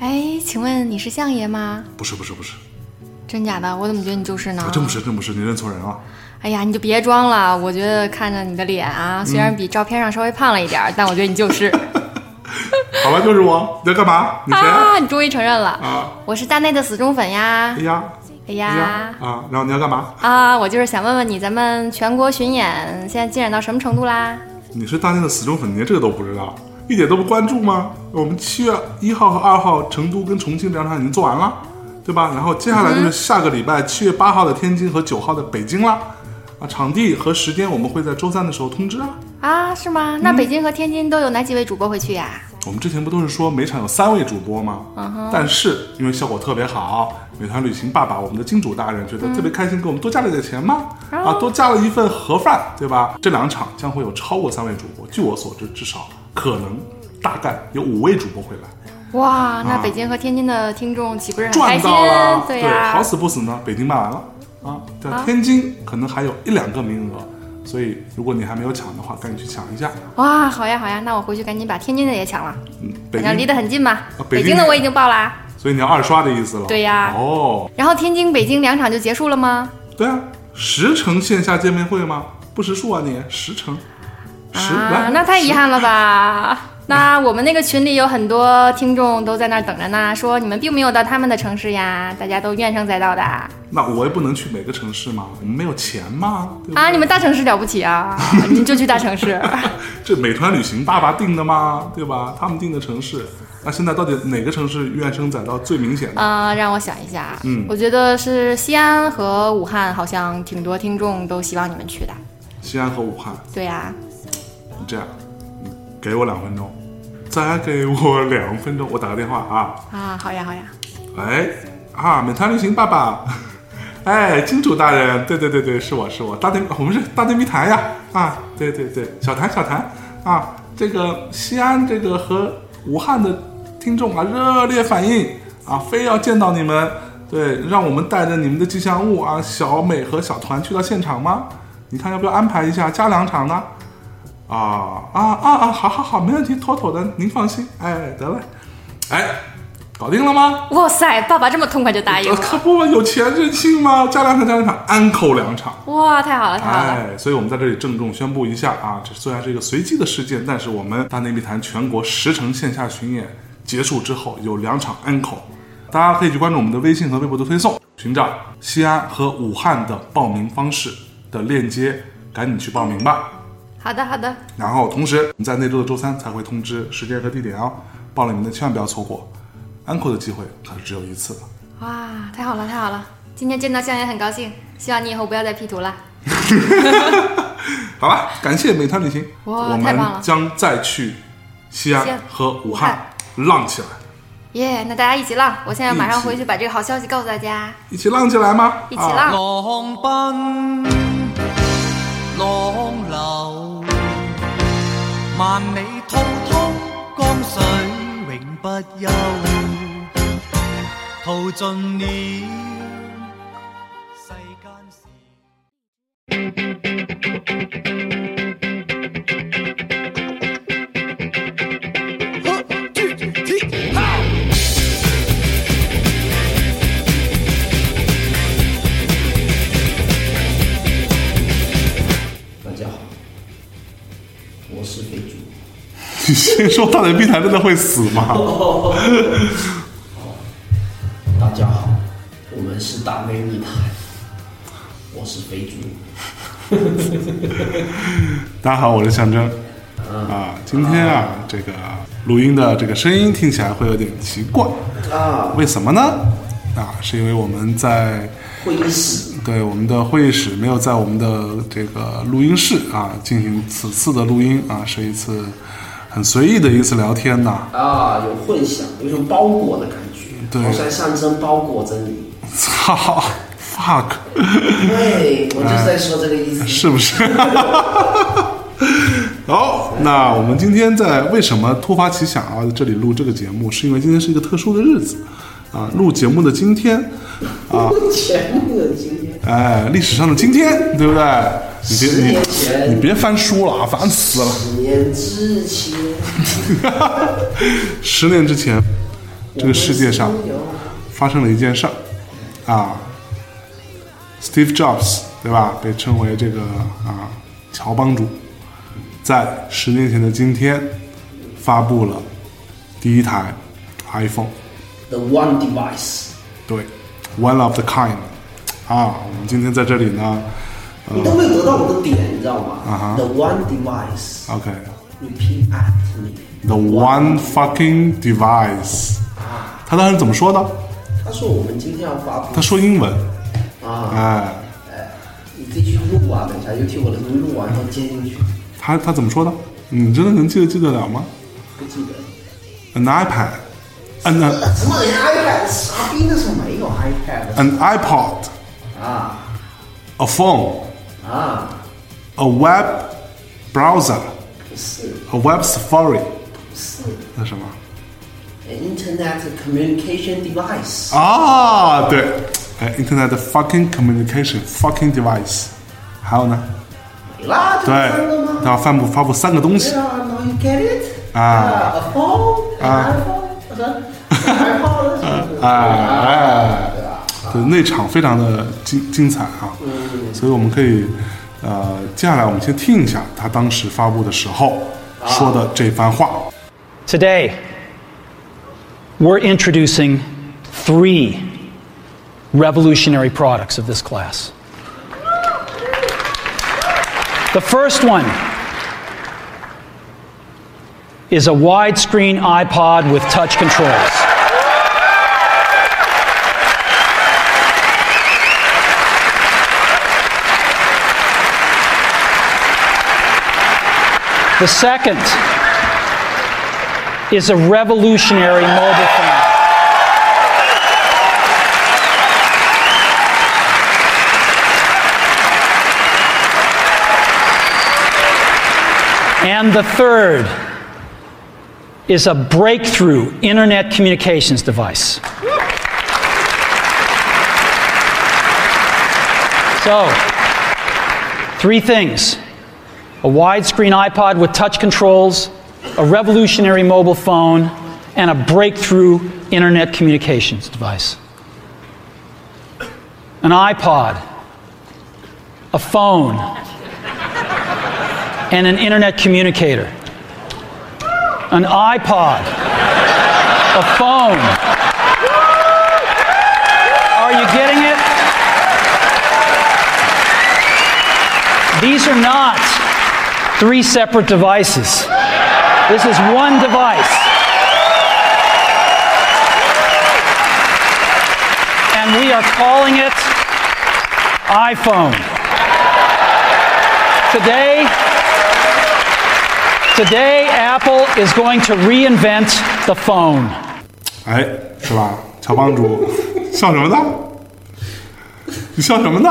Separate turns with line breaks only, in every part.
哎，请问你是相爷吗？
不是不是不是，
真假的？我怎么觉得你就是呢
啊，？真不是真不是，你认错人了。
哎呀，你就别装了。我觉得看着你的脸啊，虽然比照片上稍微胖了一点
嗯
儿，但我觉得你就是。
好吧，就是我。你在干嘛？ 你谁？
啊，你终于承认了，
啊
我是大内的死忠粉呀
哎。呀，
哎
哎
呀
呀。啊！然后你要干嘛？
啊，我就是想问问你，咱们全国巡演现在进展到什么程度啦？
你是大内的死忠粉，你连这个都不知道，一点都不关注吗？我们七月一号和二号成都跟重庆两场已经做完了，对吧？然后接下来就是下个礼拜七月八号的天津和九号的北京啦。啊，场地和时间我们会在周三的时候通知啊。
啊，是吗？
嗯
那北京和天津都有哪几位主播会去呀、
我们之前不都是说每场有三位主播吗？
啊
但是因为效果特别好，美团旅行爸爸我们的金主大人觉得特别开心，给我们多加了点钱吗？
哦
啊，多加了一份盒饭，对吧？这两场将会有超过三位主播，据我所知，至少可能大概有五位主播会来，
哇，那
啊
北京和天津的听众岂不是很开
赚
心
到了。？
对啊呀、
好死不死呢，北京卖完了啊，在天津可能还有一两个名额，所以如果你还没有抢的话，赶紧去抢一下。
哇，好呀好呀，那我回去赶紧把天津的也抢了，
嗯，北
反正离
京，啊
得很近嘛。
北京
京的我已经报啦。
所以你要二刷的意思了。
对呀
哦。
然后天津、北京两场就结束了吗？
对啊，十城线下见面会吗？不识数啊你，十城，十、
啊
来，，
那太遗憾了吧。那我们那个群里有很多听众都在那儿等着呢，说你们并没有到他们的城市呀，大家都怨声载道的啊！
那我也不能去每个城市嘛，我们没有钱嘛，对吧？
你们大城市了不起啊， 你们就去大城 市。
这美团旅行爸爸定的嘛，对吧？他们定的城市，那现在到底哪个城市怨声载道最明显呢？
啊、让我想一下，
嗯
我觉得是西安和武汉，好像挺多听众都希望你们去的。
西安和武汉，
对呀、
你这样，你给我两分钟，再给我两分钟，我打个电话啊。
啊，好呀好呀，
哎，啊，美团旅行爸爸， 哎，金主大人，对对对对，是我是我，大内我们是大内密谈呀，啊，对对对，小谭小谭，啊，这个西安这个和武汉的听众啊热烈反映啊，非要见到你们，对，让我们带着你们的吉祥物啊，小美和小团去到现场吗？你看要不要安排一下加两场呢？啊啊啊啊！好好好，没问题，妥妥的，您放心。哎，得嘞，哎，搞定了吗？
哇塞，爸爸这么痛快就答 应
呃可
了，
不嘛，有钱任性吗？加两场，加两场，安扣两场。
哇，太好了太好了。
哎，所以我们在这里郑重宣布一下啊，这虽然是一个随机的事件，但是我们大内密谈全国十城线下巡演结束之后，有两场安口，大家可以去关注我们的微信和微博的推送，寻找西安和武汉的报名方式的链接，赶紧去报名吧。
好的好的，
然后同时你在那周的周三才会通知时间和地点哦，报了名的千万不要错过，安口的机会可是只有一次了。
哇，太好了太好了，今天见到向爷很高兴，希望你以后不要再 P 图了。
好吧，感谢美团旅行，
哇
我
太
们
棒了
将再去西
西
安
安
和武
汉
汉浪起来，
耶、那大家一起浪！我现在马上
一起
回去把这个好消息告诉大家，
一起浪起来吗？啊
一起浪。
浪奔，浪流，万里滔滔江水永不休，淘尽了世间事。
大家好，我是肥猪。
你先说大嘴碧潭真的会死 吗？
大家好，我们是大内密谈。我是肥猪。
大家好，我是象征。啊，今天啊，这个录音的这个声音听起来会有点奇怪
啊，
为什么呢？啊，是因为我们在
会议室
对我们的会议室没有在我们的这个录音室啊进行此次的录音啊，是一次很随意的一次聊天呐、
啊，有混响，有种包裹的感觉，
对
好像象征包裹着你。
操，fuck，
对，我就是在说这个意思。
是不是？ 好，那我们今天在为什么突发奇想啊，这里录这个节目，是因为今天是一个特殊的日子啊，录节目的今天，啊
全部人今天
哎，历史上的今天，对不对？你别
十年
你
前
你别翻书了啊，烦死了！
十年之前，
十年之前，这个世界上
我们曾有
发生了一件事儿啊，Steve Jobs 对吧？被称为这个啊乔帮主，在十年前的今天发布了第一台 iPhone，
the one device，
对，one of the kind 啊。我们今天在这里呢
你都没有得到我的点，你知道吗、
啊哈
t h e one device，
，OK，
你拼 at 里面
The one fucking device。
啊
他当时怎么说的？
他说我们今天要发布
他说英文，
啊，
哎，
你自己去录啊，等一下 YouTube 的东西录啊完然后接进去，
他他怎么说的？你真的能记得记得了吗
不记得。
？An iPad, an an
什么 iPad？傻逼，那时候没有 iPad 的
an iPod,
啊
a phone,
啊，
a web browser,
不是
a web safari，
不是
那什么？
，an，Internet communication device，
啊，对，哎，Internet fucking communication fucking device，还有呢？
没啦，就
对
三个，吗？
他发布发布三个东
对
西，
啊，Now you get it？
啊
，a phone，
啊
iPhone，iPod，啊
哎哎，对，那场非常的精精彩啊，
嗯
所以我们可以，呃，接下来我们先听一下他当时发布的时候
啊
说的这番话。
Today, we're introducing three revolutionary products of this class. The first one is a widescreen iPod with touch controls. The second is a revolutionary mobile phone. And the third is a breakthrough internet communications device. So, three things a widescreen iPod with touch controls, a revolutionary mobile phone, and a breakthrough internet communications device. An iPod, a phone, and an internet communicator. An iPod, a phone. Are you getting it? These are not three separate devices. This is one device. And we are calling it iPhone. Today, today Apple is going to reinvent the phone.
哎，是吧？乔帮主， 笑什么呢？你笑什么呢？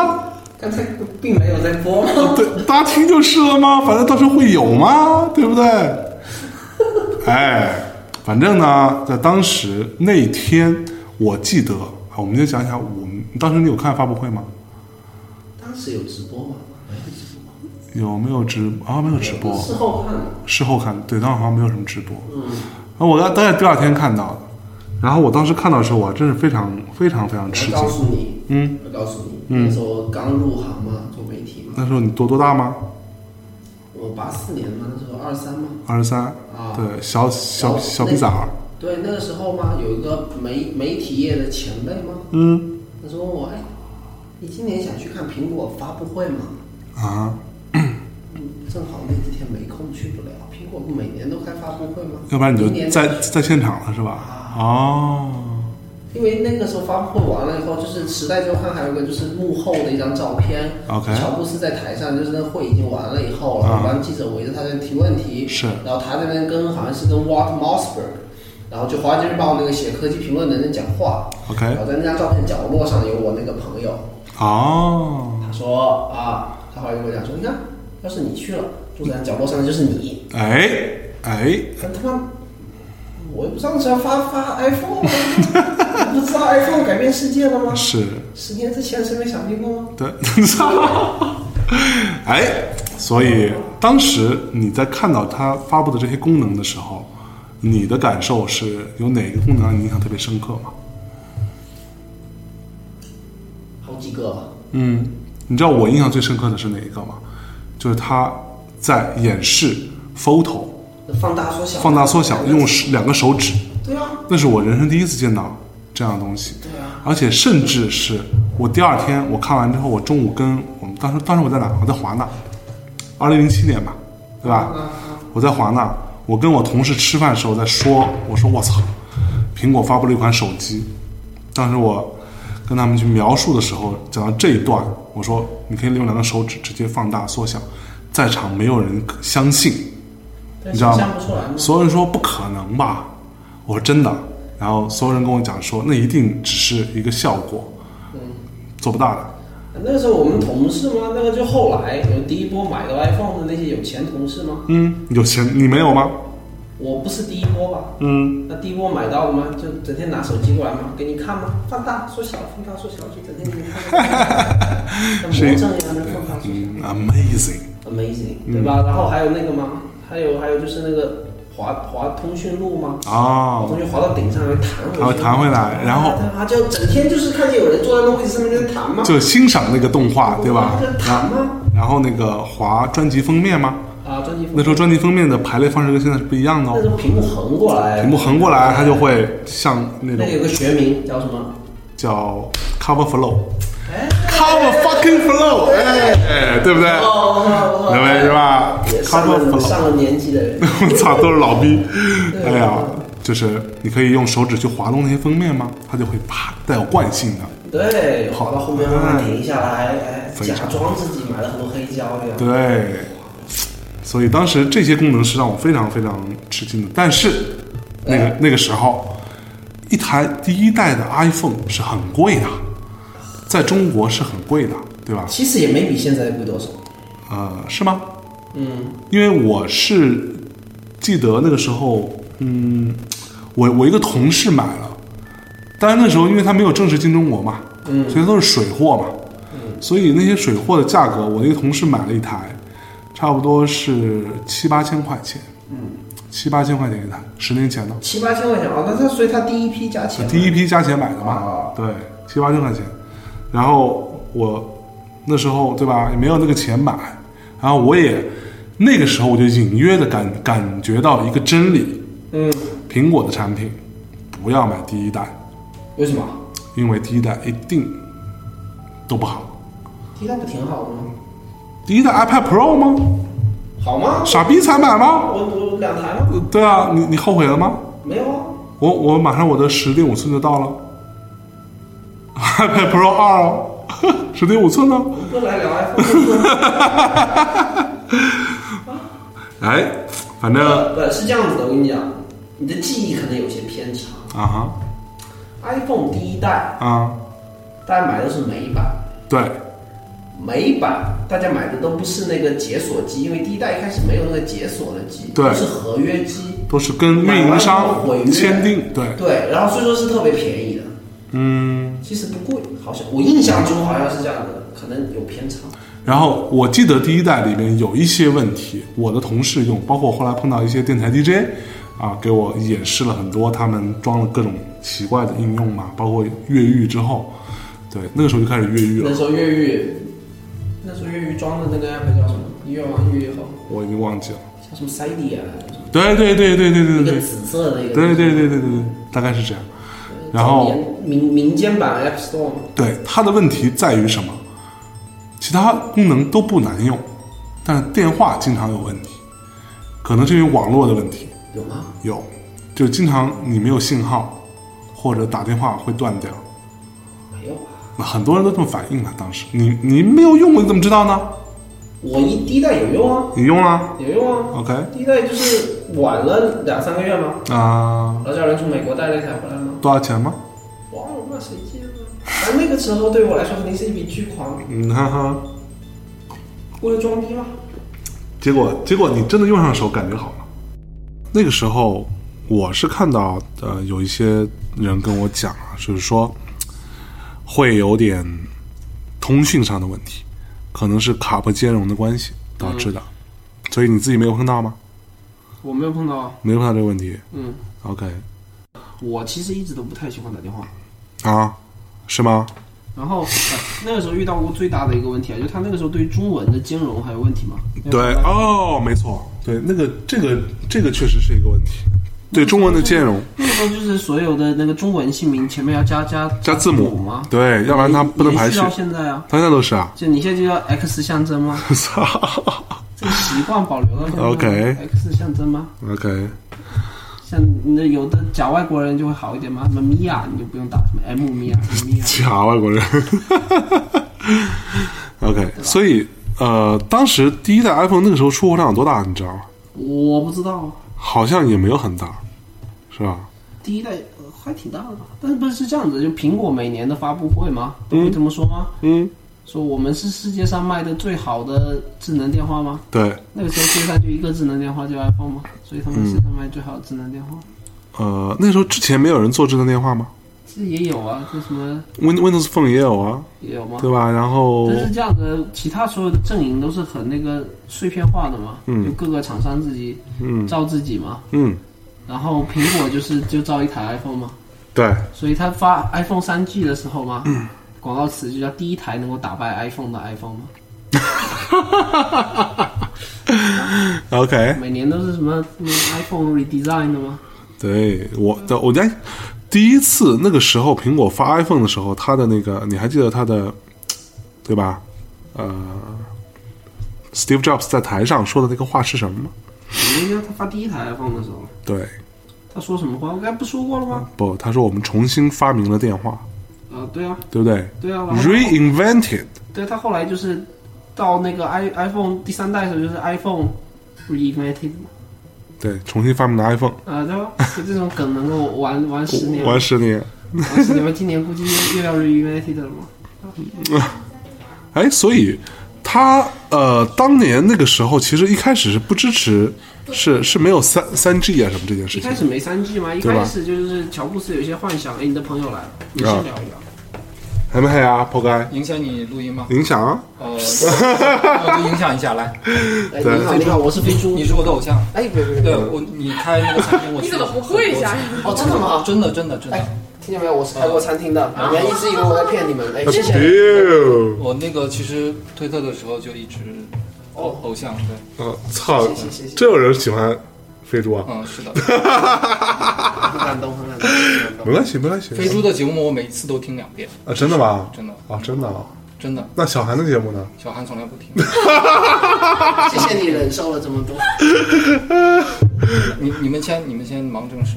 刚才并没有在播吗？
对，大家听就是了吗？反正到时候会有嘛，对不对？哎，反正呢，在当时那一天，我记得啊，我们先讲一下我们当时你有看发布会吗？
当时有直播吗？没有直播。
有没有直啊？没有直播，
事后看的，
事后看，对，当时好像没有什么直播。嗯，然后我大概第二天看到的，然后我当时看到的时候，我真是非常非常非常吃
我
惊
告。诉你，嗯，我告诉你，那时候刚入行嘛，做媒体嘛，
那时候你多多大吗？
我八四年嘛，那时候二三嘛，
二十三，对，小
然
小小
后啊哦那
逼崽儿，
对，那个时候嘛，有一个媒媒体业的前辈嘛，
嗯
他说我，哎，你今年想去看苹果发布会吗？
啊，
正好那几天没空去不了，苹果不每年都开发布会吗？
要不然你
明
就
年啊
在在现场了是吧？哦，
因为那个时候发布会完了以后，就是《时代周刊》还有一个就是幕后的一张照片
OK
乔布斯在台上，就是那会已经完了以后，然
啊
后帮记者围着他在提问题，
是
然后他在那边跟好像是跟 Walt Mossberg，然后就《华尔街日报》那个写科技评论的人讲话
OK
然后在那张照片角落上有我那个朋友，
哦，
他说啊，他后来就跟我讲说，你看，要是你去了，坐在角落上的就是 你，
哎哎，
但他妈，我也不知道是要发发 iPhone 吗？ 你不知道 iPhone 改变世界了吗？
是，
十年之前谁没想听过吗？
对， 哎，所以当时你在看到它发布的这些功能的时候，你的感受是有哪个功能让你印象特别深刻吗？
好几个吧。
嗯，你知道我印象最深刻的是哪一个吗？就是它在演示 photo
放大缩小，
放大缩小，用手两个手指，
对啊，
那是我人生第一次见到这样的东西。
对啊，
而且甚至是我第二天我看完之后，我中午跟我们当时当时我在哪？我在华纳，二零零七年吧，对吧？我在华纳，我跟我同事吃饭的时候在说，我说我操，苹果发布了一款手机。当时我跟他们去描述的时候，讲到这一段，我说你可以利用两个手指直接放大缩小，在场没有人相信，
但
你知道
想
吗
象不出来？吗？
所有人说不可能吧？我说真的。然后所有人跟我讲说，那一定只是一个效果，做不大的。
那个时候我们同事吗？那个就后来有第一波买到 iPhone 的那些有钱同事吗？
嗯，有钱你没有吗？
我不是第一波吧？
嗯，
那第一波买到了吗？就整天拿手机过来吗？给你看吗？放大缩小，放大缩小，就整天给你看。 像魔怔一样的放大缩小
嗯，amazing。嗯
，amazing，对吧？然后还有那个吗？还有还有就是那个滑滑通讯录吗？
哦
同，学滑到顶上来弹回去，
还会弹回来然后
他就整天就是看见有人坐在那位置上面在弹嘛，
就欣赏那个动画，对吧？
就弹嘛，
然后那个划专辑封面吗？
啊，专辑封
那时候专辑封面的排列方式跟现在是不一样的
那
哦
时。候屏幕横过来，
屏幕横过来，它就会像那
那
种
个有个学名叫什么？
叫 cover flow，cover
哎，
fucking flow，哎，哎对不对？
哦，
认为是吧
也上
cover
了
flow。
上了年纪的人，
我操，都是老逼。哎呀，就是你可以用手指去滑动那些封面吗？它就会啪带有惯性的。
对，跑到后面慢慢停下来，哎，
非
假
常
装自己买了很多黑胶这样。
对，所以当时这些功能是让我非常非常吃惊的。但是那个
嗯
那个时候，一台第一代的 iPhone 是很贵的，在中国是很贵的，对吧？
其实也没比现在贵多少，
呃，是吗？
嗯，
因为我是记得那个时候，嗯，我我一个同事买了，但是那时候因为他没有正式进中国嘛，嗯，所以都是水货嘛，嗯，所以那些水货的价格，我那个同事买了一台，差不多是七八千块钱，嗯，七八千块钱一台，十年前的，
七八千块钱啊，那他所以他第一批加钱
啊
嘛，
第一批加钱买的嘛，
啊
对，七八千块钱。然后我那时候对吧，也没有那个钱买，然后我也那个时候我就隐约的感感觉到一个真理，
嗯，
苹果的产品不要买第一代，
为什么？
因为第一代一定都不好。
第一代不挺好的吗？
第一代 iPad Pro 吗？
好吗？
傻逼才买吗？
我我两台吗？
对啊，你你后悔了吗？
没有啊，
我我马上我的十点五寸就到了，iPad Pro 二哦， 十点五寸呢？
我们不来聊 iPhone。
哎，反正啊
呃，是这样子的，我跟你讲，你的记忆可能有些偏差。
啊哈
iPhone 第一代，
啊，
大家买的是美版，
对，
美版大家买的都不是那个解锁机，因为第一代一开始没有那个解锁的机，
对
都是合约机。
都是跟运营商
买完就毁约
签订，对，
对，然后所以说是特别便宜的，
嗯。
其实不贵，好像我印象中好像是这样的，可能有偏差。
然后我记得第一代里面有一些问题，我的同事用，包括我后来碰到一些电台 DJ，啊，给我演示了很多他们装了各种奇怪的应用嘛，包括越狱之后，对，那个时候就开始越狱
那
了，
时候越狱，那时候越狱装的那个 app 叫什么？越王越狱后
我已经忘记了。
叫什么 Sidi 啊？还是什么
对对对对对对
一
对
个
对
紫色的一个。
对对对对对对，大概是这样。然后
民民间版 App Store 嘛，
对它的问题在于什么？其他功能都不难用，但是电话经常有问题，可能是因为网络的问题，
有吗？
有，就经常你没有信号，或者打电话会断掉。
没有啊。
那很多人都这么反映了，当时你你没有用过，你怎么知道呢？
我一第一代有用啊，
你用了
有用啊。
，OK
第一代就是晚了两三个月嘛，
啊、
然后叫人从美国带了一台回来嘛，
多少钱吗？
忘了那谁借的。反正那个时候对我来说肯定是一笔巨款，
嗯哈哈，
为了装逼嘛。
结果结果你真的用上手，感觉好了。那个时候我是看到呃有一些人跟我讲啊，就是说会有点通讯上的问题，可能是卡不兼容的关系导致的。所以你自己没有碰到吗？
我没有碰到啊。
没有碰到这个问题。
嗯，
OK，
我其实一直都不太喜欢打电话。
啊，是吗？
然后、呃那个时候遇到过最大的一个问题啊，就他那个时候对于中文的兼容还有问题嘛？
对，哦，没错，对，那个这个这个确实是一个问题。对中文的兼容
那个时候就是所有的那个中文姓名前面要加加
加字
母
母
吗？，
对，要不然它不能排
延
序
续。到现在啊，
到现在都是啊，
就你现在就要 X 象征吗？
操
这个习惯保留到 现在吗
OK
X 象征吗？
，OK，
像那有的假外国人就会好一点吗？什么米娅你就不用打什么 M 米娅什么米娅，
假外国人。OK，所以呃，当时第一代 iPhone 那个时候出货量有多大，你知道吗？
我不知道，
好像也没有很大，是吧？
第一代、呃、还挺大的吧？但是不是是这样子？就苹果每年的发布会吗？都会这么说吗？
嗯，
说我们是世界上卖的最好的智能电话吗？
对，
那个时候街上就一个智能电话叫 iPhone 嘛，所以他们
嗯
是他们最好的智能电话。
呃，那时候之前没有人做智能电话吗
这也有啊，这什么
？Win Windows Phone 也有啊，
也有吗？
对吧？然后
但是这样的，其他所有的阵营都是很那个碎片化的嘛，
嗯
就各个厂商自己
嗯
造自己嘛。
嗯，
然后苹果就是就造一台 iPhone 嘛，
对，
所以他发 iPhone 三 G 的时候嘛，
嗯
广告词就叫第一台能够打败 iPhone 的 iPhone 嘛。
OK，
每年都是什么嗯 iPhone redesign 的吗？
对我的我在第一次那个时候苹果发 iPhone 的时候，它的那个你还记得它的对吧？呃，Steve Jobs 在台上说的那个话是什么吗？
我应该他发第一台 iPhone 的时候，
对，
他说什么话？我刚才不说过了吗？
不，他说我们重新发明了电话，嗯
啊，对啊，
对不对
对啊，然后他后
？Reinvented，
对他后来就是到那个 i iPhone 第三代的时候，就是 iPhone reinvented 嘛，
对，重新发明了 iPhone，
啊，对吧？就这种梗能够玩玩十年，
玩十年。
玩十年，今年估计又又要 reinvented 了 嘛。
哎，所以他呃，当年那个时候其实一开始是不支持，是是没有三三 G 啊什么这件事
一
情
开。始没三 G 嘛，一
对吧
开始就是乔布斯有一些幻想，哎，你的朋友来了，你
啊
先聊一聊。
还没还啊，破盖
影响你录音吗？
影响啊，
呃，我就影响一下，来，
哎，你好，你好，我是飞猪
你。是我的偶像。
哎，别别别，
对我，你开那个餐厅，我去
你怎么不跪下
很多次
哦，真的吗？
真的，真的，真的。
听见没有？我是开过餐厅的，你们一直以为我在骗你们。哎，谢谢。
丢，
我那个其实推特的时候就一直偶
哦
偶像，对，
我啊操
谢谢谢谢，
这有人喜欢飞猪啊？
嗯，是的。
很哦感动，很感动，很感 动。
没关系，没关系。
飞猪的节目我每一次都听两遍，
啊，真的吗？
真的，
啊，真的啊。
真的。
那小韩的节目呢？
小韩从来不听，
谢谢你忍受了这么 多。
你你们先你们先忙正事。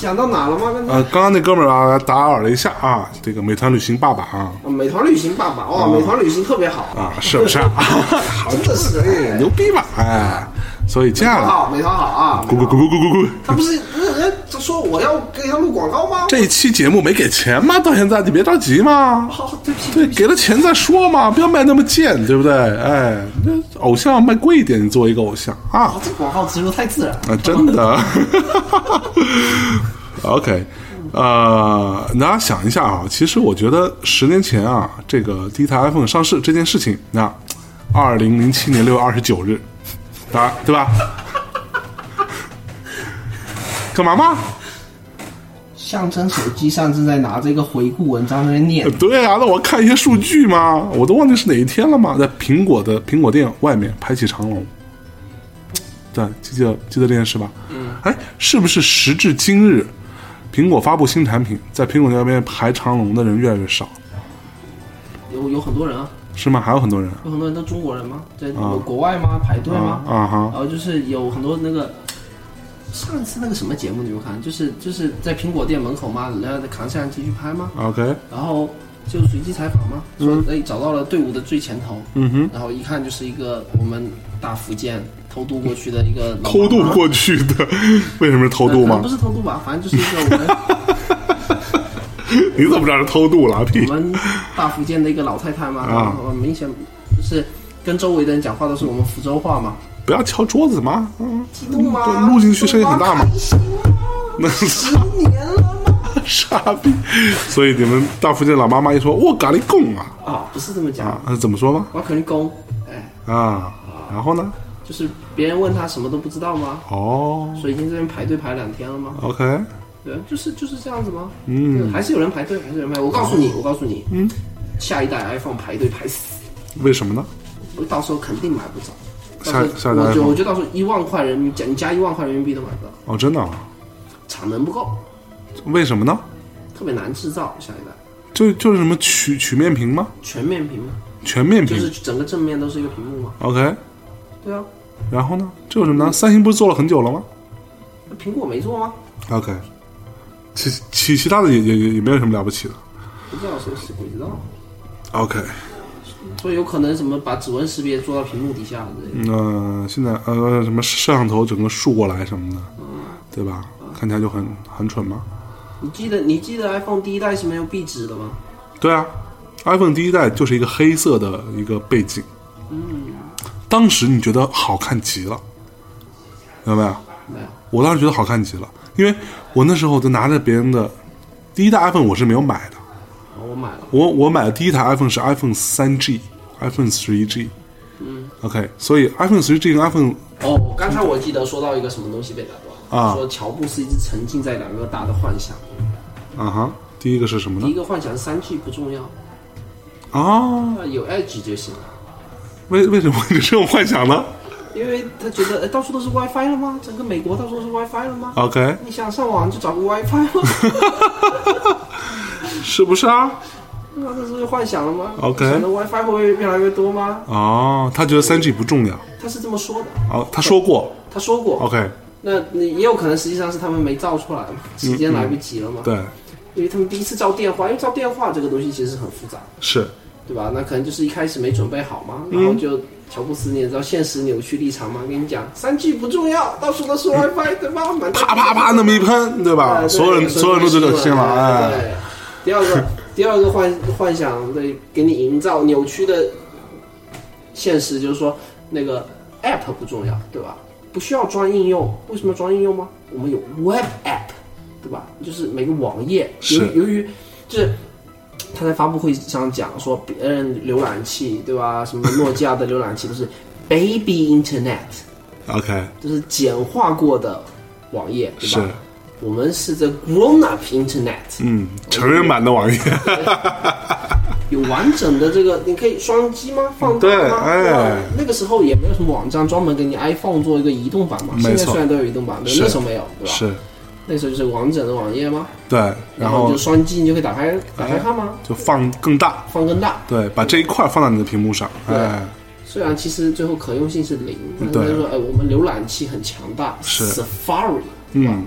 讲到哪了吗？刚才
呃，刚刚那哥们儿啊打扰了一下啊，这个美团旅行爸爸啊
啊美团旅行爸爸，哇，美团旅行特别好，
嗯啊，是不是啊？ 好
真的是
哎牛逼吧？哎，所以接下来，
好，美团好啊。
咕咕咕咕咕咕咕，
他不是人家说我要给他录广告吗？
这一期节目没给钱吗？到现在你别着急嘛。
好，对不起，
对，给了钱再说嘛，不要卖那么贱，对不对？哎，那偶像卖贵一点，你作为一个偶像啊
啊，这广告植入太自然。
啊，真的。OK，呃，大家想一下啊，其实我觉得十年前啊，这个第一台 iPhone 上市这件事情，那二零零七年六月二十九日，啊，对吧？干嘛嘛？
象征手机上正在拿着一个回顾文章在那念，
对啊，那我看一些数据嘛，我都忘记是哪一天了嘛，在苹果的苹果店外面排起长龙。对，记得记得这件事吧？嗯，哎，是不是时至今日，苹果发布新产品，在苹果店外面排长龙的人越来越少，
有有很多人啊，
是吗？还有很多人啊
有很多人都中国人吗？在国外吗？排队吗？
啊
然
哈，
后就是有很多那个，上次那个什么节目你们看，就是就是在苹果店门口嘛，人家在扛摄像机去拍吗？
，OK，
然后就随机采访嘛，说哎找到了队伍的最前头，
嗯哼，
然后一看就是一个我们大福建偷渡过去的一个 老
偷渡
妈妈
过去的， 为什么是偷渡
呃可能
吗
不？是偷渡吧，反正就是一个我 们
你怎么知道是偷渡了？啊屁
我！们大福建的一个老太太嘛，
啊
然后明显就是跟周围的人讲话都是我们福州话嘛，
不要敲桌子嘛，嗯，
激动 吗？
录进去声音很大嘛。那
十年了吗？
傻逼！所以你们到附近老妈妈一说，我咖喱贡啊
啊，不是这么讲，
啊，那怎么说吗？
我肯定攻，哎，
啊，然后呢？
就是别人问他什么都不知道吗？
哦
水晶这边排队排两天了吗？
，OK，
对，啊就是就是这样子吗？嗯，还是有人排队，还是有人
嗯
排。我告诉你，我告诉你，嗯，下一代 iPhone 排队排死，
为什么呢？
我到时候肯定买不着。
下
到时
下
候
一代
我觉得
iPhone
我觉得到时候一万块人民币，你加一万块人民币都买不到，
哦，真的、啊？
产能不够，
为什么呢？
特别难制造。下一代
就就是什么曲曲面屏吗？
全面屏嘛，
全面
就
屏、
是整个正面都是一个屏幕嘛。
o k
对啊，
然后呢？这有什么呢？三星不是做了很久了吗
那苹果没做吗？
？OK，其其其他的也也也也没有什么了不起的。
不知道谁谁鬼知道，
OK，
所以有可能什么把指纹识别做到屏幕底下之类的。
那、现在呃什么摄像头整个竖过来什么的，对吧？看起来就很很蠢吗？
你记得你记得 iPhone 第一代是没有壁纸的吗？
对啊，iPhone 第一代就是一个黑色的一个背景，当时你觉得好看极了，明白没有？
没有，
我当时觉得好看极了，因为我那时候就拿着别人的第一代 iPhone，我是没有买的，
哦我买了。
我我买的第一台 iPhone 是 iPhone 三 G，iPhone 十一 G，嗯，OK，所以 iPhone 十一 G 跟 iPhone
哦，刚才我记得说到一个什么东西被打断
啊
说乔布斯一直沉浸在两个大的幻想，
啊哈，第一个是什么
第一
呢？
个幻想三 G 不重要，
啊，
那有 Edge 就行了，
为为什么会有这种幻想呢
因为他觉得哎到处都是 WiFi 了吗？整个美国到处都是 WiFi 了吗？
？OK，
你想上网就找个 WiFi 吗？
是不是啊？
那这是幻想了吗
OK
想的 WiFi 会不会越来越多吗？
哦，他觉得三 G 不重要，
他是这么说的，
哦，他说过
他说过。
，OK，
那你也有可能实际上是他们没造出来嘛，
嗯
时间来不及了嘛。
对，
因为他们第一次造电话，因为造电话这个东西其实是很复杂的。
是，
对吧？那可能就是一开始没准备好嘛，
嗯
然后就乔布斯，你也知道现实扭曲立场嘛，跟你讲，三 G 不重要，到处都是 WiFi，对吧？满大街
啪啪啪那么一喷，对吧？
哎对
啊所有人
对
所有人都觉得
对
信了，
对
哎，
对第二个， 第二个幻幻想对，给你营造扭曲的现实，就是说那个 App 不重要，对吧？不需要装应用，为什么要装应用吗？我们有 Web App，对吧？就是每个网页，由
是
于由于就是他在发布会上讲说，别人浏览器对吧？什么诺基亚的浏览器都是 Baby Internet，
，OK，
就是简化过的网页，对吧？
是，
我们是这 grown up internet，
嗯，成人版的网页，
有完整的这个，你可以双击吗？放大
对
吗？
哎
吧那个时候也没有什么网站专门给你 iPhone 做一个移动版嘛，现
没错
在虽然都有移动版，对
是
吧，那时候没有，对吧？，
是，
那时候就是完整的网页吗？
对，然
然后你
后哎
就双击，你就可以打开打开看吗？
就放更大，
放更大。
对，把这一块放到你的屏幕上，
对
哎，
虽然其实最后可用性是零，但是
对
他说，哎，我们浏览器很强大
是
，Safari，对吧
嗯，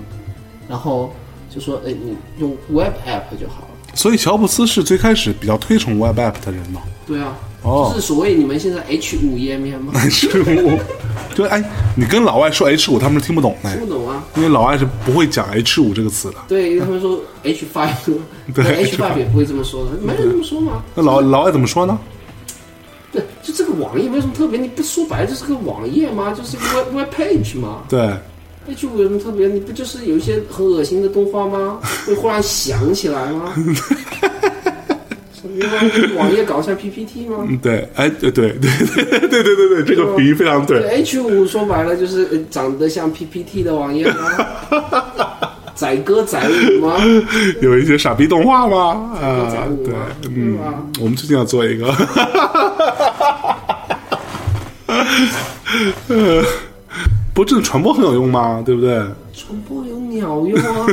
然后就说，哎，你用 Web App 就好了。
所以乔布斯是最开始比较推崇 Web App 的人 嘛，
对啊，
哦
就是所谓你们现在 H 五页面吗？
是我， 对，哎，你跟老外说 H 五，他们是听不懂的，
听不懂啊。
因为老外是不会讲 H 五这个词的。
对，因为他们说 H five，
对
H five 也不会这么说的，没人这么说嘛。
那老老外怎么说呢？
对，就这个网页没有什么特别，你不说白了就是个网页吗？就是一个 web web page 吗
对，
？H 五有什么特别？你不就是有一些很恶心的动画吗？会忽然想起来吗？什么网页搞一下 PPT 吗？
嗯，对，哎，对对 对对对对对对，这
哎
个比喻非常对。
H 五说白了就是呃长得像 PPT 的网页吗？载歌载舞吗？
有一些傻逼动画吗？啊，对，
对
嗯
吧，
我们最近要做一个。 呃，不，这传播很有用吗？对不对？
传播有鸟用 啊，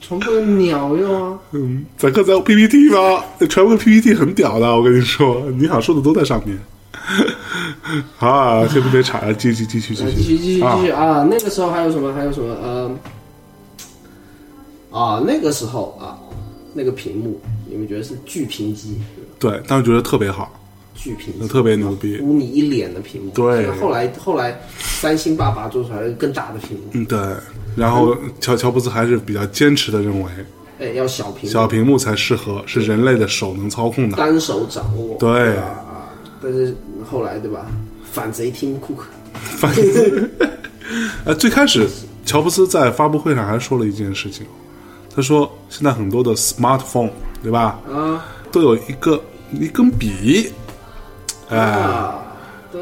传播有鸟用啊。
嗯，载歌载舞 PPT 吗？传播个 PPT 很屌的，我跟你说，你想说的都在上面。 好啊，先不别吵了，继续继续继
来
续
继续继续继续
啊
啊！那个时候还有什么？还有什么？呃，啊，那个时候啊，那个屏幕，你们觉得是巨屏机？
对，当时觉得特别好，
巨屏
就
机，
特别牛逼。
污你一脸的屏幕。
对
然后后来后来，三星爸爸做出来了更大的屏幕，
嗯，对。然后乔乔布斯还是比较坚持的认为，
哎，要小屏，
小屏幕才适合，是人类的手能操控的。
单手掌握。
对，
但是后来对吧？反贼 Tim Cook，
反 呃，最开始乔布斯在发布会上还说了一件事情，他说现在很多的 smartphone 对吧，
啊
都有一个一根笔，哎、
啊，对，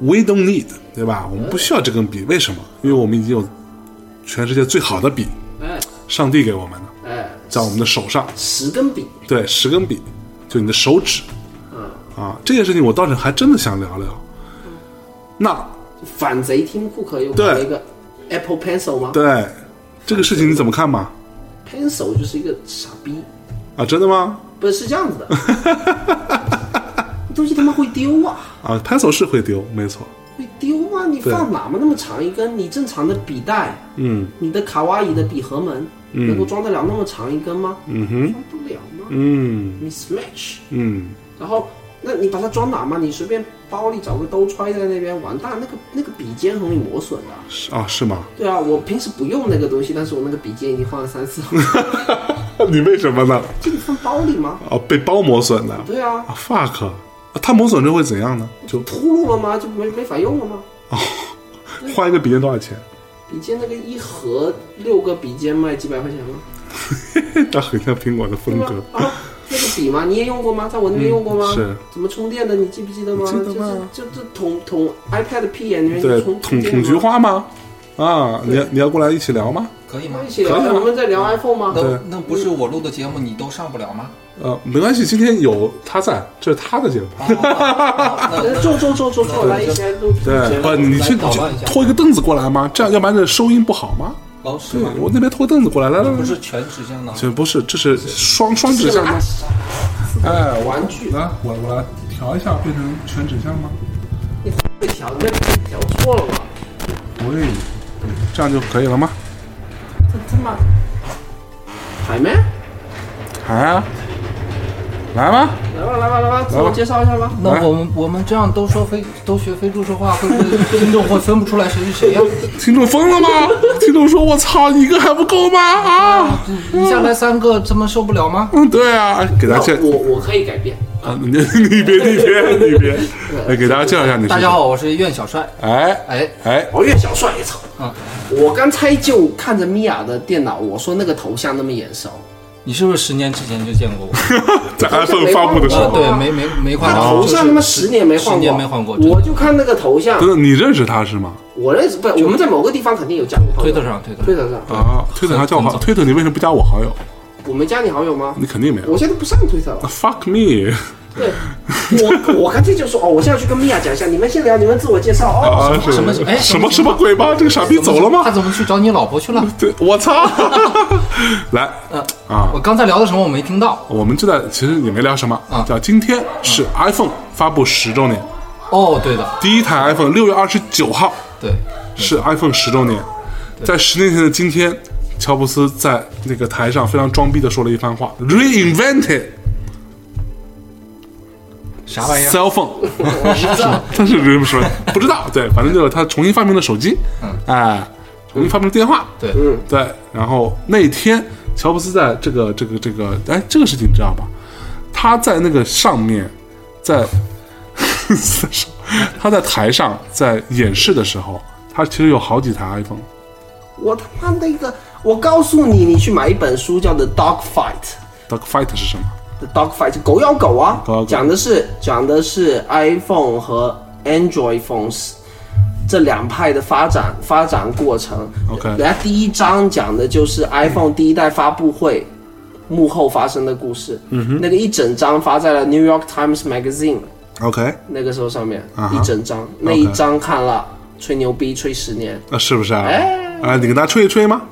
We don't need，对吧？我们不需要这根笔，为什么？因为我们已经有全世界最好的笔，
哎
上帝给我们的，
哎，
在我们的手上。
十根笔，
对，十根笔，就你的手指。啊，这件事情我倒是还真的想聊聊。那
反贼 Tim Cook 又搞
对
了一个 Apple Pencil 吗
对这个事情你怎么看嘛？
？Pencil 就是一个傻逼，
啊，真的吗？
不是是这样子的， 东西他妈会丢啊，
啊，pencil 是会丢，没错。
会丢啊！你
对
放哪么那么长一根？你正常的笔袋，
嗯
你的卡哇伊的笔盒门，能够装得了那么长一根吗？嗯哼，装不了吗
嗯
？Mismatch。
嗯，
然后，那你把它装哪嘛？你随便包里找个兜揣在那边，完蛋，那个那个笔尖很容易磨损的。
是啊，是吗？
对啊，我平时不用那个东西，但是我那个笔尖已经换了三次了，
你为什么呢？
就你放包里吗？
啊，被包磨损的。
对啊，
啊，fuck，啊它磨损之后会怎样呢？就
秃噜了吗？就没没法用了吗？
换一个笔尖多少钱？
笔尖那个一盒六个笔尖卖几百块钱吗？
它很像苹果的
对
风
吗
格。？
啊，那个笔嘛，你也用过吗？在我那边用过吗？
是
怎么充电的？你记不记得吗？
记得吗
就是就就捅捅 iPad 屁眼里面
对，
捅
捅
电
捅
吗
菊。花吗？啊，你要你要过来一起聊吗？
可以吗
那一？起聊，我们在聊 iPhone 吗？
那那不是我录的节目，你都上不了吗？
呃，没关系，今天有他在，这是他的节目。
啊那那
呃
那
坐坐坐坐坐，来一起来录节
对，
目
不，。你去
来捣乱一下
拖一个凳子过来吗？这样，要不然这收音不好吗？
哦，是
对
吗？
我那边拖凳子过来，来来
不
来，
是全指向的，
这不是，这是双双指向
啊
吗？哎，我
玩具
来，我我来调一下，变成全指向吗？
被调被调错了吧？
对，这样就可以了吗？
这他妈海咩？
来啊，来吧，
来吧来吧来吧，自我介绍一下吧。
那我们我们这样都说非都学非洲说话，会不会 听众会分不出来谁是谁呀？啊
听众疯了吗？听众说：“我操，一个还不够吗？” 啊，
一下来三个，他们受不了吗？
嗯，对啊，给大家介
那我我可以改变，
啊，你你别你别你别，哎，给大家介绍一下你。
大家，好，我是苑小帅。
哎
哎，
哎，
我越小帅一操！
啊，
我刚才就看着米娅的电脑，我说那个头像那么眼熟，
你是不是十年之前就见 过我？
在 iPhone 发布的时
呃，
候，
对，没没没换
他
过，
头像他妈
就是
十年没换过，
十年没换过，真
我
的
就看那个头像
等，等，你认识他是吗？
我认识不，我们在某个地方肯定有加过好
推
友，
特上推特
推
上，
特上，
啊，推特还加我好，
很早
推特你为什么不加我好友？
我没加你好友吗？
你肯定没有
我。现在不上推特 了，
Fuck me！
对，我我干脆就说哦，我现在去跟米娅讲一下，你们先聊，你们自我介绍 哦。
啊，是
什么哎
什么什么鬼吗？这个傻逼走了
他
吗？
怎么去找你老婆 去了？
对，我操！来
嗯
啊
我，刚才聊的什么我没听到
我们就在其实也没聊什么，
嗯
叫今天是 iPhone 发布十周年，
哦，对的，
第一台 iPhone 六月二十九号
对，
是 iPhone 十周年，在十年前的今天，乔布斯在那个台上非常装逼的说了一番话：“Reinvented
啥玩意儿？
cell phone。”他 是什么说？不知道，对，反正就是他重新发明了手机，哎，重新发明了电话，
嗯对，
对。然后那天，乔布斯在这个这个这个，哎，这个事情你知道吧？他在那个上面，在 他在台上在演示的时候，他其实有好几台 iPhone。
我他妈那个，我告诉你，你去买一本书叫《The Dog Fight
Dog Fight 是什么？》，
《The Dog Fight》狗咬狗啊，
狗咬狗
讲的是讲的是 iPhone 和 Android phones 这两派的发展发展过程。
OK
人家第一章讲的就是 iPhone 第一代发布会。幕后发生的故事，嗯哼，那个一整章发在了《New York Times Magazine》
OK，
那个时候上面
啊哈
一整章，那一章看了吹牛逼吹十年，
那是不是啊？
哎
啊，你给大家吹一吹吗？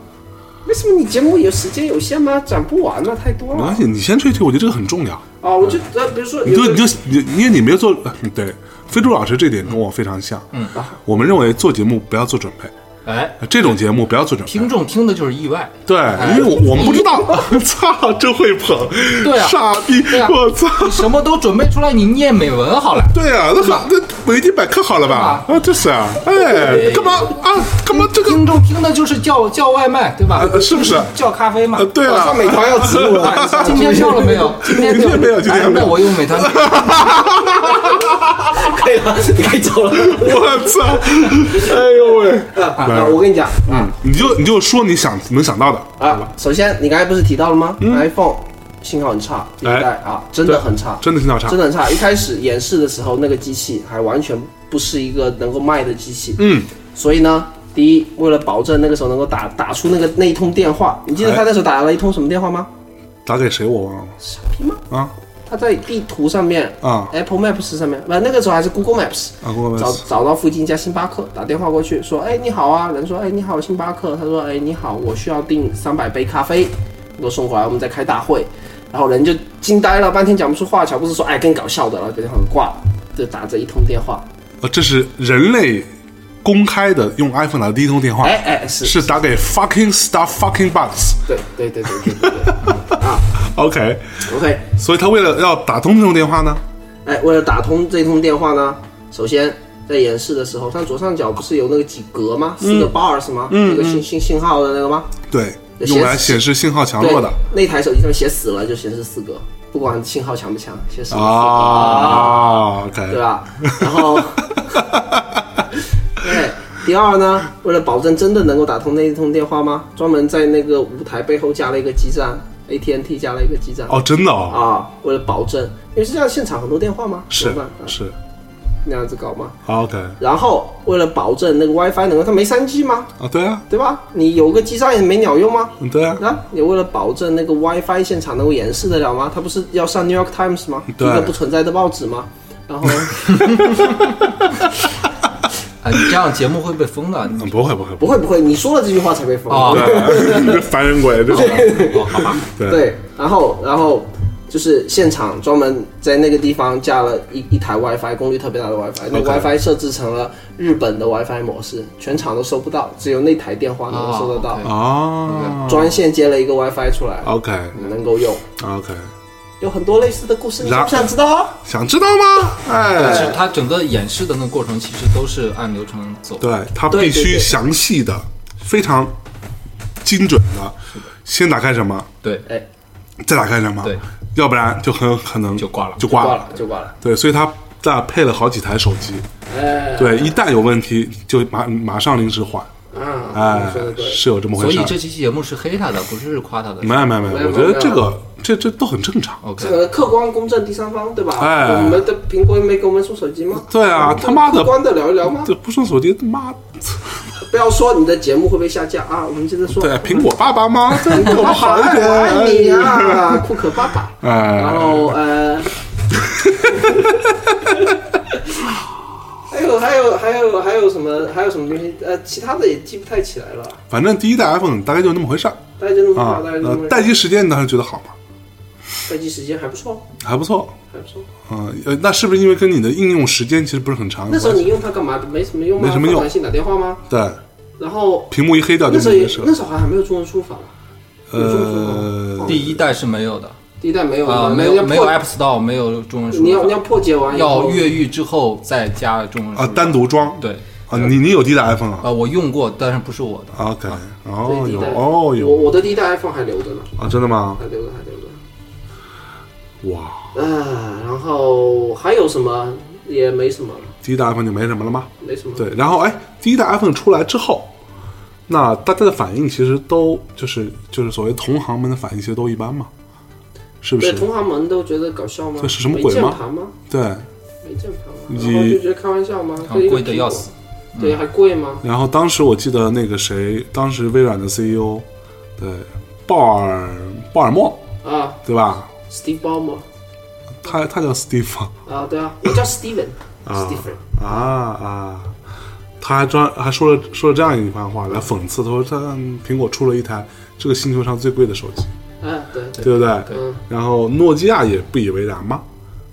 为什么你节目有时间有限吗？讲不完了，啊太多
没
了
关。系，你先吹一吹，我觉得这个很重要。
哦，我就呃，比如说
你
有
就
的
你就你，因为你没有做， 对，非洲老师这点跟我非常像。嗯，
啊
我们认为做节目不要做准备，
哎，
这种节目不要做准备。
听众哎听的就是意外，
对，因为我我们不知道， 操，真会捧，
对啊
傻逼
对，啊
我操，
你什么都准备出来，你念美文好了。
对啊，那好，那维基百科好了吧？啊，这是啊，哎，干嘛啊？干嘛这个
听众听的就是叫叫外卖，对吧？
呃是不是
叫咖啡嘛
呃？对
好
啊
像，美团要植入了，
今天 上了没有？今天哎
今天没有今天没
哎
有
那我用美团。
可以你可以走 了。
我操！哎呦喂！
啊啊！我跟你讲啊
你就你就说你想能想到的，
啊，首先你刚才不是提到了吗？iPhone 信号很差，第一代啊，真的很差，
真的挺好差
真。的很差。一开始演示的时候，那个机器还完全不是一个能够卖的机器。
嗯，
所以呢，第一，为了保证那个时候能够打打出那个那一通电话，你记得他那时候打了一通什么电话吗？
打给谁我忘了
傻逼吗？
啊
他在地图上面
啊
Apple Maps 上面，不，那个时候还是 Google Maps，
啊！给我们
找找到附近一家星巴克，打电话过去说：“哎，你好啊。”人说：“哎，你好，星巴克。”他说：“哎，你好，我需要订三百杯咖啡，给我送过来，我们在开大会。”然后人就惊呆了，半天讲不出话。乔布斯说：“哎，更搞笑的。”然后电话给挂了，就打这一通电话。
呃，这是人类公开的用 iPhone 打的第一通电话，
哎哎，是
是打给 fucking star fucking bugs。
对对对对对对对啊
OK，
，OK。
所以他为了要打通这种电话呢，
哎，为了打通这通电话呢，首先在演示的时候，它左上角不是有那个几格吗？四
嗯
个 bars 吗？那个信信信号的那个吗？
对，
显示
用来显示信号强
对，
弱的
那台手机上写死了就显示四格，不管信号强不强，显示四格
啊。
对
OK，
吧？然后，对，第二呢，为了保证真的能够打通那一通电话吗？专门在那个舞台背后加了一个基站，AT&T 加了一个基站。
哦，真的哦，
啊，为了保证，因为是这样，现场很多电话吗？
是
怎么办啊
是啊
那样子搞吗？
OK
然后为了保证那个 WiFi 能够，它没 3G 吗？
啊，对啊，
对吧？你有个基站也没鸟用吗？
嗯对啊，
那你为了保证那个 WiFi 现场能够演示得了吗？他不是要上 New York Times 吗？一
对
个不存在的报纸吗？然后
哎，你这样节目会被封的。你
嗯不会不会
不
不会，
会不会，你说了这句话才被封。
哦
啊
对，你这 烦人鬼，对吧？
哦，好吧，
对
对，然后然后就是现场专门在那个地方架了一一台 WiFi，功率特别大的 WiFi，那
OK
WiFi 设置成了日本的 WiFi 模式，全场都收不到，只有那台电话能够收得到。
哦
哦
专线接了一个 WiFi 出来，
OK
能够用。
OK，
有很多类似的故事，你
然
想不想知道啊？
想知道吗？
但
哎，
是它整个演示的那个过程其实都是按流程走。
对他
对
必
对
须
对
详细的、非常精准的，先打开什么，
对，
哎，
再打开什么，
对，
要不然就很有可能
就挂了
就挂
挂
了
了。就挂了。
对，所以他再配了好几台手机，
哎，
对，一旦有问题就马马上临时换，
啊，
哎
你说的，对。
是有这么
所
回事
以
儿。
这期节目是黑他的，不是夸他的。
没有没有没有，
没有
我觉得
没有哦
这个这这都很正常。
这个
OK，
客观公正第三方，对吧？
哎
我们的苹果没给我们送手机吗？
对啊
我们
他妈的
客观的聊一聊吗？
这不送手机，妈，
不要说你的节目会被下架啊！我们接着说。
对，苹果爸爸 吗？这
苹
我
果
们
爸
好
爸
一
爱
点，
我爱你啊，库克爸爸。然
哎，
后呃，还有还有还有还有什么还有什么东西？呃，其他的也记不太起来了。
反正第一代 iPhone 大概就那么回事儿
大家就那么
啊
大，家就那
呃，
么
待机时间你当时觉得好吗？
待机时间还不错，
还不错，
还不错。
嗯，呃，那是不是因为跟你的应用时间其实不是很长有
那
关
时
系？
候你用它干嘛？没什么用吗？啊
没什么用
发短信打电话吗？
对
然后
屏幕一黑掉就
那时候
没
也
事了
那。时候好像还没有中文输入法吧？有中文输入法吗
呃，
第一代是没有的
第一代没有
啊，没
要
有没有
破
App Store，没有中文输
你要
入
你要
法，
破解完以后
要越狱之后再加中文输
啊
入，法
单独装
对。
啊，你你有第一代 iPhone 啊
啊，我用过，但是不是我的。
？OK，哦
对第一
有
代
哦
我
有
我的第一代 iPhone 还留着呢，
啊，真的吗？
还留着还留着。
哇，
啊，然后还有什么也没什么了，
第一代 iPhone 就没什么了吗？
没什么。
对，然后哎，第一代 iPhone 出来之后，那大家的反应其实都就是就是所谓同行们的反应其实都一般嘛，是不
对，
是？
同行们都觉得搞笑吗？
这是什么鬼吗
没键盘吗？
对，
没键盘吗？
你
然后就觉得开玩笑吗？
然后啊贵得要死，嗯
对，还贵吗？
然后当时我记得那个谁，当时微软的 CEO，对，鲍尔鲍尔默，
啊
对吧？
，Steve Ballmer
他他叫 Steve 吗
啊，对啊，我叫 Steven。
啊
Stephen，
啊，他还专还说了说了这样一番话来讽刺，他说他苹果出了一台这个星球上最贵的手机，
哎，对对，
对不对？
嗯
然后诺基亚也不以为然嘛，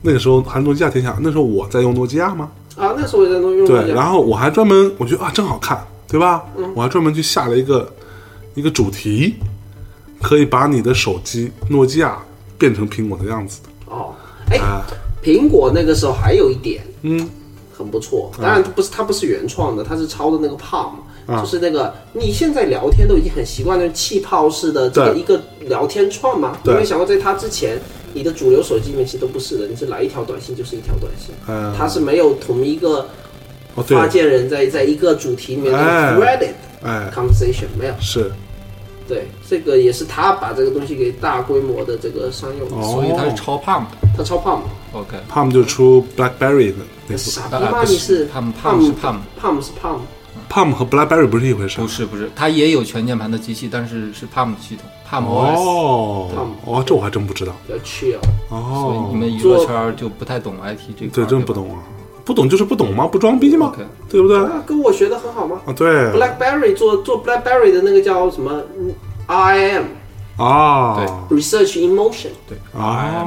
那个时候还是诺基亚天下，那时候我在用诺基亚吗？
啊，那时候我也在弄用
对，然
后
后我还专门我觉得啊真好看，对吧？
嗯
我还专门去下了一个一个主题，可以把你的手机诺基亚变成苹果的样子的
哦，哎，
啊，
苹果那个时候还有一点，
嗯，啊
很不错。当然不是，它不是原创的，它是抄的那个 Palm，、就是那个你现在聊天都已经很习惯那种气泡式的这个
对
一个聊天串嘛。你
对
有没有想过，在它之前你的主流手机里面其实都不是的，你是来一条短信就是一条短信，
嗯，
它是没有同一个
哦对，
发件人在在一个主题里面的
哎
threaded
哎，
conversation 没有。
是
对，这个也是他把这个东西给大规模的这个商用，
哦
所以它是超 pump。
他超 pump。
OK，
Palm 就出 BlackBerry 的那部
傻逼
啊
妈
不
咪
是
是
pump pump 是 pump，
pump 是 pump，
，Palm 和 BlackBerry 不是一回事
不。是不是，它也有全键盘的机器，但是是 pump 系统 pump OS，
哦哦，这我还真不知道。
比较 chill。
所以
哦
你，们娱乐圈儿就不太懂 IT 这块儿，
对，真
吧
不。懂啊，不懂就是不懂嘛，不装逼嘛
嗯 OK，啊
对不对？
那啊跟我学的很好吗
啊，对，
？BlackBerry 做做 BlackBerry 的那个叫什么嗯 RIM
啊，
Research in Motion，
对
啊，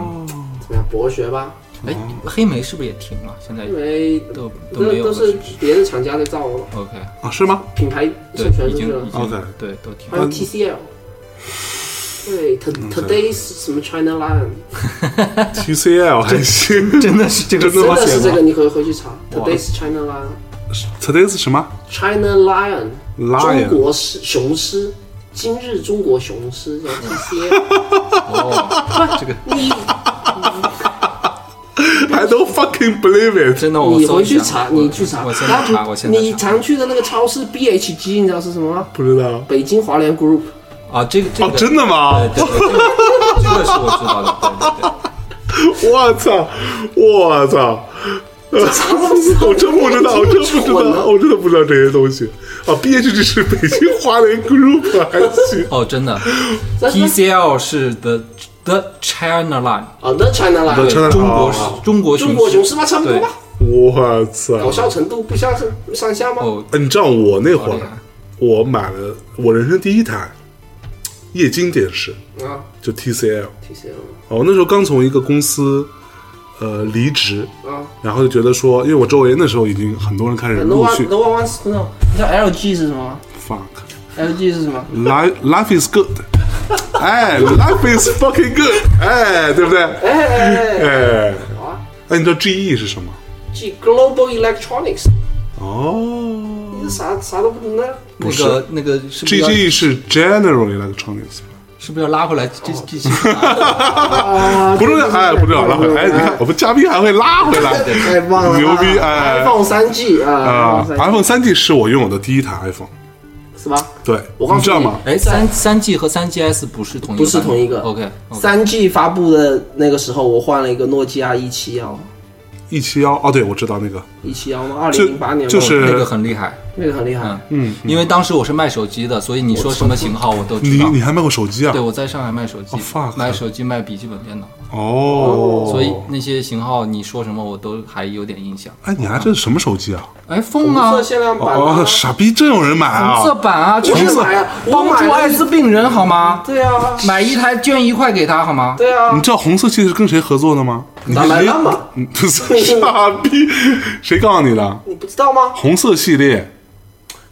怎么样博学吧？
哎，黑莓是不是也停了？现在
因为
都都没
那
有
都
了
是
不是
别的厂家在造了嘛，
OK，
啊，是吗？
品牌
对
授权，
已
出去
经
了
已，经
OK
对都停
还
了。
有 TCL。对，to-，Today's 什么 China Lion，
TCL 还行，
真的是这个
真
真
的
的
吗
是这个，你可以回去查。
哇
Today's China Lion。
？Today 是什么
China Lion，中
？Lion
国狮雄狮，今日中国雄狮叫 TCL，
哦，这个
你
，I don't fucking believe it。
真的我
你
搜
回
一
去
下
查，
我
你去查，
我现在查，我现在
你
查
常去的那个超市 BHG，你知道是什么吗？
不知道
北京华联 Group，
啊，这个这
哦，
个
真的吗？
对对对，这个这个是我知道的，对对对。
我操，我操！ 我真不知道，我真不知道，我真的不知道这些东西啊！BHG 是北京华联 Group 啊还行
哦，真的
真的
，TCL 是 the the China Line，
啊，那 China
对
Lion，
China-
中国
哦
中国
中国雄
雄
狮吧，差不多吧，
我操！
搞笑程度不相上上下吗？
哦，
哎，你知道我那会
好
儿
厉害，
我买了我人生第一台液晶电视，
啊
就 TCL。
，TCL
哦，我那时候刚从一个公司呃离职，
啊，
然后就觉得说，因为我周围那时候已经很多人开始
no
陆
one
续
no one wants to know，你知道 LG 是什么吗
fuck。
？LG 是 什么？
Life life is good，哎，life is fucking good，哎，对不对？
哎哎哎
哎，
好啊
那你知道 GE 是什么？
，G Global Electronics，
哦
你这啥啥都不懂呢？
那
是
个那个是不是要
，GE 是 General Electronics，
是不是要拉回来？这这 这
啊，
不重要，哎，不重要，拉回来，哎，你
嗯
看我们嘉宾还会拉回来，
太棒了啊，
牛逼哎
！iPhone 三 G 啊
啊
，iPhone 3G
，iPhone 三 G 是我拥有的第一台 iPhone，
是吧？
对，
我告诉
你知道
你
吗？
哎，三三 G 和三 GS 不是同一个版本，
不是同一个
OK，
三 G 发布的那个时候，我换了一个诺基亚一七幺，
一七幺，哦，对，我知道那个，
一七幺吗？二
就
零零八年吗
就是
哦那个很厉害，
那个很厉害
嗯，嗯，因为当时我是卖手机的，所以你说什么型号我都知
你
道。
你还卖过手机啊
对，？我在上海卖手机
哦，fuck
卖手机卖笔记本电脑，
哦，
所以那些型号你说什么我都还有点印象。
哎，你还这是什么手机啊？
哎，凤
红
啊
色，限量版
哦，
啊，
傻逼，真有人买啊
红！色版啊，就是
我买啊我
帮
买
助
了
艾滋病人好吗？
对啊，
买一台捐一块给他好吗？
对啊
你，知道红色系是跟谁合作的吗？你
达赖
谁
喇嘛
嗯傻逼，谁告诉你的？
你不知道吗？
红色系列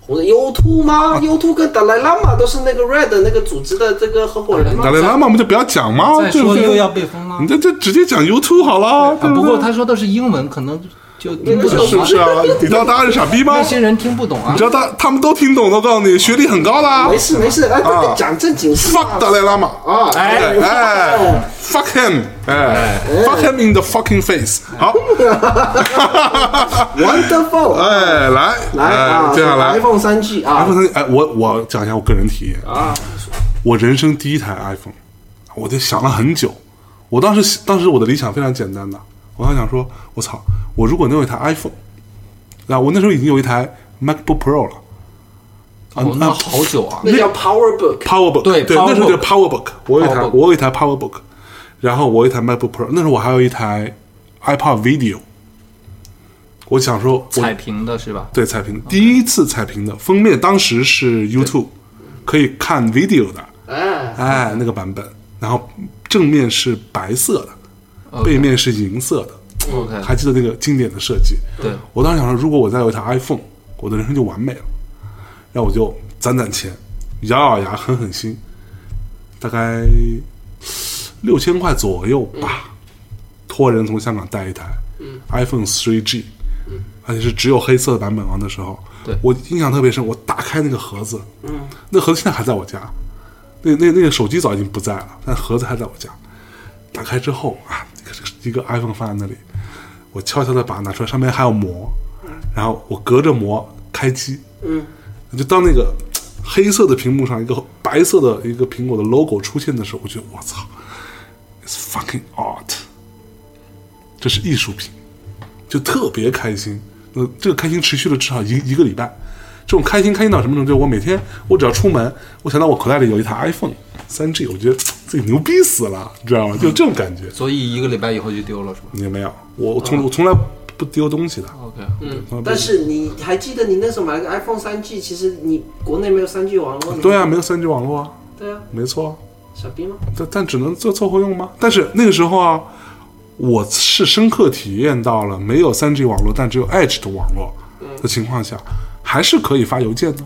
红的 U Two
啊
吗？U Two 跟达赖喇嘛都是那个 Red 那个组织的这个合伙人
达
吗？
赖喇嘛，我们就不要讲嘛，
再
对不
说又
对？
要被封了
你。这这直接讲 U two 好了，
啊
对
不过
对
他说的是英文，可能就听不
是
懂
不
啊
是。啊？你当大家是傻逼吗？
那
你
些人听不懂啊
知。道他他们都听懂的，我告诉你，学历很高的啊
没。事没事，哎，
啊
讲正 经事
Fuck
啊
达赖喇嘛
啊，
哎哎，fuck him，哎，fuck him in the fucking face。好，
，Wonderful，
哎，来
来
哎
啊，
接下来
iPhone 三 G 啊
iPhone 三，哎，我我讲一下我个人体验啊，我人生第一台 iPhone，我就想了很久。我当时当时我的理想非常简单的，我当时想说，我操，我如果能有一台 iPhone，啊，我那时候已经有一台 MacBook Pro 了，啊
哦，那
啊
好久啊。
那叫 Power Book，
，PowerBook，
对
对，
，PowerBook
那时候叫 PowerBook，我有一台
PowerBook
我有一台 PowerBook，然后我有一台 MacBook Pro，那时候我还有一台 iPod Video，我想说，我
彩屏的是吧？
对，彩屏第一次彩屏的封面，当时是 YouTube 可以看 video
啊
的，
哎，
哎，那个版本。然后正面是白色的，
OK
背面是银色的，
OK，
还记得那个经典的设计。
对，
我当时想说，如果我再有一台 iPhone，我的人生就完美了。然后我就攒攒钱，咬咬牙，狠狠心，大概六千块左右吧，托人从香港带一台 iPhone 3G，而且是只有黑色的版本啊。那时候，
对
我印象特别深，我打开那个盒子，那盒子现在还在我家，那那那个手机早已经不在了，但盒子还在我家。打开之后啊，一个 iPhone 放在那里，我悄悄的把它拿出来，上面还有膜，然后我隔着膜开机，
嗯，
就当那个黑色的屏幕上一个白色的一个苹果的 logo 出现的时候，我觉得我操，it's fucking art，这是艺术品，就特别开心。那这个开心持续了至少一一个礼拜，这种开心开心到什么程度？就我每天我只要出门，我想到我口袋里有一台 iPhone 三 G，我觉得自己牛逼死了，你知道吗？就这种感觉。
所以一个礼拜以后就丢了是吧
也没有，我我从我从来不丢东西的。
？OK，
从来嗯不
但是你还记得你那时候买了个 iPhone 三 G，其实你国内没有三 G 网络。
对啊，没有三 G 网络啊，
对啊，
没错啊。
傻逼吗？
但但只能做凑合用吗？但是那个时候啊，我是深刻体验到了没有三 G 网络，但只有 Edge 的网络的情况下，还是可以发邮件的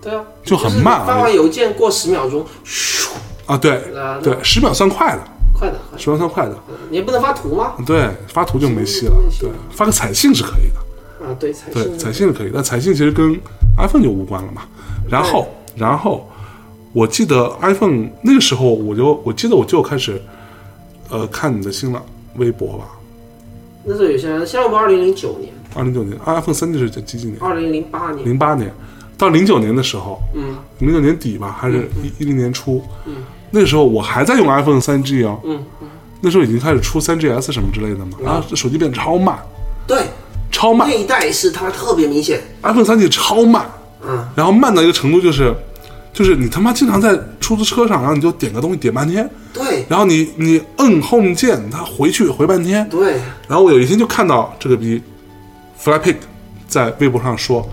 对啊，
就很慢啊
是发完邮件过十秒钟，咻，
啊。对
啊那
对，十秒算快的，
快的快的，
十秒算快的。
你也不能发图吗？
对，发图嗯就没戏了。对，发个彩信是可以的。
啊，对，才
对，
是
彩信是可以，但彩信其实跟 iPhone 就无关了嘛。然后，然后我记得 iPhone 那个时候，我就我记得我就开始，呃，看你的新浪微博吧。
那时候有些人，现在不二零零九年，
二零九年啊，iPhone 三 G 是几几年？
二零零八年，
零八年到零九年的时候，
嗯，
零九年底吧，还是一一零年初，嗯，那时候我还在用 iPhone 三 G 哦，
嗯，
那时候已经开始出三 GS 什么之类的嘛，然后这手机变超慢，
对，
超慢
那一代是它特别明显，
，iPhone 三 G 超慢，
嗯，
然后慢到一个程度就是，就是你他妈经常在出租车上，然后你就点个东西点半天，
对
然后你你摁 home 键，它回去回半天，
对，
然后我有一天就看到这个逼 Flypig 在微博上说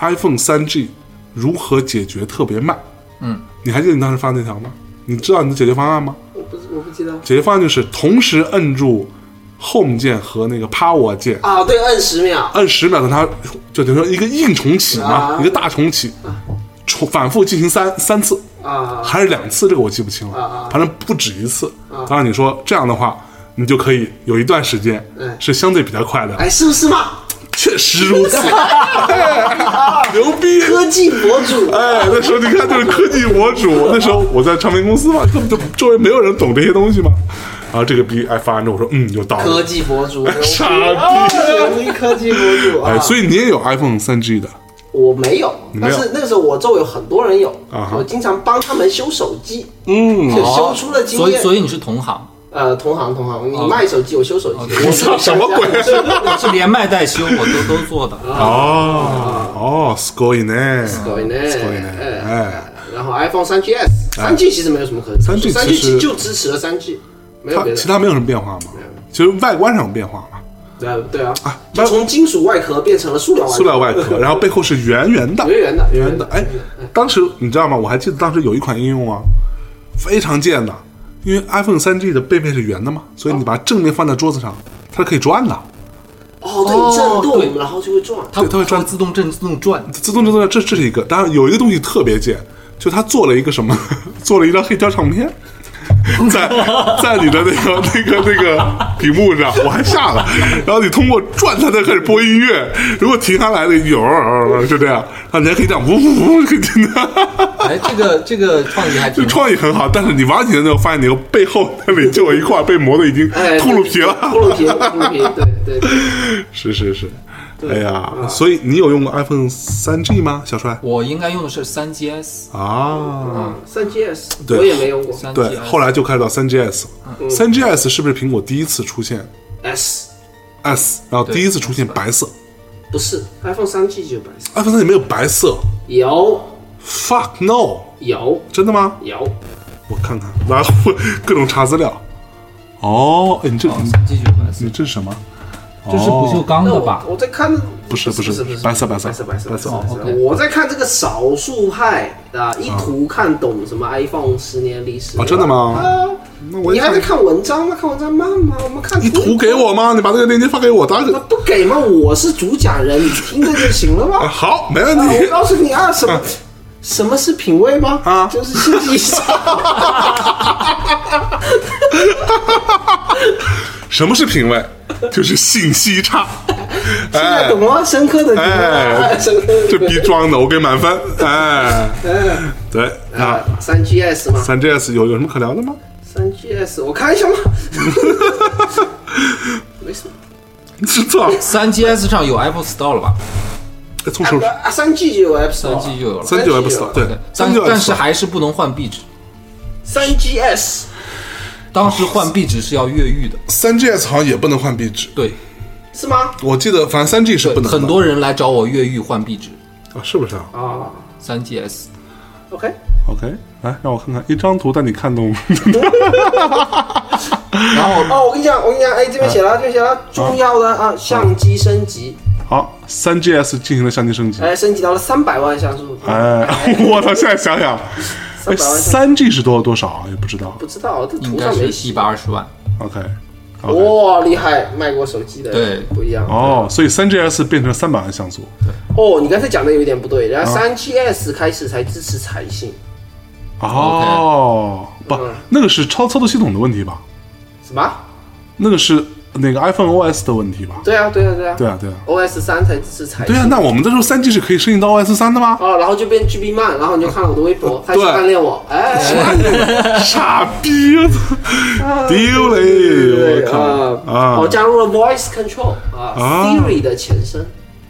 ，iPhone 3 G 如何解决特别慢。
嗯，
你还记得你当时发那条吗？你知道你的解决方案吗？
我不我不记得
解决方案就是同时摁住 Home 键和那个 Power 键，
啊，对，按十秒，
按十秒，等它就等于说一个硬重启嘛，
啊
一个大重启，重反复进行三三次
啊
还是两次，这个我记不清了，反正不止一次。当然你说这样的话，你就可以有一段时间
嗯
是相对比较快的，
哎，是不是嘛？
确实如此，哎牛逼！
科技博主，
哎，那时候你看就是科技博主，那时候我在唱片公司嘛，根本就周围没有人懂这些东西嘛。然后这个逼哎发完之后，我说嗯有道
科
理，
技博主，
哎傻逼！
牛啊逼哎科技博主啊！
哎，所以你也有 iPhone 3 G 的
我没有，
你没
但
有
是那个时候我周围有很多人有
啊哈，
我经常帮他们修手机，
嗯，
就修出了经
所以哦
验。
所以你是同行，
呃，同行同行，你卖手机，我修手机。
我操什么 鬼？
是连卖带修，我都都做的。
哦哦 s c o i n 呢
对呢，
，scoin 呢，
哎，
哎，
然后 iPhone 三 GS，三 G 其实没有什么可，
3G 其实
三 G 其就支持了三 G，没有
它
别
其
的。嗯
他没有什么变化嘛，其实外观上有变化嘛，
对对啊
啊，
就从金属外壳变成了塑料外壳，
塑料外壳，然后背后是圆圆的，
圆圆的，
圆的。哎，当时你知道吗？我还记得当时有一款应用啊，非常贱的，因为 iPhone 3 G 的背面是圆的嘛，所以你把正面放在桌子上，它是可以转的，
哦，对，震
哦对
动，然后就会转。
它
对它会转
自动震自动转，
自动自动转。这这是一个，当然有一个东西特别贱，就它做了一个什么， 做了一张黑胶唱片。在在你的那个那个那个屏幕上，我还下了，然后你通过转它才开始播音乐，如果停下来的有就这样，它你还可以这样呜呜呜，可以听到。
哎，这个这个创意还
这
挺好。
创意很好，但是你玩几天之后发现你背后那里就有一块被磨的已经
哎，
秃噜皮啊了。
秃噜皮，秃噜皮，对对对。
是是是，哎呀，所以你有用过 iPhone 三 G 吗，小帅？
我应该用的是三 GS，
啊，
三 GS
对
我也没用过
三 GS
对，后来就开始到三 GS
嗯
了。三 GS 是不是苹果第一次出现
S，
S，然后
对
第一次出现白色
不是 iPhone 三 G 就白色，
？iPhone 三 G 没有白色
有
？Fuck no！
有
真的吗？
有，
我看看，然后各种查资料。哦，哎，你这你
三 G 九白色
你，这是什么？
这是不锈钢
那
的
我
吧？
我在看，
不是
不
不是
不是
白色白色
白色白色
白色
白色
哦
白色
OK，
我在看这个少数派啊，一图看懂什么 iPhone 十年历史
哦，真的？吗？
啊，
那我一
你还
看
在看文章吗？看文章慢吗？我们看
你图给我，吗？你把那个链接发给我，当然
那不给吗？我是主讲人，你听着就行了
啊
吗？
好，没问
啊我
题。
告诉你啊，什么什么是品味吗？
啊
就是信息差。
什么是品味？就是信息差。
现 在
哎
懂了吗？深刻的懂了吗
哎，
深刻的
这逼装的，我给满分。哎，对啊啊
三 GS 嘛，
三 GS 有有什么可聊的吗？
三 GS，我看一 下嘛，没什么。
是操，
三 GS 上有 Apple Store 了吧？
从手
啊，三 G 就有 App Store，啊
三 G 就有了。
哎三九 App Store 对
对，，但
三九 App
但是
Store
还是不能换壁纸。
三 GS，
当时换壁纸是要越狱的，
三 GS 好像也不能换壁纸，
对，
是吗？
我记得反正三 G 是
对
不能换
很多人来找我越狱换壁纸，
啊，是不是啊
啊
三 GS。
，OK，
？OK，来让我看看一张图带你看懂。
哦，我跟你讲，我跟你讲，哎，这边写
嗯
了，这边写了重要的啊，相机升级，
好，三 GS 进行了相机升级。
哎，升级到了三百万像素，
哎，我操！现在想想，哎，
300万
三 G 是多多少啊？也不知道。
不知道这
应
图
该
上没
是
写
一。百二十万，
OK，
哇、
OK，
厉害！卖过手机的
对
不一样
哦，所以三 GS 变成三百万像素。
哦。你刚才讲的有点不对，人
嗯
家三 GS 开始才支持彩信，
哦，不
嗯，
那个是操操作系统的问题吧？
什么？
那个是那个 iPhone OS 的问题吧？
对啊，对啊，对啊，
对啊，对啊，
OS 三才支持彩信。
对啊。那我们这时候三 G 是可以升级到 OS 三的吗？
哦，然后就变 GB 慢，然后你就看了我的微博，开始
对
暗恋我，哎，
傻逼！我操，丢嘞！我
啊
靠
啊！我
啊！
加入了 Voice Control 啊
啊
Siri 的前身，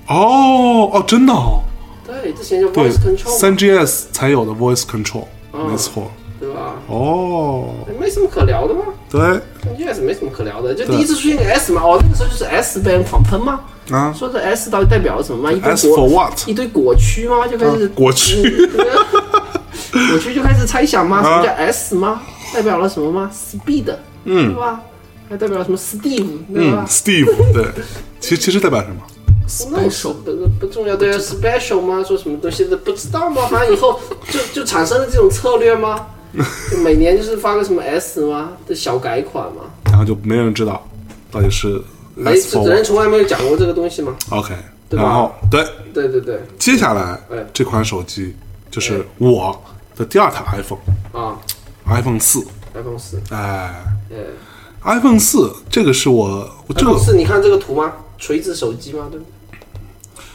哦哦，真的哦，
对，之前叫
对
Voice，Control
三
嘛
GS 才有的 Voice Control，
嗯
没错。
对吧？
哦，
没什么可聊的吗？
对
三 GS 没什么可聊的，就第一次出现个 S 嘛，哦，那个时候就是 S 被人狂喷嘛，
啊
说这 S 到底代表了什么嘛？一堆
，As for
国
what？
一堆果区吗？就开始
果区
嗯对啊果区就开始猜想吗？什
啊
么叫 S 吗？代表了什么吗？Speed，嗯，对吧？还代表了什么 Steve，对吧
嗯？，Steve，对，其实其实代表什么？
那手的不重要，对啊，special 吗？说什么东西的不知道吗？反正以后就 就产生了这种策略吗？就每年就是发个什么 S 吗？的小改款吗？
然后就没人知道到底是
没，
As
这
for
人
what。
从来没有讲过这个东西吗？
OK，
对吧
然后对，
对对对，
接下来
哎
这款手机就是我的第二台 iPhone，iPhone
啊
四，
，iPhone 四，
哎
呃
，iPhone 四这个是我我这个
，iPhone 四，你看这个图吗？锤子手机吗？对不对？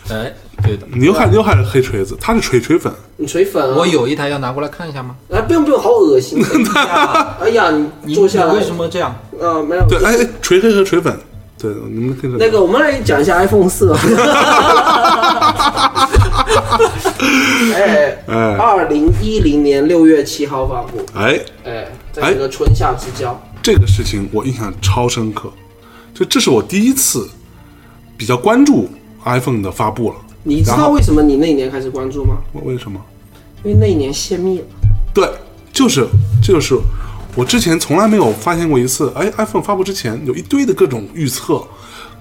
哎，对的，
你又看你又看是黑锤子，他是锤锤粉，
你锤粉啊？
我有一台要拿过来看一下吗？
哎，不用不用，好恶心！ 哎呀，你
你
坐下来，
你为什？么这样？
啊，没有，
对，哎，哎锤黑和锤粉，对，你们可以
那个我们来讲一下 iPhone 四 吧。哎，
哎
二零一零年六月七号发布，
哎，
哎，
哎
在整个春夏之交，
这个事情我印象超深刻，就这是我第一次比较关注 iPhone 的发布了。
你知
然
道
后
为什么你那一年开始关注吗？
为为什么？
因为那一年泄密了。
对，就是这就是我之前从来没有发现过一次，哎，iPhone 发布之前有一堆的各种预测，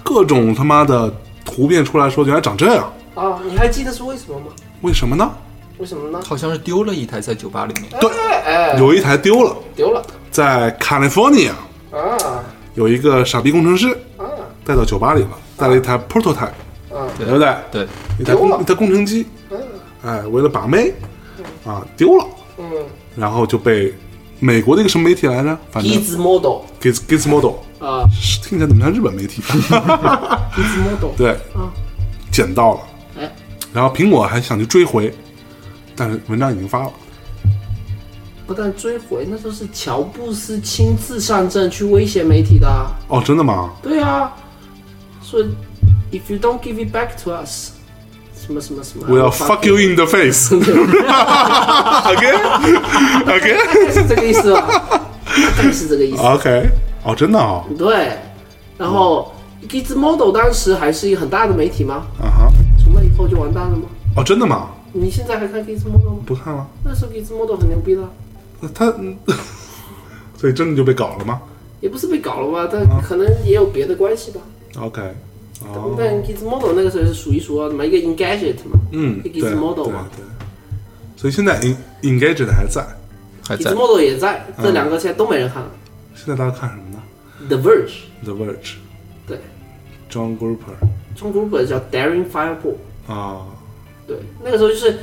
各种他妈的图片出来说原来长这样，
啊，你还记得是为什么吗？
为什么呢？
为什么呢？
好像是丢了一台在酒吧里面，
对，
哎
有一台丢了，
丢了
在 California
啊
有一个傻逼工程师
啊
带到酒吧里了，带了一台 prototype，
啊！
对不对？
对，
一台
丢了
工一台工程机，哎，为了把妹啊丢了，
嗯
然后就被美国的一个什么媒体来着？反正
，Kids Model
Giz Gizmodo
啊
是听起来怎么像日本媒体？
，Kids Model
对，
啊
捡到了
哎，
然后苹果还想去追回，但是文章已经发了，
不但追回，那时候是乔布斯亲自上阵去威胁媒体的啊、
哦，真的吗？
对啊，说 if you don't give it back to us，什么什么什么，
我要 fuck you in the face。OK OK
是这个意思吧？大概是这个意思。
OK，哦，真的哦，
对，然后 Kids Model 当时还是一个很大的媒体吗？
啊哈，
从那以后就完蛋了吗？
哦，真的吗？
你现在还看 Kids Model 吗？
不看了，
那时候 Kids Model 很牛逼的，
那他， 嗯所以真的就被搞了吗
也不是被搞了吧？但可能也有别的关系吧。
？OK，哦，
但 Kids Model 那个时候是数一数二的嘛，一个 Engadget 嘛，
嗯，
一
对
个
对
Kids
对
Model 嘛，。
所以现在 en engage 的还在，
还在
Kids。Model 也在，
嗯
这两个现在都没人看了。
现在大家看什么呢
The Verge，
？The Verge，
对，
John Grouper
中国本叫 Daring Fireball，
啊，
对，那个时候就是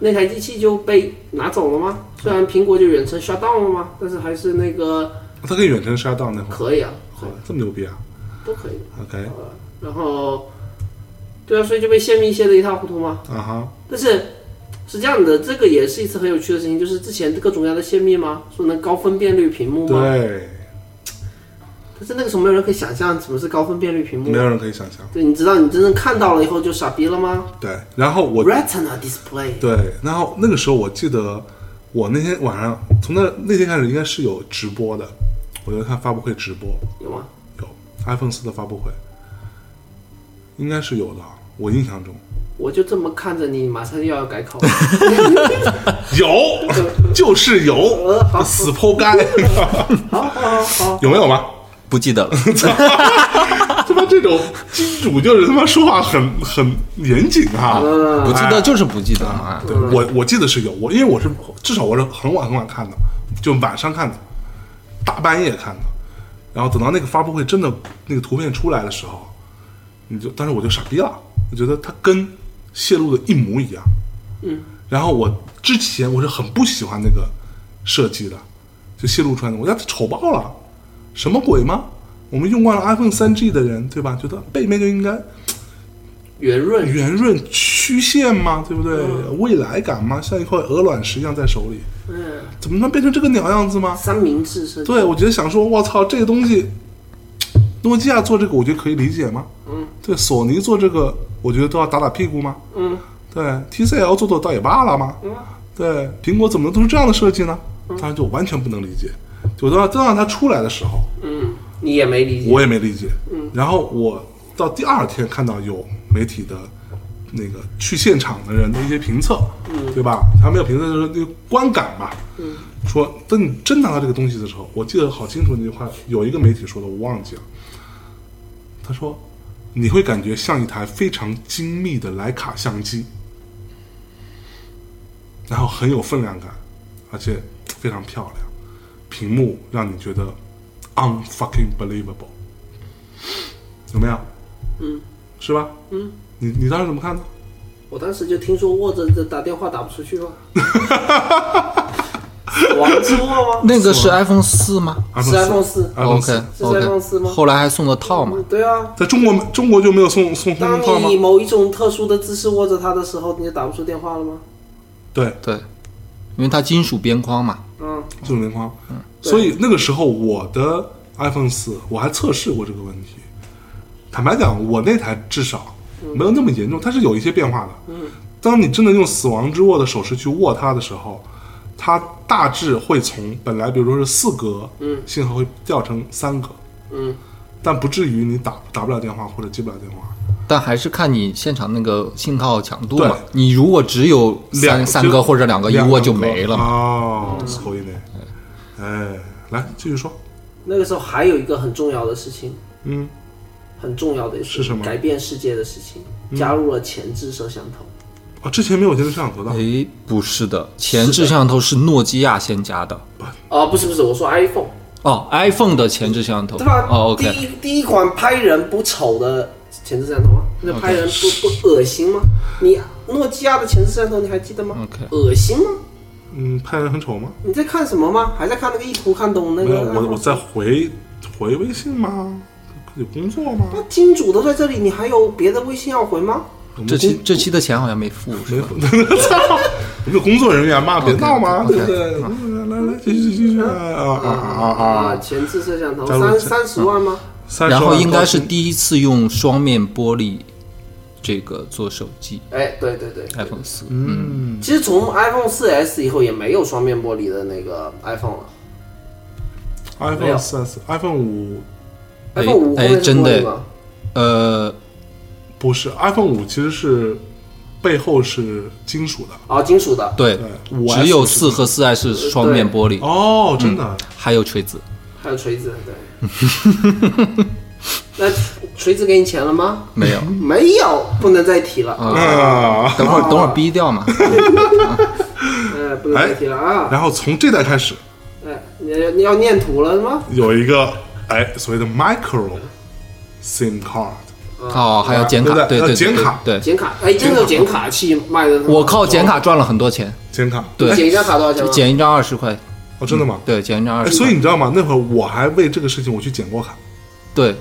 那台机器就被拿走了吗？虽然苹果就远程 shut down 了吗？但是还是那个
他可以远程杀到那会儿，
可以啊，
好这么牛逼啊
都可以。
？OK，
然后，对啊，所以就被泄密泄的一塌糊涂吗？
啊哈，
但是是这样的，这个也是一次很有趣的事情，就是之前各种各样的泄密吗？说能高分辨率屏幕吗？
对，
但是那个时候没有人可以想象什么是高分辨率屏幕
没。有人可以想象。
对，你知道你真正看到了以后就傻逼了吗
对，然后我
？Retina display，
对，然后那个时候我记得，我那天晚上从那那天开始应该是有直播的，我就看发布会直播，
有吗？
有 iPhone 四的发布会，应该是有的，我印象中
我就这么看着你，马上又 要改口了。
有，就是有，
呃，好，
死剖干，
好，好，好，
有没有吗？
不记得了。
他妈这种金主就是他妈说话很很严谨啊哈、
嗯，
不记得就是不记得啊嘛。
对我我记得是有我，因为我是至少我是很晚很晚看的，就晚上看的，大半夜看的，然后等到那个发布会真的那个图片出来的时候，你就当时我就傻逼了，我觉得它跟泄露的一模一样。嗯，然后我之前我是很不喜欢那个设计的，就泄露出来的，我觉得丑爆了，什么鬼吗？我们用惯了 iPhone 3G 的人，对吧？觉得背面就应该
圆润，
圆润曲线嘛，对不对？未来感嘛，像一块鹅卵石一样在手里，
嗯，
怎么能变成这个鸟样子吗？
三明治设计，
对，我觉得想说，我操，这个东西，诺基亚做这个，我觉得可以理解吗？嗯，对，索尼做这个，我觉得都要打打屁股吗？
嗯，
对，TCL 做做倒也罢了嘛。嗯，对，苹果怎么能做出这样的设计呢？当然就完全不能理解。就当真让它出来的时候，
嗯，你也没理解，
我也没理解。嗯，然后我到第二天看到有媒体的那个去现场的人的一些评测，嗯，对吧？他没有评测，就是那个观感吧。嗯，说等你真拿到这个东西的时候，我记得好清楚那句话，有一个媒体说的，我忘记了。他说：“你会感觉像一台非常精密的徕卡相机，然后很有分量感，而且非常漂亮，屏幕让你觉得 unfucking believable，有没有？
嗯，
是吧？
嗯，
你你当时怎么看的？
我当时就听说握着这打电话打不出 去吗？王之握吗？
那个是 iPhone 四吗
啊
是 iPhone 四，
iPhone 四
？OK
是 iPhone 四
OK，
吗
后来还送的套嘛？
对啊，
在中国中国就没有送送通
当
讯套
你以
吗？
某一种特殊的姿势握着它的时候，你就打不出电话了吗？
对，
对，因为它金属边框嘛。
嗯，
这种情况。所以那个时候我的 iPhone 四，我还测试过这个问题。坦白讲，我那台至少
嗯
没有那么严重，它是有一些变化的。当你真的用死亡之握的手势去握它的时候，它大致会从本来比如说是四格，
嗯
信号会掉成三格，
嗯，
但不至于你打打不了电话或者接不了电话。
但还是看你现场那个信号强度嘛
对。
你如果只有
两
三三个或者两个一握就没了嘛。
哦，所以呢，哎，来继续说，
那个时候还有一个很重要的事情，
嗯，
很重要的一
是什么嗯
改变世界的事情，加入了前置摄像头。
啊，之前没有前置摄像头的，
诶，不啊是的，前置摄像头是诺基亚先加的。
哦，不是不是，我说 iPhone
哦，iPhone 的前置摄像头。
对吧？
哦
第
，OK，
一第一款拍人不丑的前置摄像头吗？那拍人不不恶心吗？你诺基亚的前置摄像头你还记得吗
OK
恶心吗？
嗯，拍人很丑吗？
你在看什么吗？还在看那个意图看懂那
没有，
个？
我我在回回微信吗？有工作吗？
那啊金主都在这里，你还有别的微信要回吗？
我们
这期
工
这期的钱好像没付，是吧？
我们有工作人员嘛，别闹嘛，
OK，OK，
对
嗯
不对？工作人员来来，继续继续啊啊啊啊
啊，
啊！
前置摄像头
加入
三
前
三十万吗？
三十
然
万
后应该是
高清
第一次用双面玻璃这个做手机
嗯
哎，对对对，
iPhone 四，嗯，
其实从 iPhone 4S 以后也没有双面玻璃的那个 iPhone 了。没有
iPhone 三四 iPhone 五
iPhone 五
哎
后面是
真
玻
的
璃吗？
呃，
不是 iPhone 五，其实是背后是金属的。
哦，金属的，
对
对五，S
只有
是
四和四 S 是双面玻璃，
哦，真的，
还有锤子，
还有锤子，对。 那锤子给你钱了吗？
没
嗯
有。
没有，不能再提了。
嗯
啊。
等会儿等会儿逼 掉嘛，
哎，不能再提了啊！
然后从这代开始，
哎，你你要念图了吗？
有一个哎所谓的 micro SIM card，
哦，还要剪卡，
对
对
的
对
要剪卡
对，对
剪卡，哎，真的有剪卡器卖的。哦
我靠，剪，卡赚了很多钱，
监卡。
对
剪一张卡多少钱吗？
剪一张二十块，
哦，真的吗？
对，剪一张二
哎，
十，
所以你知道吗？那会儿我还为这个事情我去剪过卡，
对，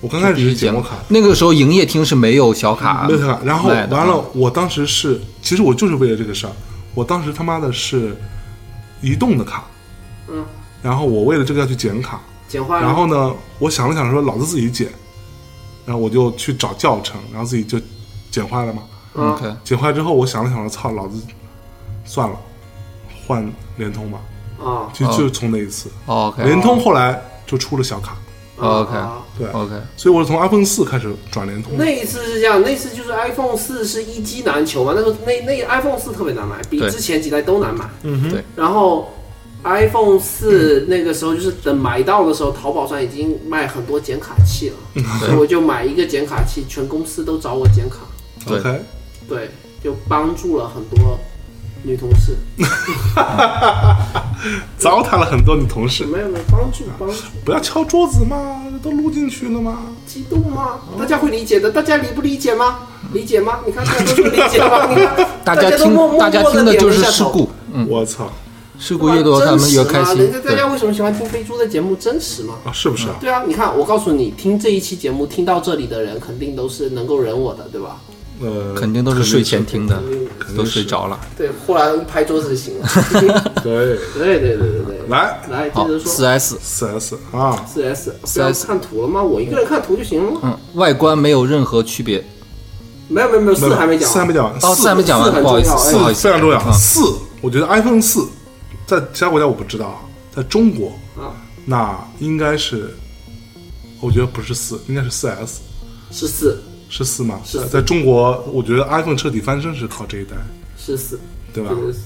我刚开始
第一
是
节
节目
目
卡，嗯
那个时候营业厅是没有小卡
没有卡，然后
卖的
完了，我当时是，其实我就是为了这个事儿，我当时他妈的是移动的卡，
嗯，哎
然后我为了这个要去剪卡，
简化了。
然后呢，我想了想说，老子自己剪，然后我就去找教程，然后自己就剪坏了嘛。
嗯
OK，
剪坏之后，我想了想说，操，老子算了，换联通吧。
啊
就
哦
就是从那一次，
OK
联通后来就出了小卡，
OK
啊
对，
哦 OK，
所以我是从 iPhone 四开始转联通的。
那一次是这样，那一次就是 iPhone 四是一机难求嘛，那时候那那 iPhone 四特别难买，比
对
之前几代都难买。
嗯哼
对
然后 iPhone 四那个时候就是等买到的时候，淘宝上已经卖很多剪卡器
嗯
了，所以我就买一个剪卡器，全公司都找我剪卡，
对
，OK，
对，就帮助了很多女同事，
糟蹋了很多你同事，
没有没有帮助帮助，
不要敲桌子嘛，都录进去了嘛。
激动吗？
哦
大家会理解的，大家理不理解吗？理解吗？你看大家都说理解吗？你 看
大家
都
听
默默
大家
默地
听的
点
就
了一
是
下
事
头
故，嗯，
我操
事故越多他们越开心
真实嘛啊人，家大
对
家为什么喜欢听飞猪的节目？真实嘛？
啊，是不是啊？
对啊，你看，我告诉你，听这一期节目听到这里的人，肯定都是能够忍我的，对吧？
呃，
嗯肯定都是睡前听的
肯定，嗯
定
都睡着了。
对，忽然一拍桌子就醒了。
对，
对对对对对，
来
来接
好，
着
四
说。
S，
四 S 啊，
四 S，不
4S
要看图了吗？我一个人看图就行了吗？
嗯，外观没有任何区别。
没有没有没有，
没
四
有
还没讲啊
四还
完。
没讲完，
哦，
四
四还没讲
四
完，
很
不好意思，
重要哎
不好意思，
非常重要。
啊
四，我觉得 iPhone 四在其他国家我不知道，啊，在中国
啊，
那应该是，我觉得不是四，应该是四 S，
十四，
是四吗？
是
在中国，我觉得 iPhone 彻底翻身是靠这一代，
十四，
对吧？
这个是四。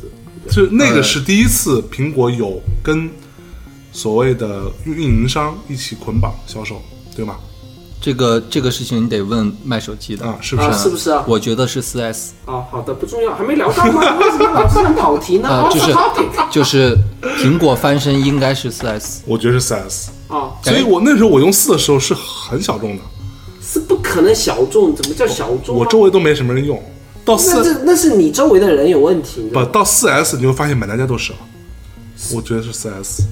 就是那个是第一次苹果有跟所谓的运营商一起捆绑销售，对吗？
这个这个事情你得问卖手机的嗯
啊，是不是？
啊是不是啊
我觉得是四 S，
哦，好的，不重要，还没聊到吗？为什么老是想跑题呢？
啊，
哦
就是
topic
就是苹果翻身应该是四 S，
我觉得是四 S，
哦，
哎
所以我那时候我用四的时候是很小众的，
是不可能小众，怎么叫小众啊？
我周围都没什么人用。到
那
四
这那是你周围的啊人有问题，你知道
不
吗
到四 S，你就发现满大街都是了。我觉得是四 S，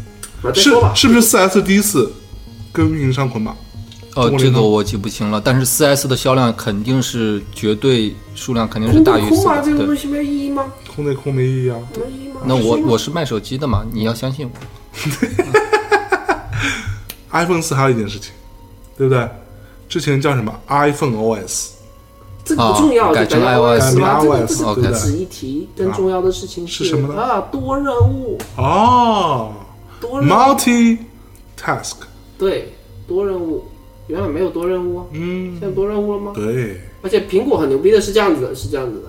啊再
是
说吧。
是不是四 S 第一次跟运营商捆绑？
哦
中国，
这
联
个
通
我记不清了，但是四 S 的销量肯定是绝对数量肯定是大于
空
四
嘛，这个东
的。对，
西没有意义吗？
空对空没意义啊。
没有意义吗？
那我
必须吗
我是卖手机的嘛，你要相信我。
iPhone 四还有一件事情，对不对？之前叫什么 iPhone OS，
这个不重要，
啊改
就
成
大家
iOS
忘记吧
改
这
成
个
iOS，
这个不
对不对
值一提，更重要的事情
是什么呢
啊，多任务，
哦
多任务，
，multi task，
对，多任务，原来没有多任务啊，
嗯，
现在多任务了吗？
对，
而且苹果很牛逼的是这样子的，是这样子的。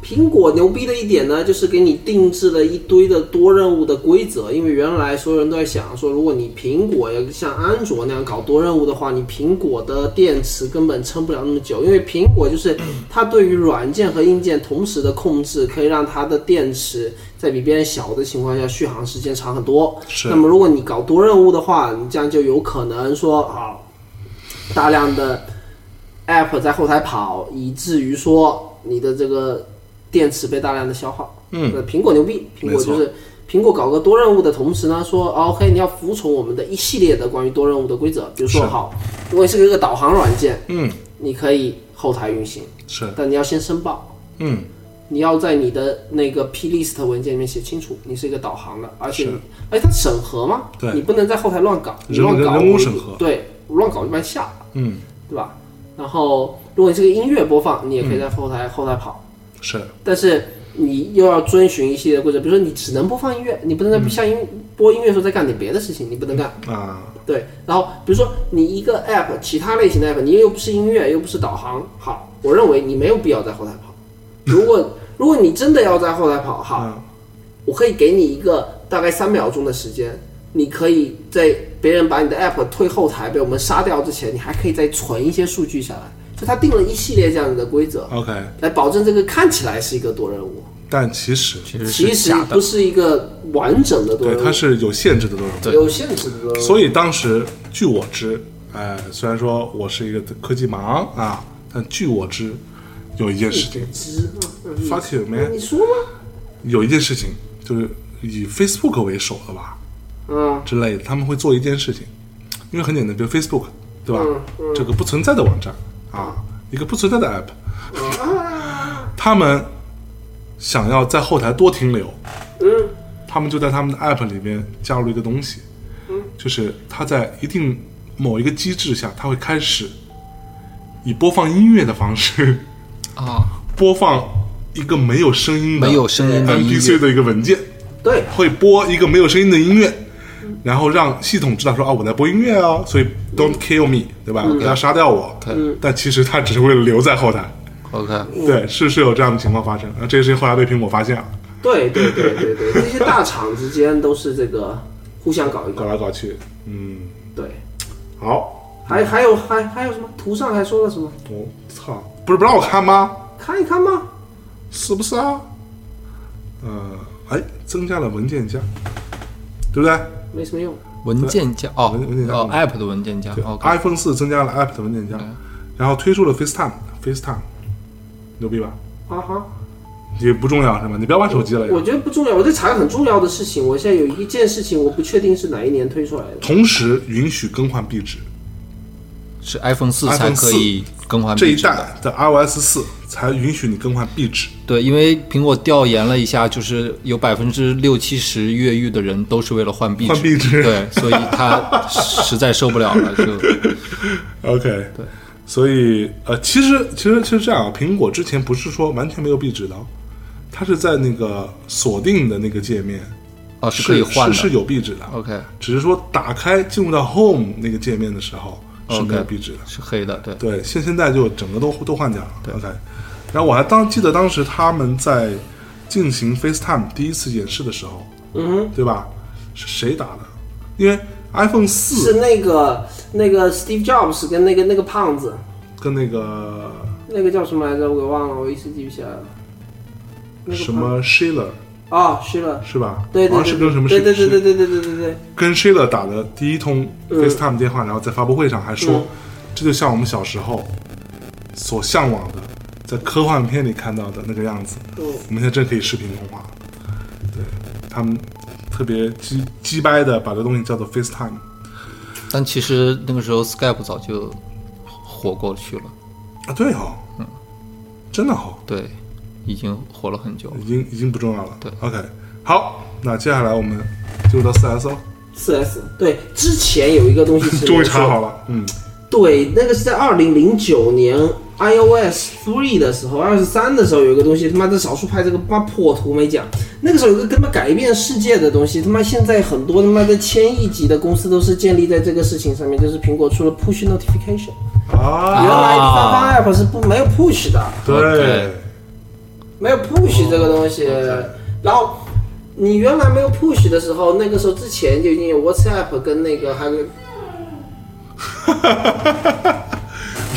苹果牛逼的一点呢，就是给你定制了一堆的多任务的规则。因为原来所有人都在想说，如果你苹果要像安卓那样搞多任务的话，你苹果的电池根本撑不了那么久。因为苹果就是它对于软件和硬件同时的控制，可以让它的电池在比别人小的情况下续航时间长很多。
是
那么如果你搞多任务的话，你这样就有可能说啊，大量的 app 在后台跑，以至于说你的这个电池被大量的消耗。
嗯
呃，苹果牛逼，苹
没
果
错
就是苹果搞个多任务的同时呢，说、啊 OK，你要服从我们的一系列的关于多任务的规则，比如说
是
好，如果你是一个导航软件，
嗯，
你可以后台运行，
是，
但你要先申报。
嗯，
你要在你的那个 plist 文件里面写清楚，你是一个导航的，而且
是
你，而且它审核嘛，
对
你不能在后台乱搞，你
人
乱搞
人工审核
对，乱搞就把你下了，
嗯，
对吧？然后，如果你是个音乐播放，你也可以在后台、后台跑，
嗯是，
但是你又要遵循一系列规则，比如说你只能播放音乐，你不能
嗯
在下音、播音乐的时候再干点别的事情，你不能干。
啊，
对，然后比如说你一个 app，其他类型的 app，你又不是音乐，又不是导航，好，我认为你没有必要在后台跑。如果如果你真的要在后台跑，好，
嗯
我可以给你一个大概三秒钟的时间，你可以在别人把你的 app 推后台被我们杀掉之前，你还可以再存一些数据下来。就他定了一系列这样子的规则，
，OK，
来保证这个看起来是一个多任务，
但其实
其实
其
是
实
假
不
的，
是一个完整的多
对
任务，
它是有限制的多种，
对
有限制的多任务。
所以当时据我知，哎，虽然说我是一个科技盲啊，但据我知，有一件事情
值嗯嗯
，fuck you
你
man，
说吗？
有一件事情就是以 Facebook 为首的吧
嗯
之类的，他们会做一件事情，一个很简单，比如 Facebook，对吧？
嗯嗯
这个不存在的网站啊，一个不存在的 app，、他
嗯
们想要在后台多停留，
嗯
他们就在他们的 app 里面加入一个东西，
嗯
就是它在一定某一个机制下，它会开始以播放音乐的方式
啊，
播放一个没有声音的、
没有声音的音
MP3
乐，
的一个文件，
对，
会播一个没有声音的音乐，然后让系统知道说啊我在播音乐哦，所以 don't kill me，对吧？不要杀掉我。
嗯
但其实它只是为了留在后台，
，OK，
对，是是有这样的情况发生啊，这是后来被苹果发现了，
对对对对对，这些大厂之间都是这个互相搞一
搞
搞。
来搞去，嗯，
对，
好，
还还有还还有什么？图上还说了什么？
我操，不是不让我看吗？
看一看吗？
是不是啊？呃，哎，增加了文件夹，对不对？
没什么用。
文件夹哦
文文件夹
哦，App 的文件夹
对、
，OK，
i p h o n e 四增加了 App 的文件夹
对，
然后推出了 FaceTime，FaceTime，牛逼吧？
啊哈，
也不重要是吧？你不要玩手机了
我
呀。
觉得不重要。我在查个很重要的事情。我现在有一件事情，我不确定是哪一年推出来的。
同时允许更换壁纸，
是 iPhone 四
iPhone
才可以更换
这
壁
一
纸的
代的 iOS 四才允许你更换壁纸。
对，因为苹果调研了一下，就是有百分之六七十越狱的人都是为了换壁纸，
换壁纸
对，所以他实在受不了了， 就
OK，对，所以呃，其实其实其实这样啊，苹果之前不是说完全没有壁纸的哦，它是在那个锁定的那个界面
哦
是
可以换的
是是有壁纸的
o k
只是说打开进入到 Home 那个界面的时候是
OK，
没有壁纸的。
是黑的，对，
对，现现在就整个都都换掉了。OK，然后我还当记得当时他们在进行 FaceTime 第一次演示的时候，
嗯，
对吧？是谁打的？因为 iPhone
是
四
那个那个 Steve Jobs 跟那个那个胖子，
跟那个
那个叫什么来着？我给忘了，我一时记不起来了。那个胖
什么 Sheila
啊，是了，
是吧？
对对
好像
对
是跟什么
对对对
是
对对对对对对，
跟 Sheila 打的第一通 FaceTime 电话，然后在发布会上还说
嗯，
这就像我们小时候所向往的，在科幻片里看到的那个样子。
嗯，
我们现在真可以视频通话。对他们特别鸡鸡掰的把这东西叫做 FaceTime，
但其实那个时候 Skype 早就火过去了，
啊，对哦，嗯，真的哦，
对，已经火了很久了
已。经已经不重要了。
对
，OK，好，那接下来我们进入到哦 4S 了，
四 S 对，之前有一个东西是
终于查好了，嗯，
对，那个是在二零零九年 iOS three 的时候，二十三的时候有一个东西，他妈的少数派这个妈破图没讲。那个时候有个他妈改变世界的东西，他妈现在很多他妈的千亿级的公司都是建立在这个事情上面，就是苹果出了 push notification，
啊，
原来发发 app 是不没有 push 的，
对
OK，
没有 push 这个东西。然后你原来没有 push 的时候，那个时候之前就已经有 WhatsApp 跟那个还有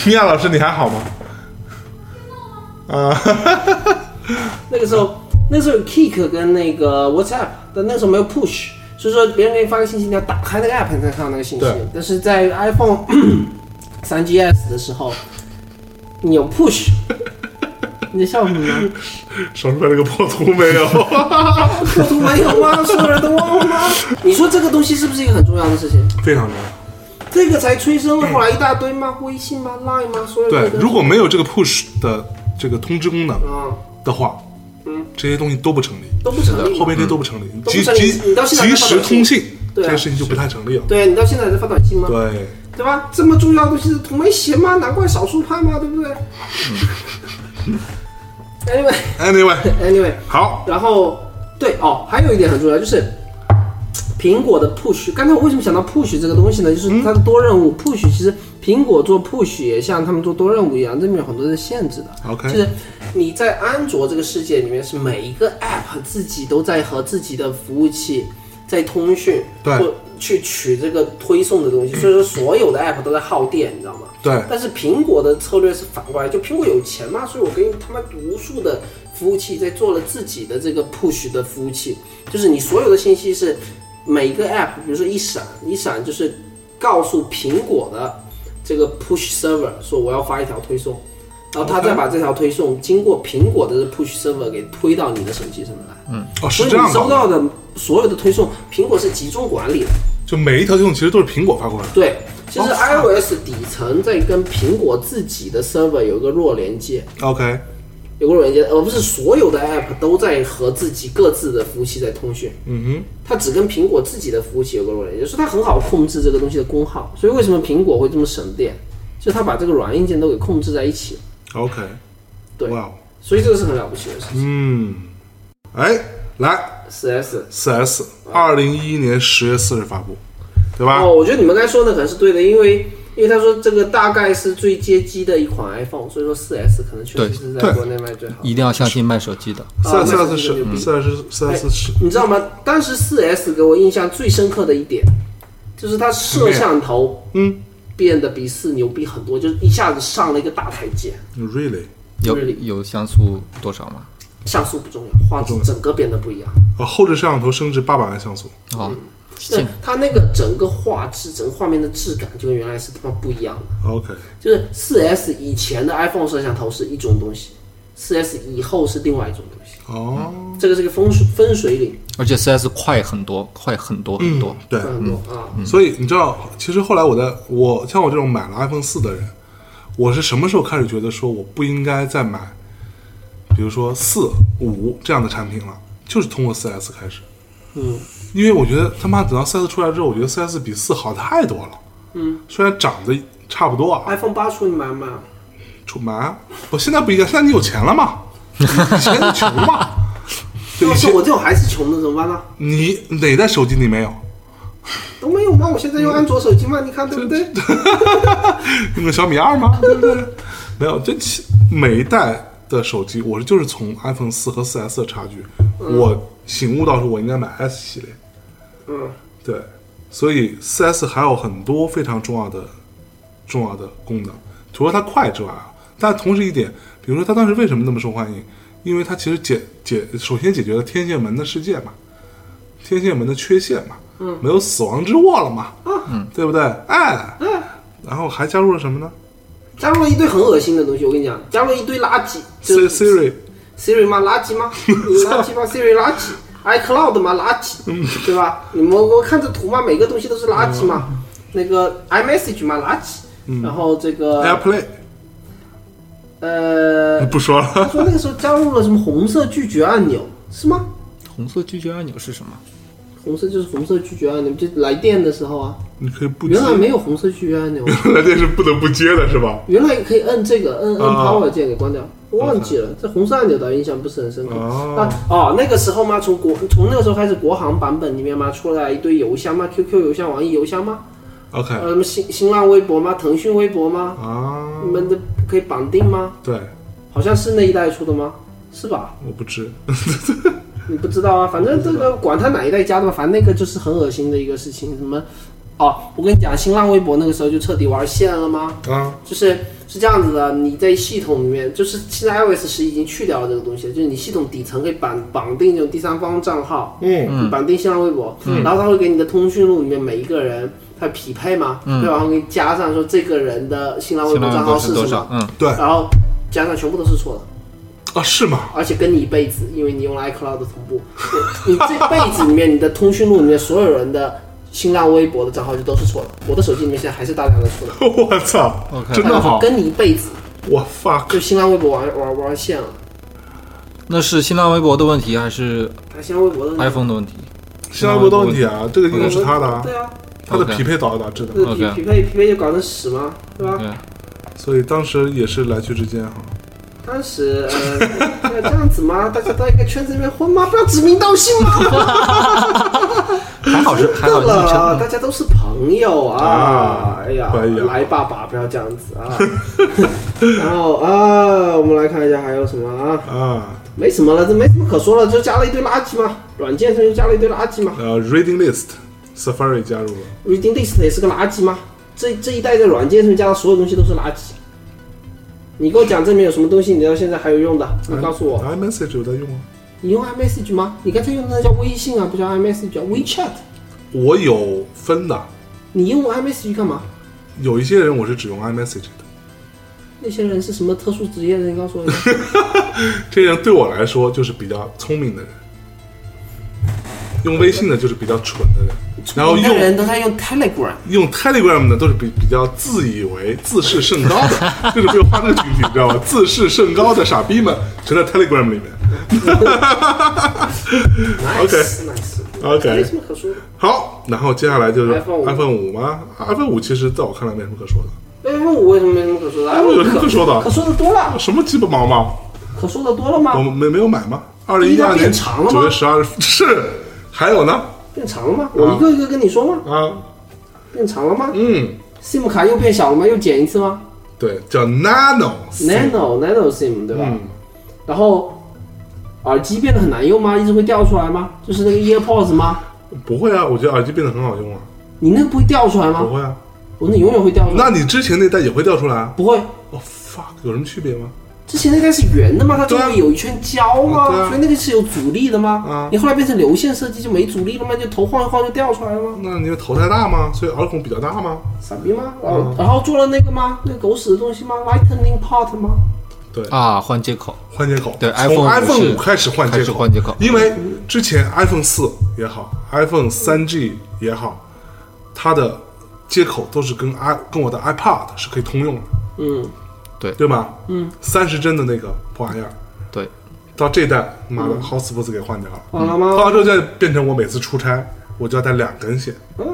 米娅老师你还好吗？
那个时候，那时候有 Kick 跟那个 WhatsApp，但那时候没有 Push，所以说别人给你发个信息，你要打开那个 app 你才看到那个信息
对。
但是在 iPhone 3GS 的时候，你 有 Push，你在笑什么呢？
少数派那个破图没有，
我都没有吗？所有人都忘了吗？你说这个东西是不是一个很重要的事情？
非常重要。
这个才催生了后来一大堆吗？微信吗？Line 吗？所有
对
的东，西
如果没有这个 push 的这个通知功能
啊
的话，嗯，这些东西都不成立。
都不成立
后，面这些都不成立，
嗯不
及
成立
及
你到现在还
及
发
时
短信
通信
对
这
啊
件事情就不太成立了。
对啊你到现在还在发短信吗？
对，
对吧？这么重要的东西是图没写吗？难怪少数派嘛，对不对、a n y w a y
Anyway，
anyway，
好，
然后对哦，还有一点很重要，就是苹果的 push。刚才我为什么想到 push 这个东西呢？就是它的多任务、push，其实苹果做 push 也像他们做多任务一样，这里面有很多的限制的。
OK
就是你在安卓这个世界里面，是每一个 app 自己都在和自己的服务器在通讯，
对
或去取这个推送的东西，所以说所有的 app 都在耗电，你知道吗？
对
但是苹果的策略是反过来，就苹果有钱嘛，所以我给你他妈无数的服务器在做了自己的这个 push 的服务器，就是你所有的信息是每一个 app，比如说一闪一闪就是告诉苹果的这个 push server 说我要发一条推送，然后他再把这条推送经过苹果的 push server 给推到你的手机上面来，
哦，
所
是
以
这样
你
的
收，到的所有的推送，苹果是集中管理的。
就每一条应用其实都是苹果发过来的。
对，其实
哦
iOS 底层在跟苹果自己的 server 有一个弱连接，
OK，
有个弱连接，而不是所有的 app 都在和自己各自的服务器在通讯。
嗯
它只跟苹果自己的服务器有个弱连接，所以它很好控制这个东西的功耗。所以为什么苹果会这么省电？就是它把这个软硬件都给控制在一起了。
哼，OK，
对，
哇哦，
所以这个是很了不起的事情。
嗯，哎，来
四 S，
四 S，二零一一年十月四日发布，对吧？
哦，我觉得你们刚才说的可能是对的，因为因为他说这个大概是最接机的一款 iPhone，所以说四 S 可能确实
对
是在
对
国内卖最好的。
一定要相信卖手机的。
四 S
啊
四 S 是嗯四 S 四
哎
S 是
你知道吗？当时四 S 给我印象最深刻的一点，就是它摄像头
嗯
变得比四牛逼很多，就是一下子上了一个大台阶。
嗯，Really
有
Really？
有像素多少吗？
像素不重要，画质
不重要
整个变得不一样。
啊，后置摄像头升至八百万像素，
哦，
对
现
它那个整个画质、整个画面的质感就跟原来是他妈不一样的。
OK，
就是四 S 以前的 iPhone 摄像头是一种东西，四 S 以后是另外一种东西。
哦，
这个是个分水分水岭，
而且 4S 快很多，快很多很
嗯
多。
对，
很多啊。
所以你知道，其实后来我在我像我这种买了 iPhone 四的人，我是什么时候开始觉得说我不应该再买，比如说四五这样的产品了？就是通过四 S 开始，
嗯，
因为我觉得他妈等到四 S 出来之后，我觉得四 S 比四好太多了。嗯，虽然长得差不多啊，
iPhone 八出你买不买？
出门啊我现在不一样，现在你有钱了嘛？以前你穷嘛？对，
要
以
是
前
我这种还是穷的怎么办呢？
你哪代手机你没有？
都没有吗？我现在用安卓手机嘛，你看对不对？
嗯那个小米二吗？ 对不对？没有，这其每一代的手机，我是就是从 iPhone 四和 4S 的差距，我醒悟到说我应该买 S 系列。
嗯，
对，所以 4S 还有很多非常重要的重要的功能，除了它快之外啊，但同时一点，比如说它当时为什么那么受欢迎，因为它其实解解首先解决了天线门的世界嘛，天线门的缺陷嘛，嗯，没有死亡之握了嘛，嗯，对不对？哎，然后还加入了什么呢？
加入了一堆很恶心的东西，我跟你讲，加入了一堆垃圾，
Siri
就
Siri
Siri 吗？垃圾吗？垃圾吗？Siri 垃圾，iCloud 吗？垃圾，
嗯
对吧？你们我看这图嘛，每个东西都是垃圾嘛。
嗯
那个 iMessage 嘛，垃圾。然后这个
AirPlay
呃，
哎不说
他
了，
说那个时候加入了什么红色拒绝按钮，是吗？
红色拒绝按钮是什么？
红色就是红色拒绝按钮，就来电的时候啊，
你可以不接
原，来没有红色拒绝按钮，
来电是不得不接的是吧？
原来可以摁这个，摁摁
啊
power 键给关掉。我忘记了，这红色按钮的印象不是很深刻。
哦
啊哦，那个时候嘛，从国从那个时候开始，国行版本里面嘛，出来一堆邮箱嘛，QQ 邮箱、网易邮箱嘛，
，OK
呃，什么新新浪微博嘛，腾讯微博嘛，
啊
你，们的可以绑定吗？
对，
好像是那一代出的吗？是吧？
我不知，
你不知道啊，反正这个管他哪一代加的嘛，反正那个就是很恶心的一个事情。什么？哦，我跟你讲，新浪微博那个时候就彻底玩线了吗？
啊
就是是这样子的，你在系统里面，就是现在 iOS 十已经去掉了这个东西了，就是你系统底层可以绑绑定这种第三方账号，
嗯
你绑定新浪微博，
嗯
然后它会给你的通讯录里面每一个人。它匹配嘛，对吧？然后给你加上说这个人的新浪微
嗯新
博
浪微
账
博
号
是
什
多少
么，？
嗯，
对
然后加上全部都是错的，
啊是吗？
而且跟你一辈子，因为你用了 iCloud 同步， 你这辈子里面你的通讯录里面所有人的新浪微博的账号就都是错的。我的手机里面现在还是大量的 错的，
我操
OK
真的好，
呃跟你一辈子，
我 fuck
就新浪微博玩玩玩线了。
那是新浪微博的问题还是
啊，新浪微博的那个
iPhone 的问题？
新浪微博的问题啊，这个应该是他的啊，
对啊，
他的
OK
匹配导导致
这
的，
个匹
OK
匹配匹配就搞成屎嘛，对吧？
对，
所以当时也是来去之间哈，
当时呃， 这样子嘛，大家在一个圈子里面混嘛，不要指名道姓嘛，
还好 是还
够
好
了啊，
是
大家都是朋友啊
啊，
哎呀
哎呀，
来爸爸，不要这样子啊。 然后啊，我们来看一下还有什么啊，
啊，
没什么了，这没什么可说了，就加了一堆垃圾嘛，软件上就加了一堆垃圾嘛
呃，Reading List Safari 加入了，
，Reading List 也是个垃圾嘛，这这一代的软件上加的所有东西都是垃圾。你给我讲这里面有什么东西你到现在还有用的？你告诉我。
嗯，iMessage 有在用吗？啊
你用 iMessage 吗？你刚才用的那叫微信啊，不叫 iMessage，叫 WeChat。
我有分的，
你用 iMessage 干嘛？
有一些人我是只用 iMessage 的。
那些人是什么特殊职业的？你告诉我一下。
这些人对我来说就是比较聪明的人，用微信的就是比较蠢的人。 然后
一代
用
人都在用 Telegram，
用 Telegram 的都是比比较自以为自视甚高 的，就是被我画那个群体，你知道吧？自视甚高的傻逼们全在 Telegram 里面。
nice nice，没
OK，
什么可说的。
好，然后接下来就是
iPhone 五
iPhone 五吗？iPhone 五其实在我看来没什么可说的，
iPhone 哎五为什么没什么可说的哎
iPhone 有什么可说的
可说的多了，
啊什么鸡巴毛毛？
可说的多了
我
吗？
们没没有买吗？二零一二年
变长了吗
九月十二日是，还有呢
变长了吗？我一个一个跟你说吗？
啊，
变长了吗
嗯，
？SIM 卡又变小了吗？又减一次吗
对，叫 Nano，
？Nano Nano SIM 对吧？
嗯，
然后耳机变得很难用吗？一直会掉出来吗？就是那个 AirPods 吗？
不会啊，我觉得耳机变得很好用啊，
你那个不会掉出来
不
吗？
会啊，
我那永远会掉出来。
那你之前那代也会掉出来啊？
不会，
哦、fuck，有什么区别吗？
之前那个是圆的嘛，它中
对啊
间有一圈胶嘛，
对啊
所以那个是有阻力的嘛。
啊
你后来变成流线设计就没阻力了吗？就头晃一晃就掉出来了吗？
那你的头太大吗？所以耳孔比较大吗？
傻逼吗？然
啊
后、然后做了那个吗？那个狗屎的东西吗？Lightning Port 吗？
啊，换接口，
换接口，
对
从
iPhone 五
iPhone
是
五开始换接
开始
口，
换接口
因为之前 iPhone 四也好，iPhone 三 G 也好，它的接口都是跟 i 跟我的 iPad 是可以通用的，
嗯，
对吧？嗯，三十帧的那个破玩意儿，
对，
到这代妈的 Hotspots 给换掉了，
好了吗？
换完之后就变成我每次出差我就要带两根线，
嗯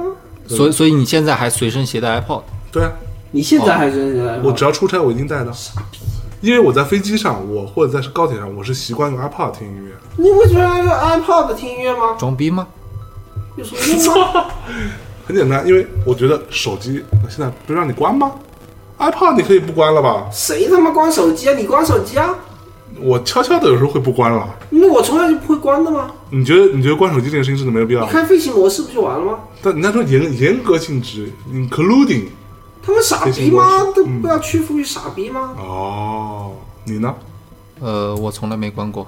所以所以你现在还随身携带 iPod，
对啊，
你现在还是
我只要出差我一定带的，因为我在飞机上我或者在高铁上我是习惯用 iPad 听音乐的。
你会觉得用 iPod 听音乐吗？
装逼吗？
有什么用吗？
很简单，因为我觉得手机现在不是让你关吗？iPad 你可以不关了吧？
谁他妈关手机啊？你关手机啊？
我悄悄的有时候会不关了。
因为我从来就不会关的吗？
你觉得你觉得关手机这件事情真的没有必要吗？
开飞行模式不就完了吗？
但人家说严严格性质，including
他们傻逼吗？都
嗯
不要屈服于傻逼吗？
哦，你呢？
呃，我从来没关过。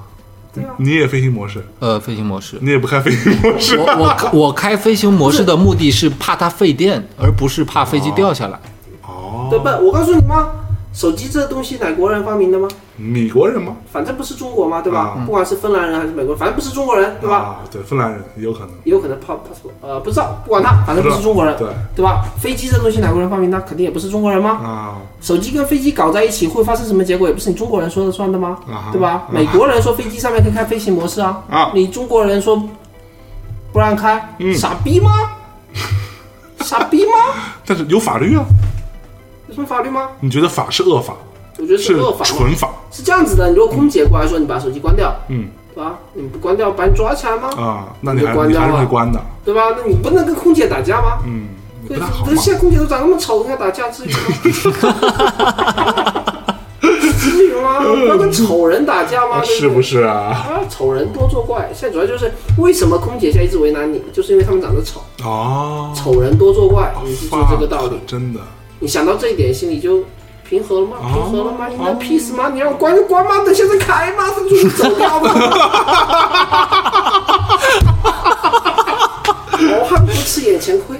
你也飞行模式，
呃，飞行模式，
你也不开飞行模式
我 我我开飞行模式的目的是怕它费电，而不是怕飞机掉下来。
哦？
对不？我告诉你吗？手机这东西哪国人发明的吗？
米国人吗？
反正不是中国嘛，对吧？
啊
不管是芬兰人还是美国人，反正不是中国人，对吧？
啊，对，芬兰人也有可能。
也有可能 p a s s 呃，不知道，不管他，反正不
不知道
是中国人，
对
对吧？飞机这东西哪国人发明的？肯定也不是中国人吗？
啊，
手机跟飞机搞在一起会发生什么结果？也不是你中国人说了算的吗？
啊哈
对吧？
啊哈
美国人说飞机上面可以开飞行模式啊，
啊嗯
你中国人说不让开，傻 逼吗？傻逼吗？
但是有法律啊？
有什么法律吗？
你觉得法是恶法，
我觉得是
是
恶法嘛
纯法
是这样子的，你如果空姐过来说你把手机关掉，
嗯，
对吧？你不关掉，把你抓起来吗？
啊？那你
你
还
关
你
掉
还是会
了
关的，
对吧？那你不能跟空姐打架吗？
嗯，你
对，
不大好
那
嘛。
现在空姐都长那么丑，跟她打架至于吗？ 至于吗？不要跟丑人打架吗？对
是
不
不
对？
是啊？
啊，丑人多作怪。现在主要就是为什么空姐现在一直为难你，就是因为他们长得丑，
哦，
丑人多作怪，你记住这个道理
啊 fuck，。真的。
你想到这一点，心里就平和了吗？
哦
平和了吗？你那 peace 吗？你让我关就关吗？等现在开吗？他就是走掉吗？好汉不吃眼前亏，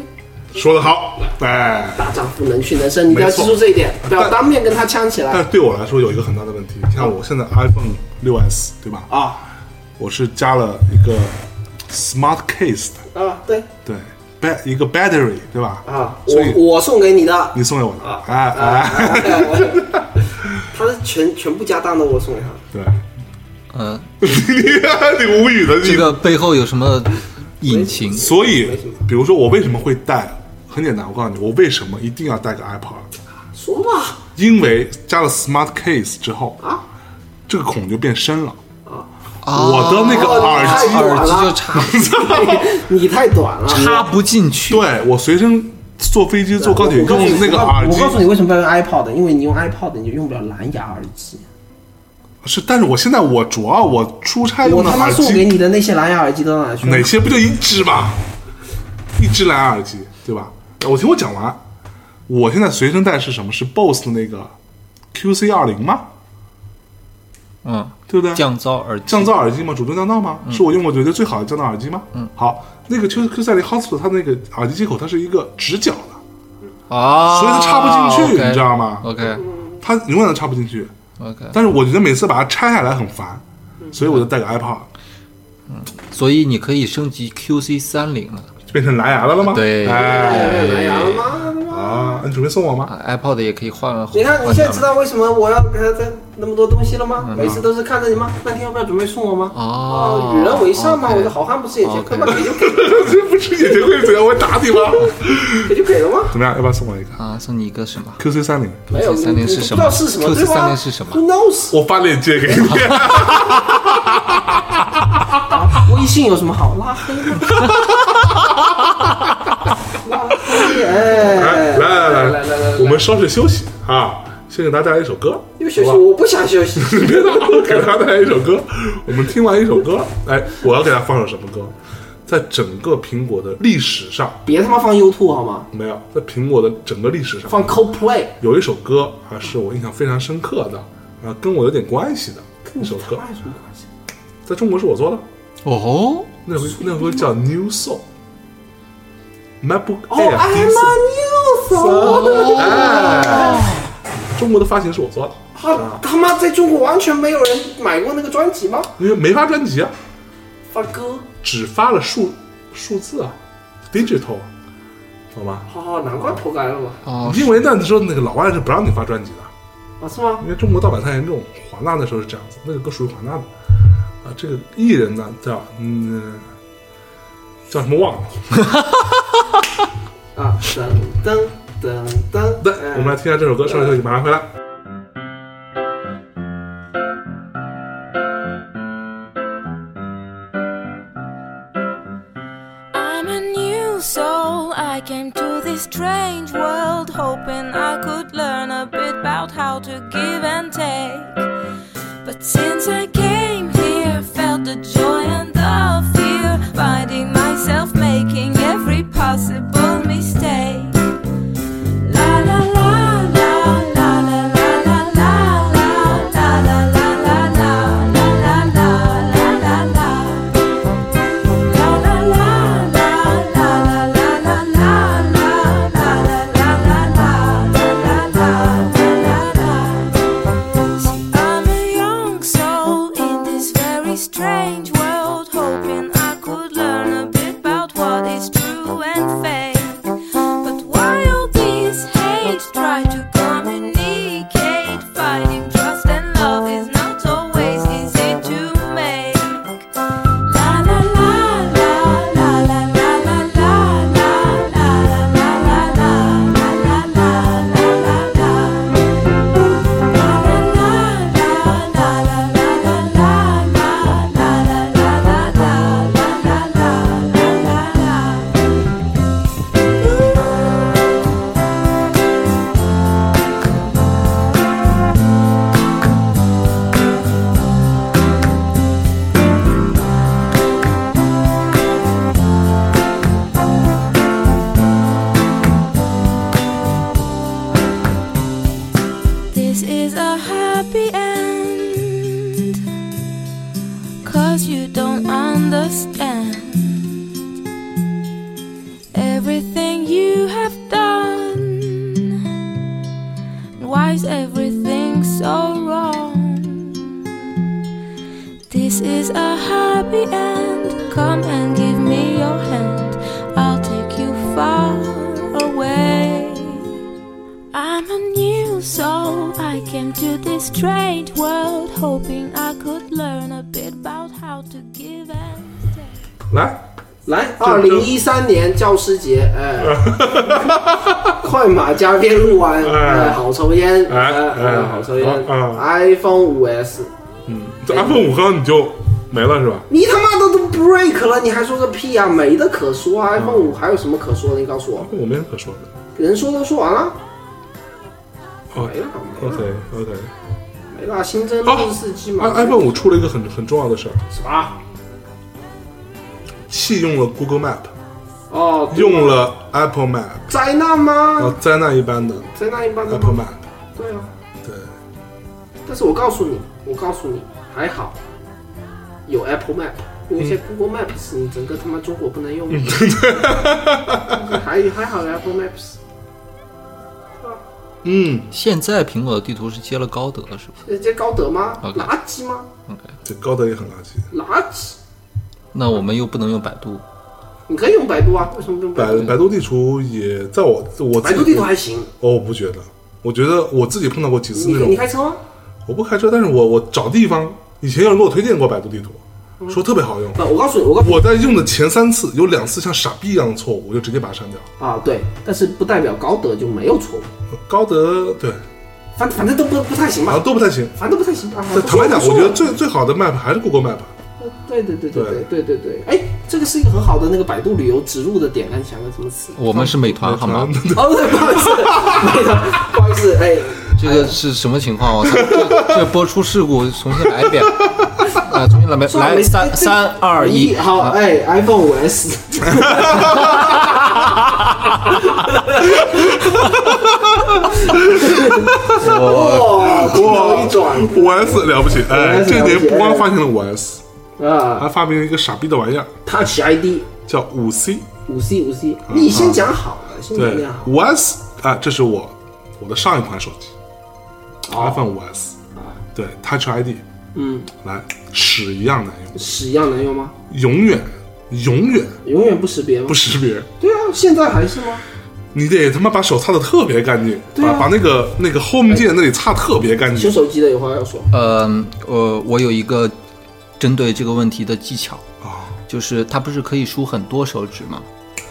说得好，哎，
大丈夫能屈能伸，你一定要
没错
记住这一点，不要
但
当面跟他呛起
但
来
是对我来说有一个很大的问题，像我现在 iPhone 六 S 对吧？
啊
我是加了一个 Smart Case 的，
啊！对
对，ba 一个 battery 对吧？
啊，
所以
我我送给你的，
你送给我的，
啊
哎哎，
他是全全部家当的，我送给他。
对，
嗯、
你啊你无语的
这
这
个背后有什么隐情？
所以比如说我为什么会带？很简单，我告诉你，我为什么一定要带个 iPod，
说吧，
因为加了 Smart Case 之后
啊，
这个孔就变深了，
啊
我的那个
哦
耳
你太
机
短
耳机就
了，
插
你太短了。
插不进去。
对我随身坐飞机、坐高铁
我告诉你
用那个耳
我
机
告诉你为什么不要用 iPod，因为你用 iPod 你就用不了蓝牙耳机。
是，但是我现在我主要我出差
哎我
用的
他妈
耳
送
机
给你的那些蓝牙耳机都哪去了
哪？些不就一只吗？一只蓝牙耳机对吧？我听我讲完，我现在随身带是什么？是 BOSS 的那个 QC 二零吗？
嗯，
对不对？
降噪耳机
降噪耳机吗？主动降噪吗？是我用过觉得最好的降噪耳机吗？嗯，好，那个 Q Q 赛里 Hotspot 它那个耳机接口它是一个直角的，
啊，
所以它插不进去
OK
你知道吗
？OK
它永远都插不进去。
OK，
但是我觉得每次把它拆下来很烦，所以我就带个 iPod。
所以你可以升级 QC 三零了。
就变成蓝牙的了吗？
对
哎，
蓝牙了吗？
啊，你准备送我吗？
啊 iPod 也可以换。
你看，你
换
现
它
在
们
知道为什么我要给他这那么多东西了吗？每次都是看着你吗？那天要不要准备送我吗？
嗯哦
哦，与人为善嘛，
OK
我的好汉不是也行，
OK
快把给就给，
这不是眼睛会怎样？我打你吗？
给就给了吗？
怎么样？要不要送我一个
啊，送你一个什么
QC 三零？
没有，
？QC 三
你
零
你
是
不
什
知
么
道是什么，对
？QC
吧
三零是什么？
？Who knows？
我发链接给你。
微信有什么好拉黑吗？拉黑，哎
来来来来
来来
我们稍事休息啊，先给大家带来一首歌，
又休息，
好吧
我不想休息。
别打我， 给大家带来一首歌。我们听完一首歌，哎，我要给大家放首什么歌？在整个苹果的历史上，
别他妈放 YouTube 好吗？
没有，在苹果的整个历史上，
放 Coldplay，
有一首歌啊，是我印象非常深刻的，啊，跟我有点关系的一首歌
他，妈有什么关系？
在中国是我做的，
哦，
那首那首歌叫 New Soul。MacBook
哦
Air 哎第一次，
，I'm a new soul。
中国的发行是我做的，
哦 他他妈在中国完全没有人买过那个专辑吗？
因为没发专辑啊，
发哥，
只发了数数字啊，digital，啊好吗？
好好，难怪破干了嘛。
哦，
因为那时候那个老外是不让你发专辑的，
啊，是吗？
因为中国盗版太严重。华纳那时候是这样子，那个歌属于华纳的。啊，这个艺人呢叫嗯叫什么忘了？
啊，噔噔噔噔
对，
哎
我们来听一下这首歌，稍事休息，马上回来。
I'm a new soul. I came to this strange world hoping I could learn a bit about how to give and take. But since I came here, felt the joy and the fear, finding myself making every possible mistake. La la la la la la la la la la la la la la la la la la la la. I'm a young soul in this very strange world, hoping I could learn a bit about what is true and fake. But why all these hate? Try to communicate, fighting trust and love is not always easy to make. La la la la la la la la la la la la la la la la la la la La la la la la la la la la la la la la la la la la la. This is a happy end. Cause you don't understand. Everything you have done. Why is everything so wrong? This is a happy end. Come and give me your hand. I'll take you far away. I'm a new soul. I came to this strange world hoping I could learn a bit about how to give and take.
来，
来，二零一三年教师节， 哎，快马加鞭录完，
哎
哎，好抽烟，
哎
哎，
哎
哎好抽烟
啊啊
，iPhone 五 S，
这 iPhone 五刚你就没了是吧？
你他妈的都 break 了，你还说个屁啊？没得可说
嗯
啊，iPhone 五还有什么可说的？你告诉我，
我没什么可说的。
人说都说完了，
哦
没了，没了，
，OK OK。
没了，新增
哦
六十四 G 嘛
i iPhone 五出了一个很很重要的事儿，
啥？
弃用了 Google Map，
哦，
用了 Apple Map，
灾
然
难
后
吗？
灾难一般的
灾难一般的
Apple Map。
对啊，
对，
但是我告诉你，我告诉你，还好有 Apple Map，
嗯
因为现在 Google Maps 你整个他妈中国不能用， 还还好有 Apple Maps，
嗯，
现在苹果的地图是接了高德是吧
这这高德吗？
OK
垃圾吗？
？OK，
这高德也很垃圾。
垃圾！
那我们又不能用百度，
你可以用百度啊，为什么不用百
百
度？
百度地图也在我我自
百
己
度地图还行，
哦，我不觉得，我觉得我自己碰到过几次
你
那
可
种
你开车吗？
我不开车，但是我我找地方，以前有人给我推荐过百度地
嗯
图，说特别好用。
不，我告诉你，我告诉
我在用的前三次有两次像傻逼一样的错误，我就直接把它删掉。
你啊，对，但是不代表高德就没有错误，
高德对，
反反正都不不太行
好
嘛
像，都不太行。
反正都不太行啊。
但
不
坦
错
白讲，
不错
我觉得最最好的 map 还是 Google Map。
对对对对对对对对，哎，这个是一个很好的那个百度旅游植入的点，刚想个什么词？
我们是美
啊
团好吗？
哦，对，不 好意思，那个不好意思，哎，
这个是什么情况？我操！ 这这播出事故，重新来一遍。 啊，重新来，
算了
来
没
三三二一，
好，
啊
哎，iPhone 五 S，哇，镜头一转
五 S 了不起，哎，
5S
这
了
年
不起
不光发现了五 S，
啊
还发明了一个傻逼的玩意儿，
，Touch ID
叫五 C。
五 C 五
啊
C，你先讲好了，先讲
对
讲，好
五 S 啊，这是我我的上一款手机，iPhone 五 S。对，Touch ID，
哦啊嗯，
来屎一样难用。
屎一样能用吗？
永远永远
永远不识别吗？
不，识别，
对啊，现在还是吗？
你得他妈把手擦的特别干净，
对啊
把把那个那个 home 键那里擦特别干
修
净
手机的有话要说，
呃，我我有一个针对这个问题的技巧，
啊！
就是它不是可以梳很多手指吗？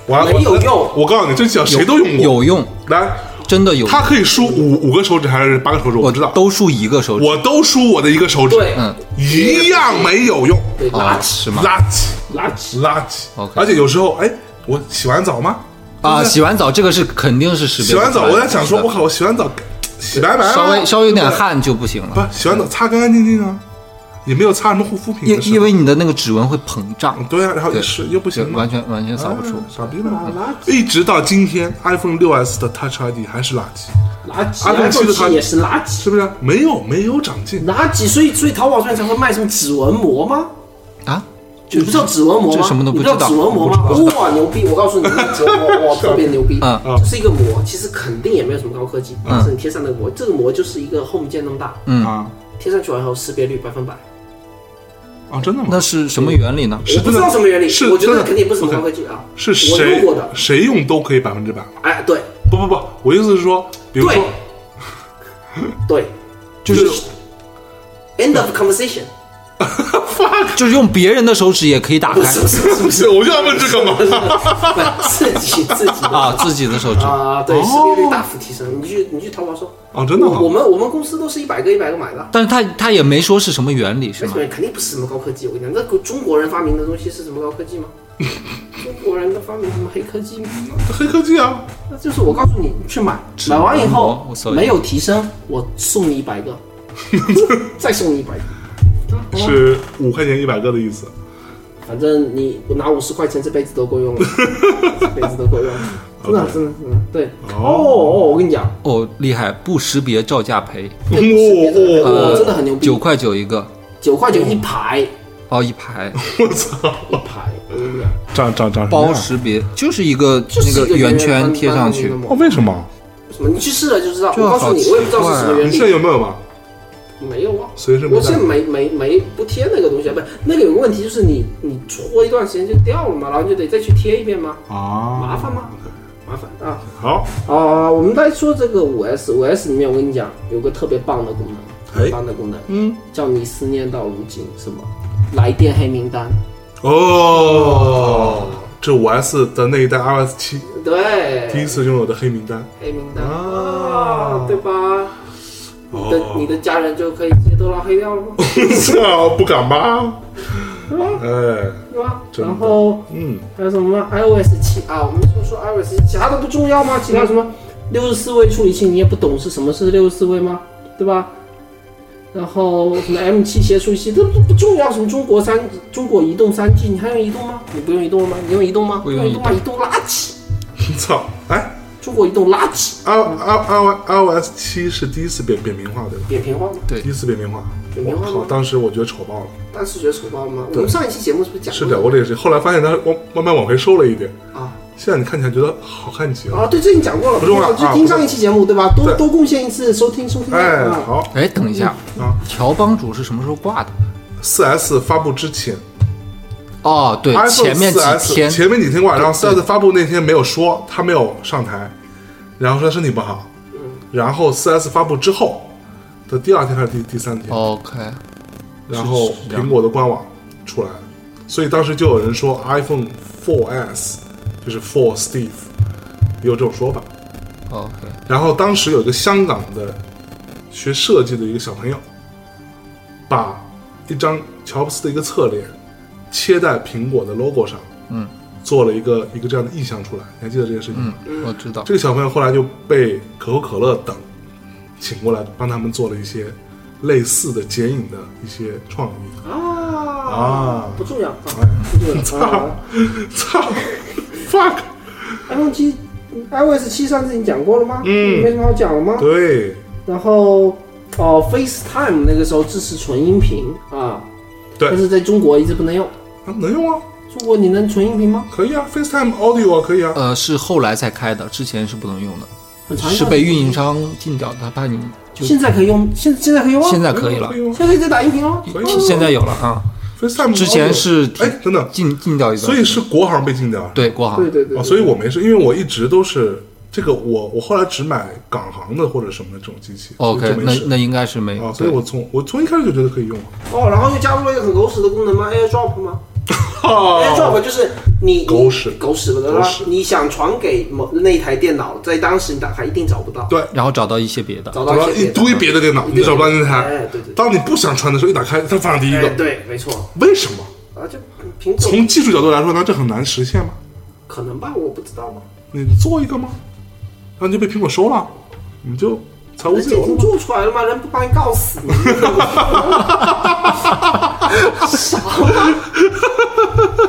我还
没有
我
用
我告诉你，这脚谁
有
都用过。
有用，
来，
真的有用。
它可以梳五五个手指还是八个手指，我
我
不知道，
都梳一个手指。
我都梳我的一个手指，
对
嗯，
一样没有用，
对，
啊
垃，圾
是吗？
垃圾
垃圾。
垃圾。
OK
而且有时候，哎，我洗完澡吗？
啊，洗完澡这个是肯定是识别
洗
不出来
完
的。
澡，我在想说，
是的
我靠，我洗完澡洗白白了，
稍微稍微有点
对
汗就不行了，
不洗完澡擦干干净净啊，也没有擦什么护肤品
因
的事，
因为你的那个指纹会膨胀，
对啊，然后
对
一试又不
就
行嘛，
完全完全扫不出
啊。傻逼吧？一直到今天，iPhone 六 S 的 Touch ID 还是垃圾，
垃圾
iPhone 7的它
七也是垃圾，
是不是？没有没有长进，
垃圾，所以所以淘宝上才会卖什么指纹膜吗？
啊，
你不知道指纹膜吗？
这什么都
你
不
不知
知道
道指纹膜吗？哇，牛逼！我告诉你，那个指纹膜哇特别牛逼，
嗯
就是一个膜，其实肯定也没有什么高科技，但是你贴上那个膜，这个膜就是一个 home 键那么大，
嗯
啊
贴上去完后识别率百分百。
啊，真的吗
那？是什么原理呢？
我不知道什么原理
是，
我觉
真
得
的
肯定不是什么高科技啊。
是
我用
谁
过的，
谁用都可以百分之百吗？
哎，对
不不不，我意思是说，比如
对
说，
对
就是
，end of conversation，
就是用别人的手指也可以打开
不是不是不是
不是，我就要问这个嘛。
不是，自己自己的
啊，自己的手指。
啊，
哦
对，识别率大幅提升。你去你去淘宝搜，
哦，真的吗
我
嗯
我？们我们公司都是一百个一百个买的，
但是他他也没说是什么原理，是
没
吗
什么？肯定不是什么高科技。我跟你讲，这个中国人发明的东西是什么高科 技吗？中国人都发明什么黑科技吗？
黑科技啊，
那就是我告诉你，你去买，买完以
哦
后
我搜一下
没有提升，我送你一百个， 再送你一百 个。
是五块钱一百个的意思。
反正你我拿五十块钱，这辈子都够 用了，这辈子都够用了，真的真的真的对。哦哦，我跟你讲，
哦，厉害，不识别照价赔，
哦
对
哦哦，
我真的很牛逼
九，嗯块九一个，
九块九一排
哦一排，
我操，
一排，我跟你讲，
长长长什么
包
样？
识别就是一个
就是
那
一个
圆
圆
圈
翻
贴上去
翻，的
哦，为什么？
什么？你去试了就知道。
这
我告诉你，
好
我也不知道是什么
你
原
现在
理。
有没有嘛？
没有啊，
随身没
我现
带
在。没没没不贴那个东西啊，不，那个有个问题就是你你戳一段时间就掉了嘛，然后你就得再去贴一遍吗？
啊，
麻烦吗？麻烦啊
好，
啊！我们再说这个五 S，五 S 里面我跟你讲有个特别棒的功能，
哎
特别棒的功能，嗯，叫你思念到如今什么来电黑名单，
哦，这五 S 的那一代 iOS 七，
对，
第一次拥有的黑名单。
黑名单啊，对吧？你
哦
的你的家人就可以直接都拉黑掉了 吗？
操，不敢吧？哎，
对吧？
真的
然后
嗯，
还有什么 iOS 七啊？我们就说 iOS 七，其他都不重要吗？其他什么六十四位处理器，你也不懂是什么是六十四位吗？对吧？然后什么 M 7协处理器，这不不重要。什么中国三中国移动三 G，你还用移动吗？你不用移动了吗？你用移动吗？
不用移
移
动
动吗？移动垃圾，
操，哎
中国移动垃圾，
，i i i iOS 七是第一次扁扁平化对吧？
扁平化吗？
对
第一次扁平化，
扁平化
好，
吗？
当时我觉得丑爆了，
当时觉得丑爆吗？我们上一期节目是不是讲
是
过
聊过这个事情。后来发现它往慢慢往回收了一点，
啊？
现在你看起来觉得好看极了。
啊，对，这已经讲过了，
不重要
就
啊
听上一期节目对吧？多
对
多贡献一次收听收听量
哎，
啊。
好，
哎，等一下，
啊
调帮主是什么时候挂的？
四 S 发布之前，
哦，对，前面几
4S,
天，
前面几天晚上
对
4S 发布那天没有说，他没有上台，然后说他身体不好，然后 4S 发布之后的第二天还是第第三天，
OK，
然后
是这样
苹果的官网出来了，所以当时就有人说 iPhone 4S 就是 For Steve，也有这种说法。
OK，
然后当时有一个香港的学设计的一个小朋友，把一张乔布斯的一个侧脸切在苹果的 logo 上，
嗯，
做了一个一个这样的意象出来。你还记得这件事情吗？
嗯，我知道
这。个小朋友后来就被可口可乐等请过来，帮他们做了一些类似的剪影的一些创意
啊
啊
不重要啊，不重要啊。
操，fuck，
iPhone 七，iOS 七上次已经讲过了吗？
嗯
没什么好讲了吗？
对，
然后哦，FaceTime 那个时候支持纯音频啊，
对
但是在中国一直不能用。
啊能用啊，
中国你能纯音频吗？
可以啊，FaceTime Audio 啊，可以啊，
呃，是后来才开的，之前是不能用的，
很长一
是
段
被
时间
运营商禁掉的，他怕你就
现在可以用，现现在可以用啊，
现
现
在可以了
可，以啊
在可以再打音频哦。
可以啊
现在有了啊，
FaceTime
之前
Audio
是
哎等等，
禁禁掉一段，
所以是国行被禁掉啊。
对国行
对对对
哦，
对，
所以我没事，因为我一直都是这个我，我后来只买港行的或者什么的这种机器所以
OK，
就
那
没事
那应该是没
啊，
有，
所以我从我从一开始就觉得可以用啊，
哦，然后又加入了一个很狗屎的功能吗？AirDrop 吗？AirDrop 哎
哦啊
就是你
狗屎
狗屎了
狗
啦
屎，
你想传给某那一台电脑，在当时你打开一定找不到，
对
然后找到一些别的，
找
找
到
到
一些
一
别的
堆别的电脑，你找不到那
哎，
台。
对对对，
当你不想穿的时候，一打开它放第一
哎
个，
对，没错
为什么？
啊，就品种
从技术角度来说，那这很难实现吗？
可能吧，我不知道吧，
你做一个吗？然后你就被苹果收了，你就财务
人
自
家
由
已
了
经
吗？
做出来了吗？人不把你告死你， 傻了吗？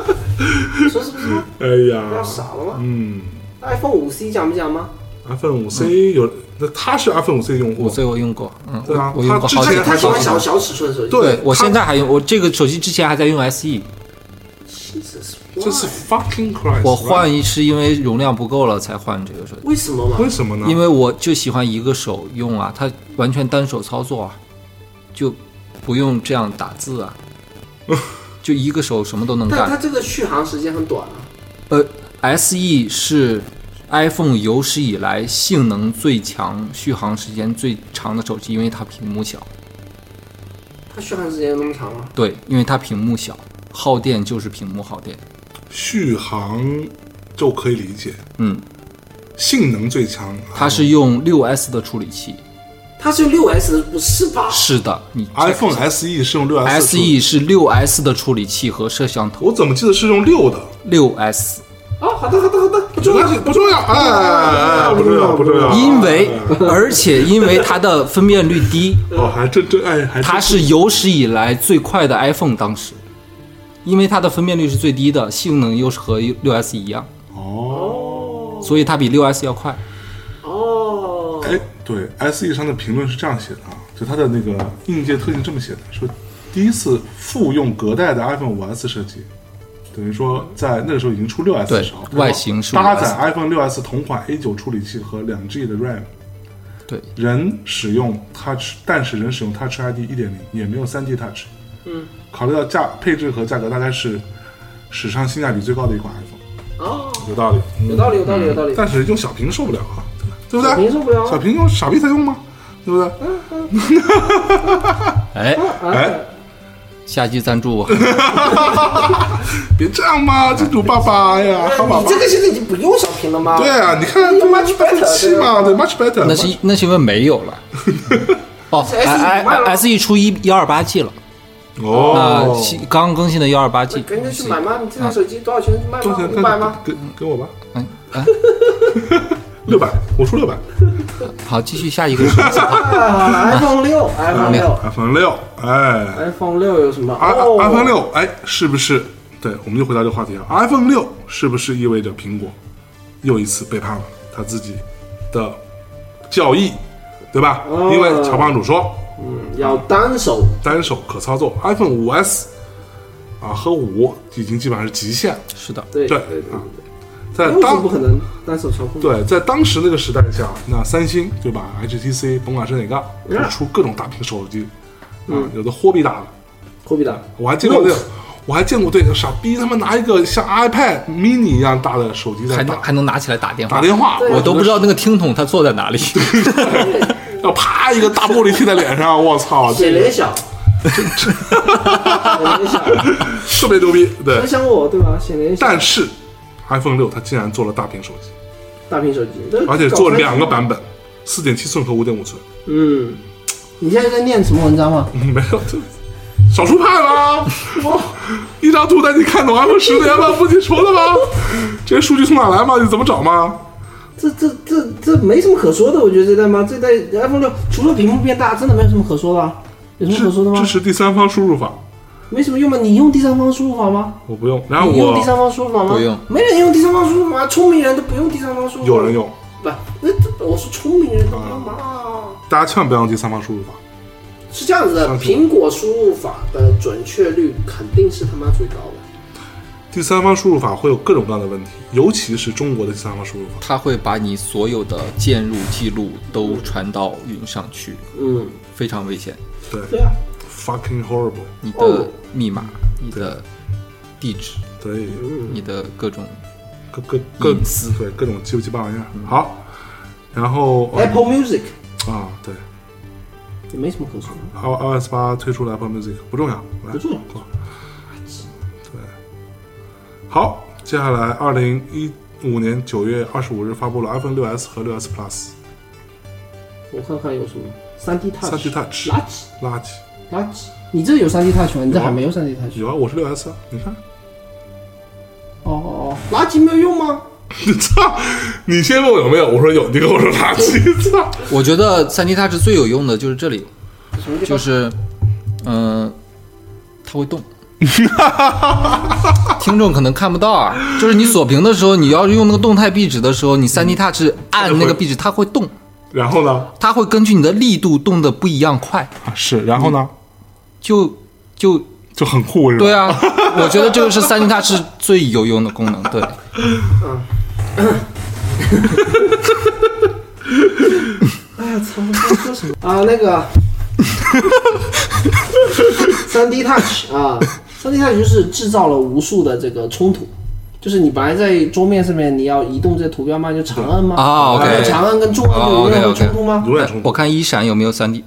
你说是不是？
哎
不要
呀，
傻了吗？
嗯
iPhone 五 C 讲不讲吗？
，iPhone 五 C 有，那他是 iPhone 五 C 用户
我，所以我用过，嗯，
对啊
我我用过
他
好
之
几
前
他
还
喜欢小
款，
小尺寸的手机。
对
我
他 E
现在还用，我这个手机之前还在用 E，SE，
Jesus，
这是 fucking Christ，
我换一是因为容量不够了才换这个手机，
为什么嘛？
为什么呢？
因为我就喜欢一个手用啊，它完全单手操作啊，就不用这样打字 啊，就一个手什么都能
但它
干。
这个续航时间很短啊。
呃，SE 是 iPhone 有史以来性能最强、续航时间最长的手机，因为它屏幕小。
它续航时间有那么长吗？
对，因为它屏幕小，耗电就是屏幕耗电。
续航就可以理解，
嗯，
性能最强。
它是用 6S 的处理器。
它是用六 S 的，不是吧？
是的，你
iPhone SE 是用六 S
SE 是 6S 的处理器和摄像头。
我怎么记得是用六的？
6S。
哦，好的，好的，好的，不重要。
那是不重要，哎哎，哎不重要，不重要。
因为，而且因为它的分辨率低，
哦，还真真哎，还
它是有史以来最快的 iPhone。当时，因为它的分辨率是最低的，性能又是和六 S 一样，
哦，
所以它比六 S 要快。
哦，
哎，对，SE 上的评论是这样写的啊，就它的那个硬件特性这么写的，说第一次复用隔代的 iPhone 五 S 设计。等于说，在那个时候已经出六 S 的时候，
对外形是
搭
5S
载 iPhone 六 S 同款 A 9处理器和两 G 的 RAM，
对，
人使用 Touch，但是人使用 Touch ID 一点零，也没有三 D Touch。嗯，考虑到价配置和价格，大概是史上性价比最高的一款 iPhone。
哦，
有道理，
有道理，有道理，有道理。
但是用小屏受不了啊，对不对？
小屏受不了啊嗯
小屏用傻逼才用吗？对不对？
哎，
哎，
下期赞助我，
别这样嘛，金主爸爸哎呀，好爸
你
爸
这。个现在已经不用小屏了吗？
对啊，你看
用 much better，
七嘛，对
对
much better，
那是那是因为没有 了。哦
SE
，i
卖了
i SE 出一幺二八 G 了，啊
哦，，
新刚更新的幺二八 G。
赶紧去买吗？你这台手机多少钱卖
多少
吗？
钱？
五百吗？
给给我吧，
嗯，哎，
六百，我出六百。
好，继续下一个手 机。
嗯
啊，iPhone 六，iPhone 六
iPhone 六，哎，
，iPhone 六有什么？
i
哦
啊 iPhone 六，哎，是不是？对，我们就回到这个话题啊。iPhone 六是不是意味着苹果又一次背叛了他自己的教义，对吧？
哦
因为乔帮主说
要单手
单手可操作，iPhone 五 S 啊和五已经基本上是极限了。
是的，
对
对
对对
啊，在
为什么
当
不可能单手操控？
对在当时那个时代下，那三星对吧？HTC 甭管是哪个，就出各种大屏手机啊，有的货币大的，
货币的，
我还见过那个，我还见过对傻逼他妈拿一个像 iPad mini 一样大的手机在
还
打
能还能拿起来打电话，
打电话，
我都不知道那个听筒它坐在 哪里。
要啪一个大玻璃贴在脸上，我操，
显
这
脸小，显脸小，
特别牛逼，对
影。响我对吧？显脸小，
但是 iPhone 六它竟然做了大屏手机，
大屏手机，这
而且
搞
做
翻
两个版本，四点七寸和五点五寸，
嗯，你现在在念什么文章吗？
嗯 没有这。少数派 啦！哇，
哦
一张图带你看懂 iPhone 十年吗？不你说了 吗？这些数据从哪来吗？你怎么找吗？
这这这这没什么可说的，我觉得这代吗？这代 iPhone 六除了屏幕变大，真的没有什么可说的啊，有什么可说的
支
吗？
持第三方输入法，
没什么用吗？你用第三方输入法吗？
我不用。然后
你用
我
第三方输入法吗？
啊不用
没人用第三方输入法，聪明人都不用第三方输入法。
有人用，啊
不？那这我说聪明人都不用嘛。
大家千万不要用第三方输入法。
是这样子的，
上去
苹果输入法的准确率肯定是他妈最高的。
第三方输入法会有各种各样的问题，尤其是中国的第三方输入法。
它会把你所有的键入记录都传到云上去，
嗯，
非常危险。
对
对啊，
，fucking horrible。
你
哦
的密码、你的地址、
对，
嗯
你的各种
各各各
隐私
对各种鸡不鸡巴玩意儿。好，然后哦
嗯 Apple Music
啊，对
也没什么可说的，
，i iOS 八推出了 Apple Music，不重要，来
不重要。
好，接下来，二零一五年九月二十五日发布了 iPhone 六 S 和六 S Plus，
我看看有什么三 D Touch，
三 D Touch
垃圾
垃圾。
垃圾。你这有三 D Touch 吗？你这还没有三 D Touch。
有啊，我是六 S 啊，你看，
哦哦哦，垃圾没有用吗？
你操，你先问我有没有，我说有，你跟我说垃圾，操，
我觉得三 D 它是最有用的，就是这里，
什么地方？
就是，嗯、它 会动。听众可能看不到啊，就是你锁屏的时候，你要是用那个动态壁纸的时候，你
嗯
三 D Touch 按那个壁纸，它会动，
然后呢？
它会根据你的力度动的不一样快，
啊是，然后呢？
就就
就很酷是吧？
对啊，我觉得这个是三 D Touch 最有用的功能，对。
哎呀，操！我刚说什么啊？那个 三 D Touch 啊，三 D Touch 就是制造了无数的这个冲突，就是你本来在桌面上面你要移动这图标嘛，就长按嘛，
啊，OK
那长按跟重按
哦
有任何
，OK，OK
冲突吗？
永远冲突
哎我看一闪有没有三 D，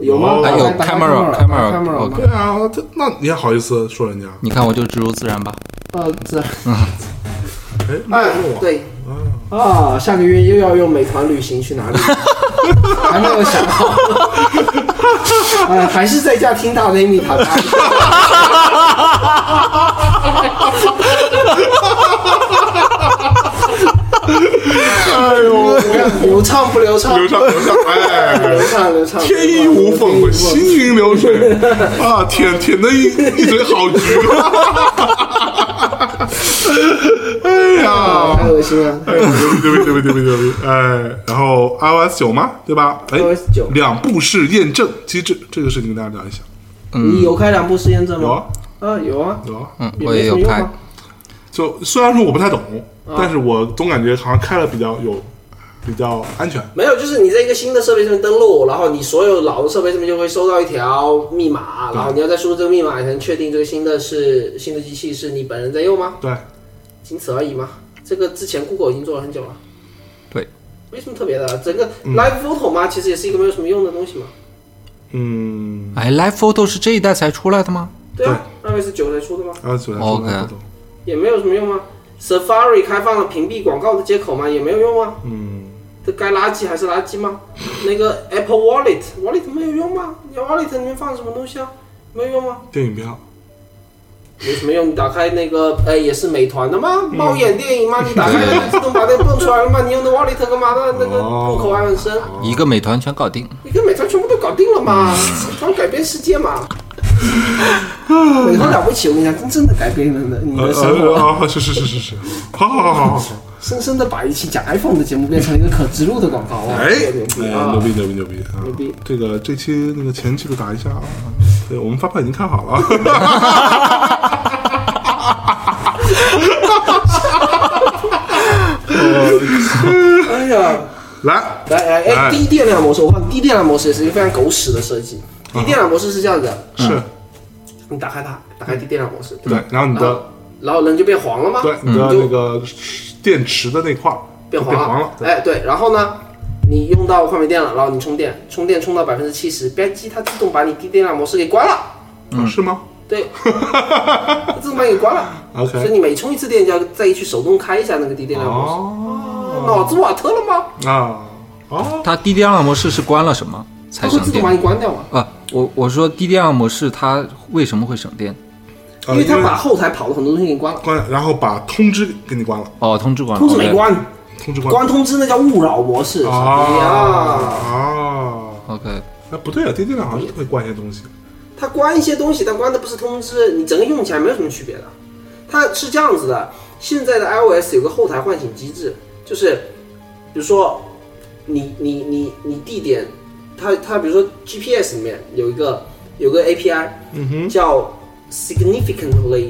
有啊吗？
哦
打开
有
打开
camera，
camera，打开
camera，
camera 吗
，OK
对啊，这那你也好意思说人家？
你看我就植入自然吧。
呃，这
哎，
哎
没有，我，
对。啊，下个月又要用美团旅行去 哪里？还没有想好。哎，还是在家听大内密谈吧。
哎呦，
流畅不流畅？
流畅流畅，
流
哎，
畅流畅。
天衣无缝，行云流水啊，舔舔的一一嘴好菊， 哎
啊，太
呀。
恶心了。
哎，对不起，对不起，对不起，对不起，哎，然后 iOS 九嘛，对吧？哎
iOS 9
两步式验证机制，这个事情跟大家聊一下。
你有开两部试验证
嗯有啊
吗？，啊，有啊，
有啊，
嗯，
也
我
没
也
什
有
么用
开
啊。。
就虽然说我不太懂，但是我总感觉好像开了比较有，比较安全。
没有，就是你在一个新的设备上面登录，然后你所有老的设备上面就会收到一条密码，然后你要再输入这个密码才能确定这个新的是新的机器是你本人在用吗？
对，
仅此而已嘛。这个之前 Google 已经做了很久了。
对。
没什么特别的，整个 Live Photo 嘛，其实也是一个没有什么用的东西嘛。
嗯，
哎，Live Photo 是这一代才出来的吗？
对啊，那位是九才出的吗？
二十九来
OK
不懂。
也没有什么用啊。Safari 开放了屏蔽广告的接口嘛，也没有用啊。
嗯，
这该垃圾还是垃圾吗？那个 Apple Wallet Wallet 没有用吗？你 Wallet 里面放什么东西啊？没有用吗？
电影票
没什么用。你打开那个，哎，也是美团的
嗯
吗？猫眼电影吗？你打开了就自动把那个蹦出来了吗？你用的 Wallet 干嘛的？那个
哦
入口还很深，
一个美团全搞定。
你跟美团全部都搞定了嘛？美团改变世界嘛？ 美团了不起，我跟你讲，真正的改变了你
呃
的生
呃
活，
啊，是是是是是，好好好好好好，
深深的把一期讲 iPhone 的节目变成了一个可植入的广告啊！
哎
有点不一样
哎，
啊
牛逼牛逼牛逼啊！
牛逼
这个这期那个前期的打一下啊，对我们发票已经看好
嗯
了，
哎呀！
来
来来，
哎
哎，低电
嗯
量模式，我看低电量模式也是一个非常狗屎的设计。低电量模式是这样的，
是
你打开它，打开电脑模式，对
对
吧？，
然后你
然
的
后然后人就变黄了吗？
对，嗯你的那个电池的那块儿
嗯变
黄
黄
了
了。
对
哎，对，然后呢，你用到快没电了，然后你充电，充电充到百分之七十，吧唧，它自动把你低电量模式给关了。
啊是吗
对， 它自动把你给关了。所以
？OK，
你每充一次电就要再去手动开一下那个低电量模式。
哦
脑子瓦特了吗？
啊哦，
它低电量模式是关了什么才
它会
省
自动
电
把你关掉嘛？
啊？我我说低电量模式它为什么会省电？
呃
因为它把后台跑的很多东西给你关了，
关，然后把通知给你关了，
哦，通知关了，
通知没
OK
关，
通知关了。
关通知那叫勿扰模式。哎
啊
呀，
啊，
OK，
那不对啊，电电量好像是会关一些东西。
它关一些东西，但关的不是通知，你整个用起来没有什么区别的。它是这样子的，现在的 iOS 有个后台唤醒机制，就是比如说你你你你地点，它它比如说 GPS 里面有一个有个 API
嗯哼
叫 significantly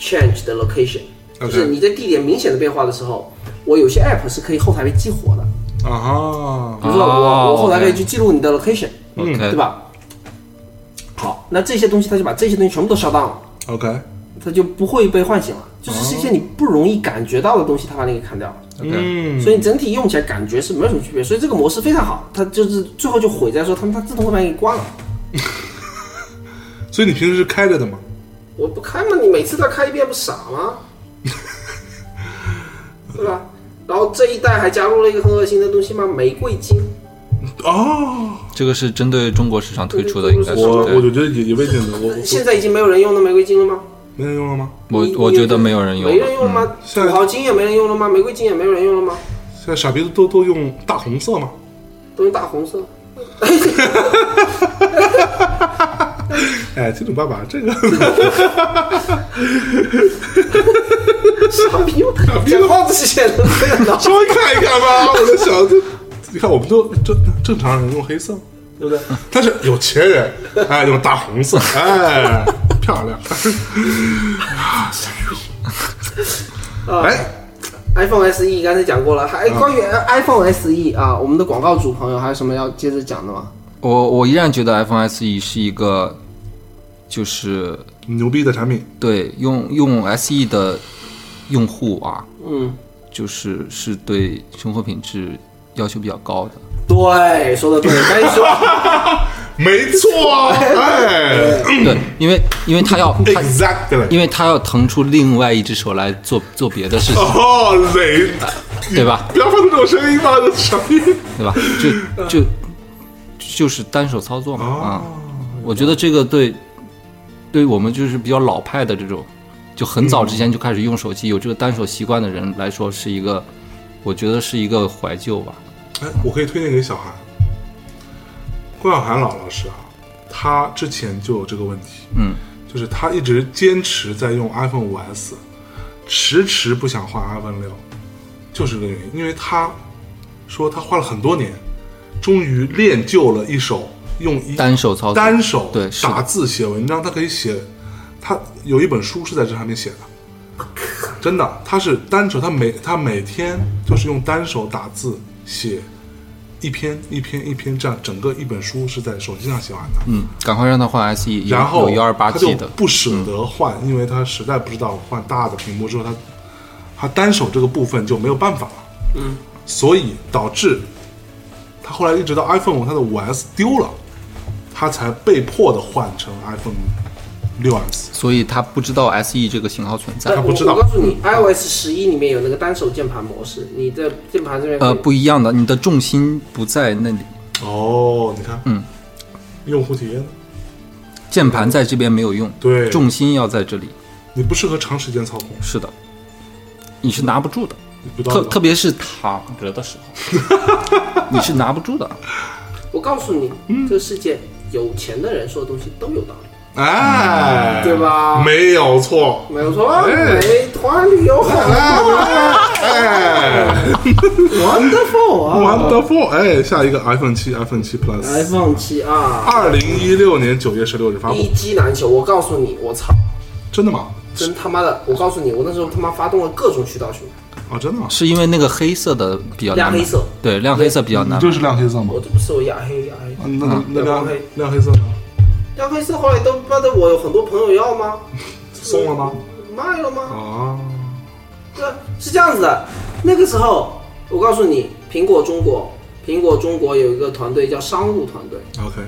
change the location，就
OK
是你在地点明显的变化的时候，我有些 app 是可以后台被激活的，
啊哈，
比如说我我后台可以
OK
去记录你的 location，
嗯
OK
对吧？好，那这些东西它就把这些东西全部都烧到了。
OK，
它就不会被唤醒了。就是是一些你不容易感觉到的东西，它把你给砍掉了。
OK，
嗯，
所以你整体用起来感觉是没有什么区别，所以这个模式非常好，它就是最后就毁在说他们它自动会把你给关了。
所以你平时是开着的嘛
我不开嘛，你每次都要开一遍，不傻吗？ 对吧？然后这一代还加入了一个很恶心的东西嘛，玫瑰金，
哦，
这个是针对中国市场推出的，
对
应该是
我
对
我就觉得也也未见得，我我
现在已经没有人用的玫瑰金了吗？
没人用了吗？
我
你
我觉得没有人用
没人用了吗？
了，
土
现在
豪金也没人用了吗？玫瑰金也没有人用了吗？
现在傻逼都都用大红色嘛？
都用大红色。
哎，金主爸爸这个
傻逼吗？讲话之前都这样的。
稍微看一看吧， 我就想，这你看我们都正正常人用黑色，对不对？但是有钱人哎用大红色，哎漂亮，哎嗯
iPhone SE 刚才讲过了，还关于 iPhone SE 啊，我们的广告主朋友还有什么要接着讲的吗？
嗯我我依然觉得 iPhone SE E 是一个，就是
牛逼的产品，
对用用 SE 的用户啊，
嗯，
就是是对生活品质要求比较高的。
对，说 的对，该哎说
没错啊，哎
对，因为因为他要他，
，exactly，
因为他要腾出另外一只手来做做别的事情，
哦雷，
对吧？
不要发出这种声音吧，这傻逼，
对吧？就就就是单手操作嘛
哦
啊！我觉得这个对对我们就是比较老派的这种，就很早之前就开始用手机、有这个单手习惯的人来说，是一个我觉得是一个怀旧吧。
哎，我可以推荐给小韩，关晓涵老老师啊，他之前就有这个问题，
嗯，
就是他一直坚持在用 iPhone 五 S，迟迟不想换 iPhone 六，就是这个原因。因为他说他花了很多年，终于练就了一手用一
单手操作
单手
对是的
打字写文章，他可以写。他有一本书是在这上面写的，真的，他是单手，他每他每天就是用单手打字写一篇一篇一篇，这样整个一本书是在手机上写完的。
嗯，赶快让他换 SE，有
然后
有幺二八
他就
G 的，嗯
不舍得换，因为他实在不知道换大的屏幕之后，他他单手这个部分就没有办法了。嗯，所以导致他后来一直到 iPhone 他的五 S 丢了，他才被迫的换成 iPhone 六 S。
所以他不知道 SE 这个型号存在。
不知道
我我告诉你，iOS 十一里面有那个单手键盘模式，你的键盘这边可以
呃，不一样的，你的重心不在那里，
哦，你看，
嗯，
用户体验，
键盘在这边没有用，
对
重心要在这里。
你不适合长时间操控，
是的，你是拿不住的，
你不知道
特特别是躺着的时候， 你是拿不住的。
我告诉你，
嗯
这个世界有钱的人说的东西都有道理，
哎，
对吧
没有错，
没有错，
哎
美团旅游好
哎
wonderful 啊
，wonderful！哎，下一个 iPhone 七，iPhone 七 Plus，
，iPhone 七啊，
二零一六年九月十六日发
一
布，
机难求，我告诉你，我操，
真的吗？
真他妈的，我告诉你，我那时候他妈发动了各种渠道去买。
啊，真的吗？
是因为那个黑色的比较难
亮
买
黑色，
对，亮黑色比较难
你
买。
就是亮黑色吗嗯
嗯
我？这不是我雅黑雅黑，
啊那那
亮
亮
黑
亮黑色呢？
亮咖啡色后来都不知道我有很多朋友 要吗？嗯
松了吗？
卖了吗？
哦，
对，啊是这样子的。那个时候，我告诉你，苹果中国，苹果中国有一个团队叫商务团队，
OK，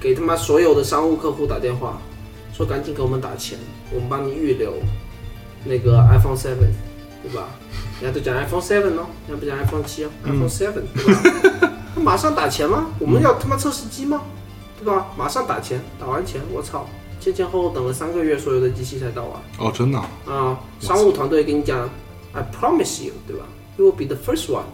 给他妈所有的商务客户打电话，说赶紧给我们打钱，我们帮你预留那个 iPhone Seven，对吧？人家都讲 iPhone Seven 哦，人家不讲 iPhone 七哦，iPhone Seven，对吧？他马上打钱吗？我们要他妈测试机吗？对吧？马上打钱，打完钱，我操，前前后后等了三个月，所有的机器才到啊。
哦，真的啊，
啊，商务团队跟你讲，I promise you，对吧？You will be the first one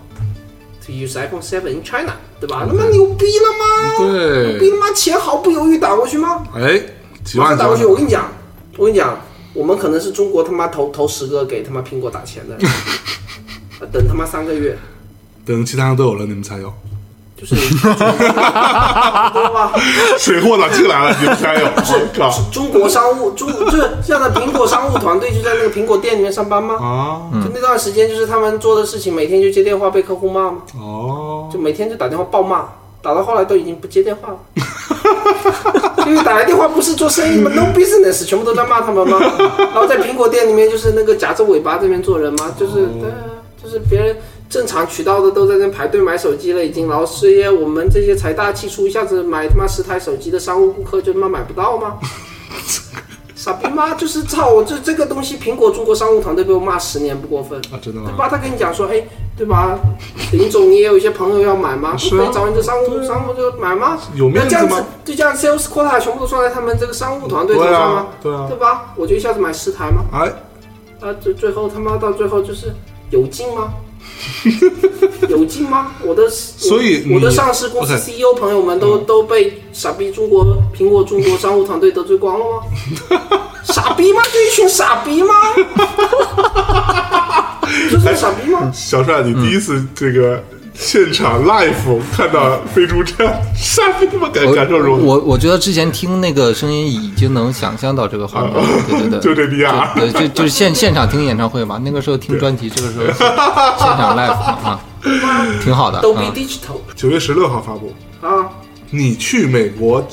to use iPhone 7 in China，对吧？那么牛逼了吗？牛逼
对，
了吗？钱毫不犹豫打过去吗？
哎，几
马
万
上打过去，
张
我跟你讲，我跟你讲，我们可能是中国他妈头头十个给他妈苹果打钱的人，啊等他妈三个月，
等其他人都有了，你们才有。
就是 差不多吧。
水货早进来了，你们才 有。我靠！
中国商务，中就是现在苹果商务团队就在那个苹果店里面上班吗？
啊，
就那段时间，就是他们做的事情，每天就接电话被客户骂吗？
哦，
就每天就打电话暴骂，打到后来都已经不接电话了， 因为打来电话不是做生意吗？No business，全部都在骂他们吗？然后在苹果店里面就是那个夹着尾巴这边做人吗？就是对啊，就是别人正常渠道的都在那排队买手机了已经，然后这些我们这些财大气粗一下子买他妈十台手机的商务顾客就他妈买不到吗？傻逼吗？就是操！我这这个东西，苹果中国商务团队被我骂十年不过分。
啊，真的
对
吗？
吧？他跟你讲说，哎，对吧？林总，你也有一些朋友要买吗？
是
不
啊
可以找你的商务商务就买吗？
有面
那
子
这样
吗
子，就这样 sales quota 全部都算在他们这个商务团队头
对
上吗
啊？，对啊
对，吧？我就一下子买十台吗？
哎，
啊，最最后他妈到最后就是有 劲吗？有劲吗？我的
所以
我我的
你嗯
上市公司
OK
CEO 朋友们都都被傻逼中国苹果中国商务团队得罪光了 吗？傻逼吗？就一群傻逼吗？就是傻逼吗？
小帅，你第一次这个现场 live 看到飞猪这样，傻逼他妈感感受如何？
嗯我我觉得之前听那个声音已经能想象到这个画面了，对对对，
嗯 就这逼样
对，就就是现现场听演唱会嘛，那个时候听专辑，这个时候现场 live 嘛啊，挺好的。
都比
嗯
digital
九月十六号发布。
啊
你去美国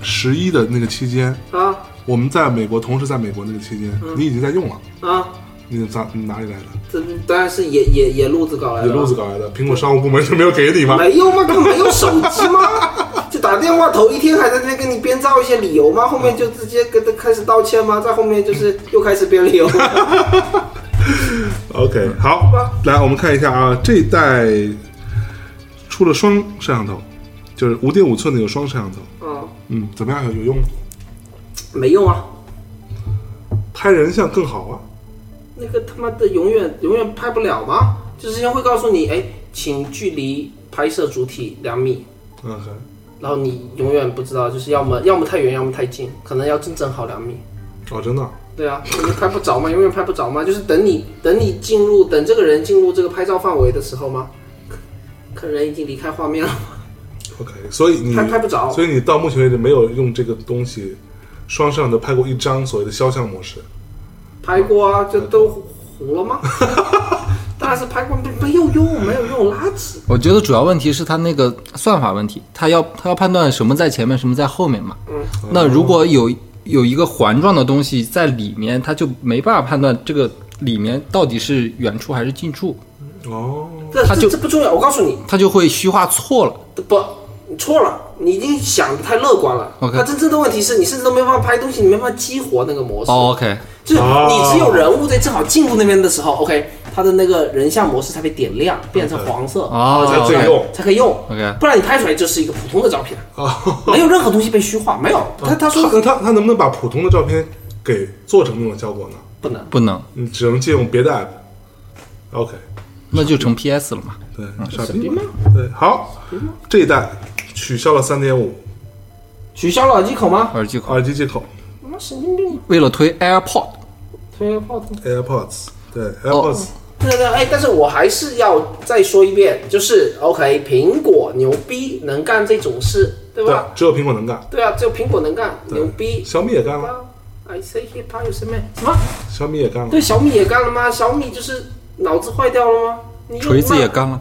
十一的那个期间，
啊
我们在美国，同时在美国那个期间，你已经在用了。
啊！
你咋你哪里嗯来的？
这当然是野野野路子啊搞来
你
的，
路子搞来的，苹果商务部门就没有给你吗？
没有吗？他没有手机吗？ 就打电话头一天还在那跟你编造一些理由吗？后面就直接跟他开始道歉吗？在后面就是又开始编理由，
OK，好，嗯来我们看一下啊，这一代出了双摄像头，就是五点五寸的有双摄像头，
嗯，
嗯，怎么样？有有用吗？
没用啊。
拍人像更好啊，
那个他妈的永远永远拍不了吗？就之前会告诉你，哎，请距离拍摄主体两米，
嗯，很
然后你永远不知道，就是要么要么太远，要么太近，可能要正正好两米。
哦，真的啊，
对啊，你拍不着嘛，永远拍不着嘛，就是等你等你进入等这个人进入这个拍照范围的时候吗？可人已经离开画面了，
OK，所以你
拍拍不着
所以你到目前为止没有用这个东西双摄像头拍过一张所谓的肖像模式，
拍过啊，这都糊 了吗？当然是拍过，没没有用，没有用，垃圾。
我觉得主要问题是它那个算法问题，它要它要判断什么在前面，什么在后面嘛。那如果有有一个环状的东西在里面，它就没办法判断这个里面到底是远处还是近处，
哦，
这
他
这
就
这不重要，我告诉你，
它就会虚化错了。
不，你错了，你已经想的太乐观了。
OK
那真正的问题是你甚至都没办法拍东西，你没办法激活那个模式。
哦，OK，
就是你只有人物在正好进入那边的时候，OK，它的那个人像模式才被点亮，变成黄色，
哦
然后
才可以用
才可以用。
OK
不然你拍出来就是一个普通的照片，
哦，
没有任何东西被虚化，没有。他他说
那他他能不能把普通的照片给做成那种效果呢？
不能，
不能，
你只能借用别的 app。OK，
那就成 PS 了嘛。
对，傻逼吗？对，好，这一代取消了三点五
取消了耳机口吗？
耳机口
耳机接口
他妈神经病！
为了推 AirPod，
推泡腾。
AirPods，对
哦
AirPods，
对对，哎，但是我还是要再说一遍，就是 OK，苹果牛逼，能干这种事，对
对
吧？，
只有苹果能干，
对啊，只有苹果能干，牛逼。
小米也干了，
I say hip hop 有什么什么？
小米也干了
啊对，，小米也干了吗？小米就是脑子坏掉了吗？你又
锤子也
骂，
干了，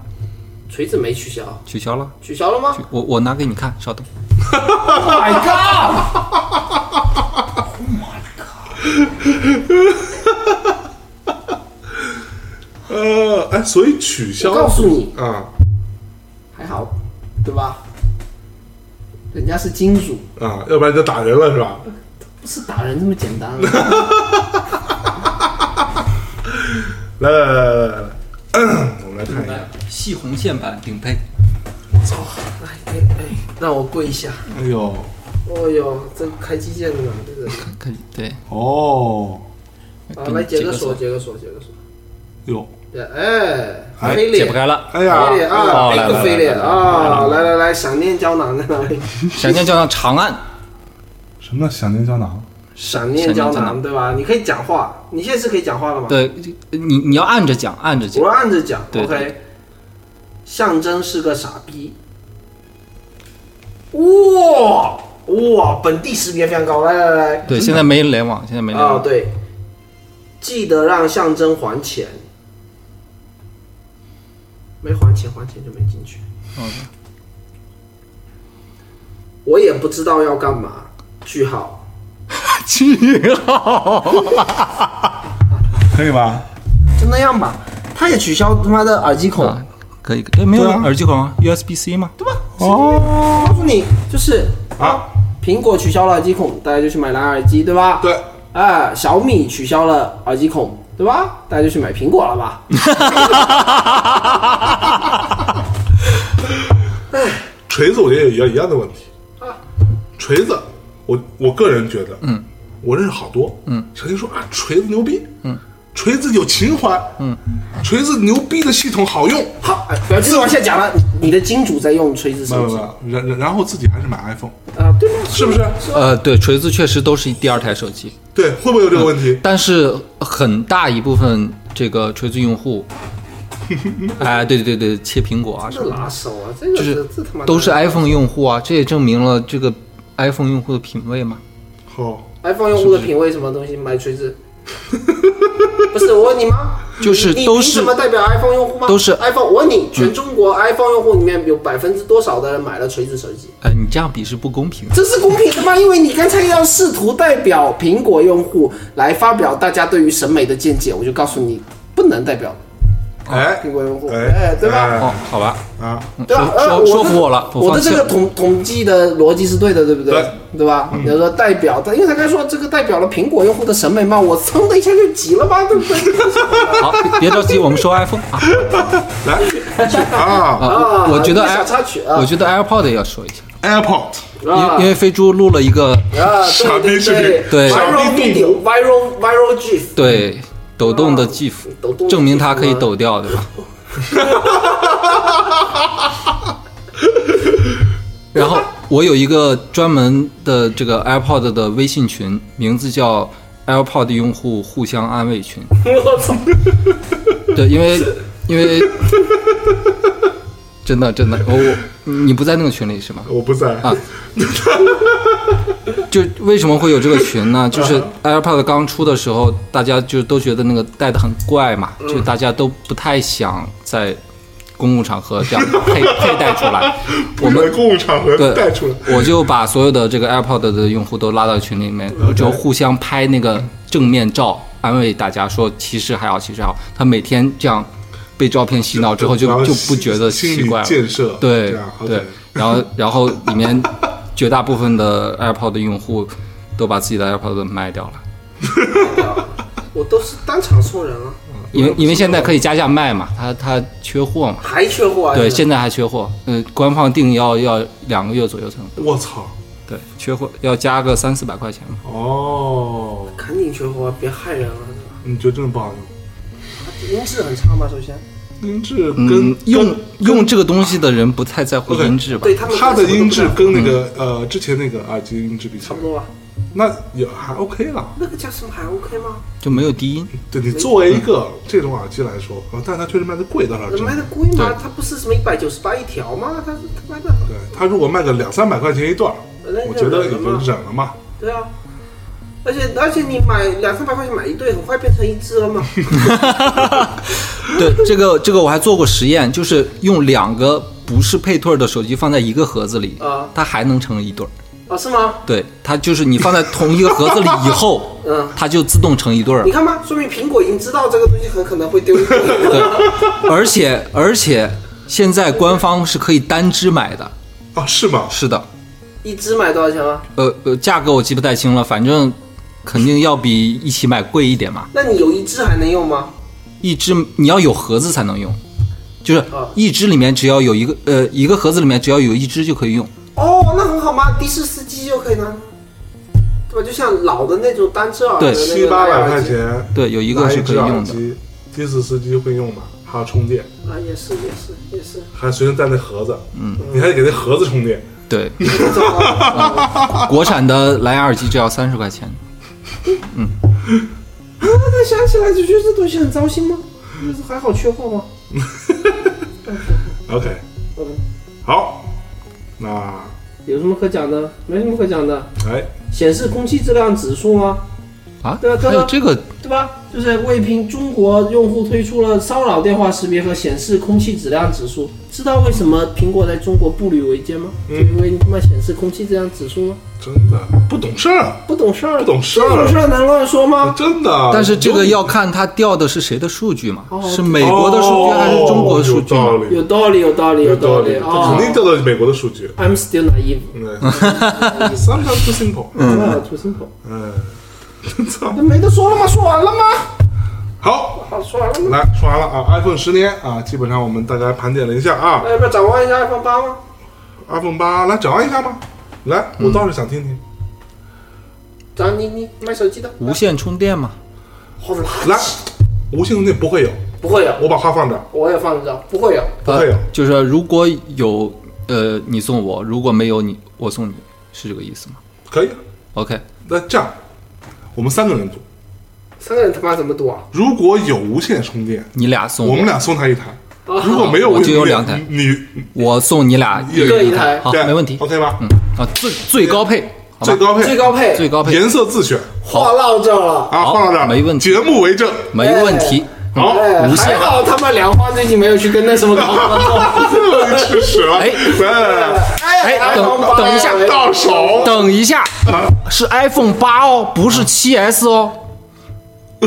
锤子没取消，
取消了。
取消了吗
我我拿给你看，稍等。
？My God！
呃，哎，所以取消，
我告诉你
啊
还好，对吧？人家是金主，
啊，要不然就打人了是吧？
不是打人这么简单啊的。
来来来来来来，我们来看一下，
系红线版顶配，
哎哎哎，让我跪一下。
哎呦，
哦哟，这开机键的嘛，这 个
可以对，
哦，
啊，
给你
来解个
锁
锁，，解个锁，解个锁。
哟，
对，哎，
哎
飞
解
裂
不，开了。
哎呀
飞裂，啊，
哦
哎
来
个
来
飞
来
裂
来来
啊！来来来，闪电胶囊在哪里？
闪电胶囊长按，
什么叫响铃胶囊？
闪电胶囊，对吧？你可以讲话，你现在是可以讲话了吗？，
对你你要按着讲，按着讲
我，按着讲
对
，OK。象征是个傻逼。哇哇，本地识别非常高，来来来，
对，现在没联网，现在没联
啊，
网，
对，记得让象征还钱，没还钱，还钱就没进去。
嗯
我也不知道要干嘛。句号，
句号，
可以吧？
就那样吧。他也取消他妈的耳机孔，
啊可以，对，没有
对啊
耳机孔啊，USB C 嘛，
对吧？哦，告诉你，就是啊，苹果取消了耳机孔，大家就去买蓝牙耳机，对吧？
对。
啊，小米取消了耳机孔，对吧？大家就去买苹果了 吧？
锤子我觉得也一样一样的问题。锤子，我我个人觉得，嗯，我认识好多，嗯，小弟说啊，锤子牛逼，嗯，锤子有情怀，嗯，锤子牛逼的系统好用，
好，哎不要继续往下讲了。你你的金主在用锤子
没有
手
没有，
机
然然然后自己还是买 iPhone，
啊，对吗？
是不是？
呃，对，锤子确实都是第二台手机，
对，会不会有这个问题？
但是很大一部分这个锤子 用户，哎，对对对对，切苹果啊什
这
么的，
拿手啊，这个
就是
这这他妈
都是 iPhone 用户啊，这也证明了这个 iPhone 用户的品味嘛。
好，
iPhone 用户的品味什么东西？买锤子？不是我问你吗？
就是
你
都
你
是
什么代表 iPhone 用户吗？
都是嗯
iPhone。我问你，全中国 iPhone 用户里面有百分之多少的人买了锤子手机？
哎，你这样比是不公平的。
这是公平的吗？因为你刚才要试图代表苹果用户来发表大家对于审美的见解，我就告诉你，不能代表
哎
苹果用户，
哎
哎，对吧？
哦，好吧，
哎啊，
对吧？
嗯说
呃，
说说
的
服我了我
我的
放弃
这个
了
统统计的逻辑是对的，对不对？
对
吧？比如说代表，他因为他刚才说这个代表了苹果用户的审美嘛，我噌的一下就急了吧，对不对？
好，别着急，我们说 iPhone 啊
来啊
啊！我我觉得
一个小
i，
插曲啊
我觉得 AirPod 也要说一下，
，AirPod，
啊
因因为飞猪录了一个
啊，
傻逼
对
视
对
频
对
傻
viral
逼动
video viral viral gif，
对抖动的 GIF，
抖动的
证明它
GIF
可以
吗
抖掉，对吧？ 然后我有一个专门的这个 AirPod 的微信群，名字叫 AirPod 用户互相安慰群。
我操，
对，因为因为真 的真的，我我你不在那个群里是吗？
我不在
啊就为什么会有这个群呢？就是 AirPod 刚出的时候，大家就都觉得那个戴的很怪嘛，就
嗯
大家都不太想在公共场合这样 佩佩戴出来。我
在
们
公共场 合
对
带出来，
我就把所有的这个 AirPod 的用户都拉到群里面，我就互相拍那个正面照，安慰大家说其实还好，其实还好。他每天这样被照片洗脑之后就，
然
就
后
不觉得
心
奇怪了。
心理建设
对
这样
对
OK，
然后然后里面绝大部分的 AirPod 的用户都把自己的 AirPod 卖掉了，
我都是当场送人了，
因为因为现在可以加价卖嘛，它它缺货嘛，
还缺货啊？
对，
现
现在还缺货，嗯，官方定要要两个月左右才能，
我操，
对，缺货要加个三四百块钱嘛，
哦，
在赶紧缺货啊，别害人了。
你觉得真的不好用？
音质很差吗？首先，
音质跟
嗯，用
跟
用这个东西的人不太在乎
OK，
音质吧
对，他们
它的音质
差
嗯
跟那个呃之前那个耳机音质比起来
不，多吧？啊
那也还 OK 了。
那个叫什么还 OK 吗？
就没有低音，
对你作为一个这种耳机来说，啊，但是它确实卖的贵，倒是真
卖
的
的。贵吗
对？
它不是什么一百九十八一条吗？它它卖的
对，它如果卖个两三百块钱一段儿，
那
我觉得也
忍
就
了吗
忍了嘛。
对啊，而且而且你买两三百块钱买一对，很快变成一只了 嘛。
对，这个这个我还做过实验，就是用两个不是配对儿的手机放在一个盒子里
啊，
它还能成一对儿。
啊，是吗？
对，它就是你放在同一个盒子里以后，
嗯
它就自动成一对儿
你。看吧，说明苹果已经知道这个东西很可能会丢。
对，而且而且现在官方是可以单只买的，
哦，是吗？
是的，
一只买多少钱啊？
呃呃，价格我记不太清了，反正肯定要比一起买贵一点嘛。
那你有一只还能用吗？
一只你要有盒子才能用，就是
啊
一只里面只要有一个呃一个盒子里面只要有一只就可以用。
哦，那很好嘛，的士司机就可以拿，对吧？就像老的那种单只耳的
对
那个
七八百
耳
块
机
钱，
对，有一个是可以用的。。
的士司机会用吗？还要充电，
啊，也是也是也 是，
还随身带那盒子，嗯，你还得给那盒子充电。
对，
啊
国产的蓝牙耳机只要三十块钱。
那想起来就觉得这东西很糟心吗？就是还好缺货吗？
OK，
嗯，
好，那
有什么可讲的？没什么可讲的。
哎，
显示空气质量指数吗？
啊，
对啊对啊
还有这个
对吧？就是为凭中国用户推出了骚扰电话识别和显示空气质量指数。知道为什么苹果在中国步履维艰吗？
嗯
就因为你他妈显示空气质量指数吗？
真的不懂事儿，
不懂事儿，
不懂事
不懂事
儿，
儿能乱说吗？
真的。
但是这个要看它调的是谁的数据嘛，是美
美
国的数据还是中国的数据嘛？
哦道理，
有道理，有道理，
有
道理
他肯定
啊
调到美国的数据。
！I'm still naive，
嗯，sometimes too simple。
啊，too simple，
嗯， 操，
那没得说了吗？说完了吗？
好，
好，说完了吗？
来说完了啊，iPhone 十年啊，基本上我们大概盘点了一下啊
那要不要展望一下 iPhone 八吗？
，iPhone 八来展望一下吧，来，我倒是想听听，
咱啊你你买手机的，啊
无线充电嘛，
好垃
来
圾，，
无线充电不会有，
不会有，
我把话放这儿，
我也放一张，不会有。啊
不会有
呃，就是如果有呃你送我，如果没有你我送你，是这个意思吗
可以，
？OK，
那这样，我们三个人组，
三个人他妈怎么赌啊？
如果有无线充电，
你俩送
我们俩送他一台，
啊
如果没有无
嗯我
线
就有
充
两
电
台，
你你
我送你俩
一人
一台
好，
对
没问题。
，OK 吧？
嗯啊，最最高配，好吧
最高配，
啊最高配，
最高配
颜色自选
话唠这了，
啊，
好
放到这儿，
没问题
节目为证，
没问题。嗯
好，
哎，
无
还
线
好他妈梁花最近没有去跟那什么搞 搞。
吃屎了，
哎
哎，
哎，等等一下，
到手，
等一下，是 iPhone 八哦，不是七 S 哦。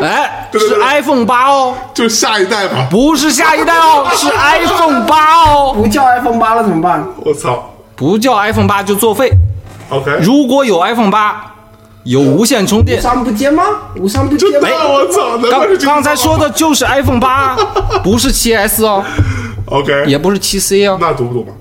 哎，
对对
是
对
iPhone 八哦，
就下一代吧。
不是下一代 哦，是 iPhone 八哦。
不叫 iPhone 八了怎么办？
我操
不叫 iPhone 八就作废。
，OK，
如果有 iPhone 八，有无线充
无
电，
伤不接吗？无伤不接
真
吗
的，？啊我操，难
哎刚
怪是这个
刚才说的就是 iPhone 八，啊 不是七 S 哦，
OK，
也不是七 C 哦。
那读不读嘛？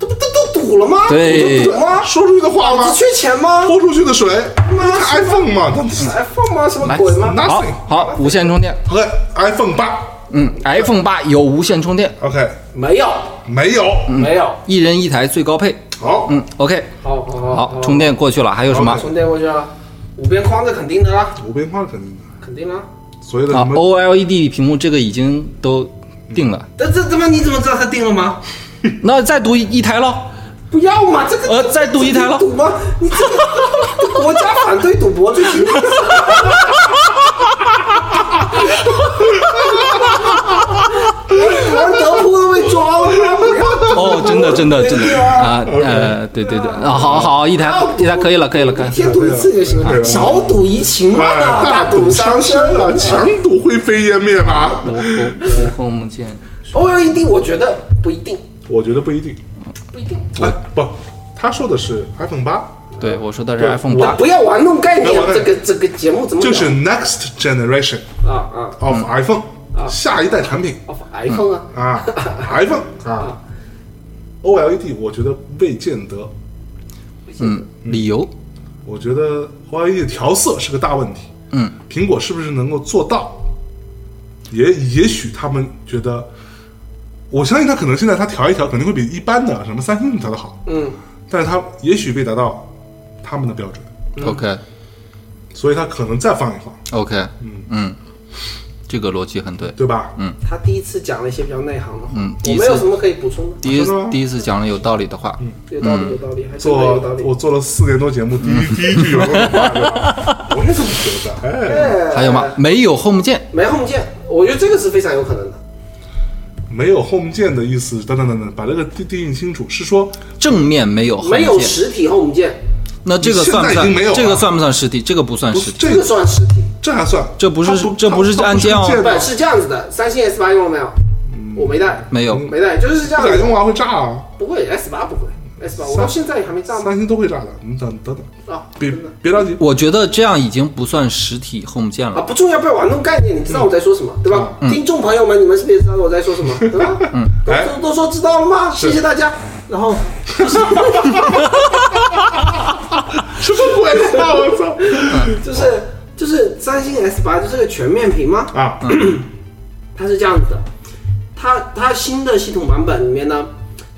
这不这都赌了吗？
对
赌就赌吗？
说出去的话
老
吗
子？缺钱吗
泼出去的水
妈
，iPhone 嘛，那
？iPhone 吗？什么
来
鬼吗？
那
好
Nothing
好，无线充电，
OK iPhone 八
嗯，iPhone 八有无线充电，
，OK
没有，
没有，
没有。
一人一台最高配。
好，
嗯，OK，
好好好
好，充电过去了，还有什么
好？
充电过去了，五边框这肯定的啦，
五边框肯定的，
肯定啦。
所有的
啊
什么
，OLED 屏幕这个已经都定了，
这这他妈你怎么知道他定了吗？
那再读一台喽。
不要嘛，这个
呃再赌一台了
这个赌吗？你这个这个国家反对赌博 罪行。玩德扑都被抓了，不要赌
哦，真的，真的，真的啊，呃，对对对，啊，好好，一台
啊
一台可以了，可以了，可以了。
天赌一次就行了，少赌怡情嘛，
哎
大
赌
赌伤身
身
啊
啊，。强赌灰飞烟灭吧？
无无无缝见，
OLED 哦我觉得不一定，
我觉得不一定，
不一定，
哎，不，他说的是 iPhone 八，
对我说的是
对
iPhone
我
八，
不要玩弄概念
不要，玩
这
弄
个这个节目怎么
就是
聊
next generation
啊啊
of iPhone，下一代产品
哦，iPhone 啊，
啊，iPhone 啊，OLED 我觉得未见得，
嗯，理由
我觉得 OLED 调色是个大问题。
嗯，
苹果是不是能够做到？也也许他们觉得，我相信他可能现在他调一调，肯定会比一般的什么三星调的好，
嗯，
但是他也许未达到他们的标准，
，OK
所以他可能再放一放，
OK，嗯，这个逻辑很对。
对吧？
嗯
他第一次讲了一些比较内行的话，
嗯第
我
一
没
次
有什么可以补充的，
第一
真的吗
第一次讲了有道理的话，
嗯
有道理有道理，还是有道
做
理。
我做了四年多节目，第一 第一句有这种话，对吧我也这么觉得。哎，
还有吗？没有 Home 键，
没 home 键，我觉得这个是非常有可能的。
没有 home 键的意思，等等等等，把这个定定义清楚，是说
正面没有 Home
没有
键，
实体 home 键，
那这个
现
算不
在已
算
经没有？了
这个算不算实体？这个不算
不
实
是
体。
这
这个
个
算实体。
这还算？
这不是
它
这不是
它它
按
是
键哦
键
不
盘
是这样子的，三星 S 八用了没有？我没带，
没有，
没带，就是这样
不敢
子。
用啊，会炸啊！
不会，S 八不会，S 八我到现在也还没炸吗？
三星都会炸的，你等等等，
啊，
别
真的
别着急，
我觉得这样已经不算实体 home 键
啊，
了。
不重要，不要玩弄概念，你知道我在说什么，对吧？听众朋友们，你们是不是也知道我在说什么，对吧？嗯，
哎
都都说知道了吗？谢谢大家。然后
什么鬼啊！ 我操
就是就是三星 S 八就是个全面屏吗？
啊！
它是这样子的，它它新的系统版本里面呢，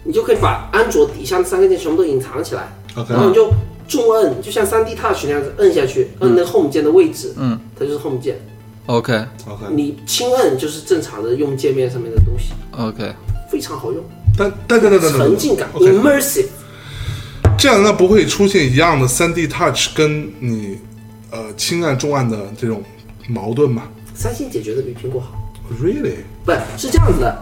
你就可以把安卓底下的三个键全部都隐藏起来
嗯 OK
然后你就重摁，就像3 D Touch 那样子摁下去，摁那 Home 键的位置，
嗯，
它就是 Home 键。
OK
嗯
你轻摁就是正常的用界面上面的东西，
OK，
非常好用，
但但但但但
沉浸感嗯
OK
，immersive。
这样那不会出现一样的三 D Touch 跟你呃轻按重按的这种矛盾吧
三星解决的比苹果好，
？Really？
不是这样子的。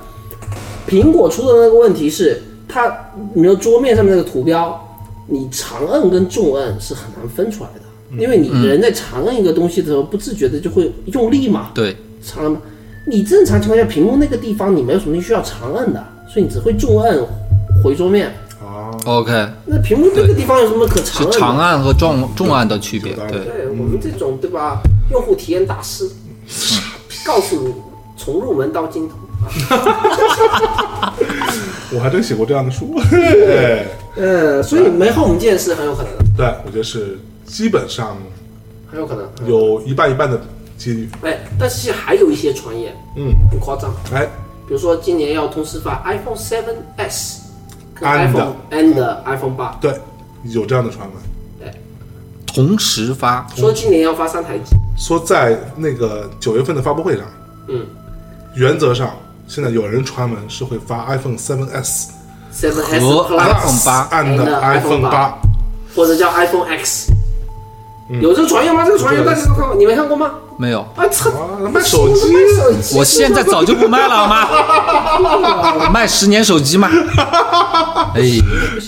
苹果出的那个问题是，它比如桌面上面那个图标，你长摁跟重摁是很难分出来的，因为你人在长摁一个东西的时候，不自觉的就会用力嘛，
嗯对，
长摁嘛。你正常情况下，屏幕那个地方你没有什么需要长摁的，所以你只会重摁回桌面。
啊，
OK，
那屏幕那个地方有什么可长
是
摁的？
长按和
嗯
重重按的区别。对，
对我们这种对吧，用户体验大师，
嗯
告诉你从入门到 精通。
我还真写过这样的书。
呃，所以没 home 键是很有可能的，
对，我觉得是基本上
很有可能。
嗯
有一半一半的几率。
哎，但是还有一些传言
嗯，
很夸张，
哎，
比如说今年要同时发 iPhone 7s 跟
And
iPhone and iPhone 八，
对，有这样的传闻，
同时发。
说今年要发三台机，
说在那个九月份的发布会上，
嗯
原则上现在有人传闻是会发 iPhone 7s
，7s
和
Plus
iPhone
and
8
and
iPhone
iPhone
8，
或者叫 iPhone X，有
嗯
这个传言吗？这个传言大家都看过，你没看过吗？
没有，
啊，操！
啊卖手机
卖手机
我现 在早就不卖了，好 吗？卖十年手机嘛。 哎，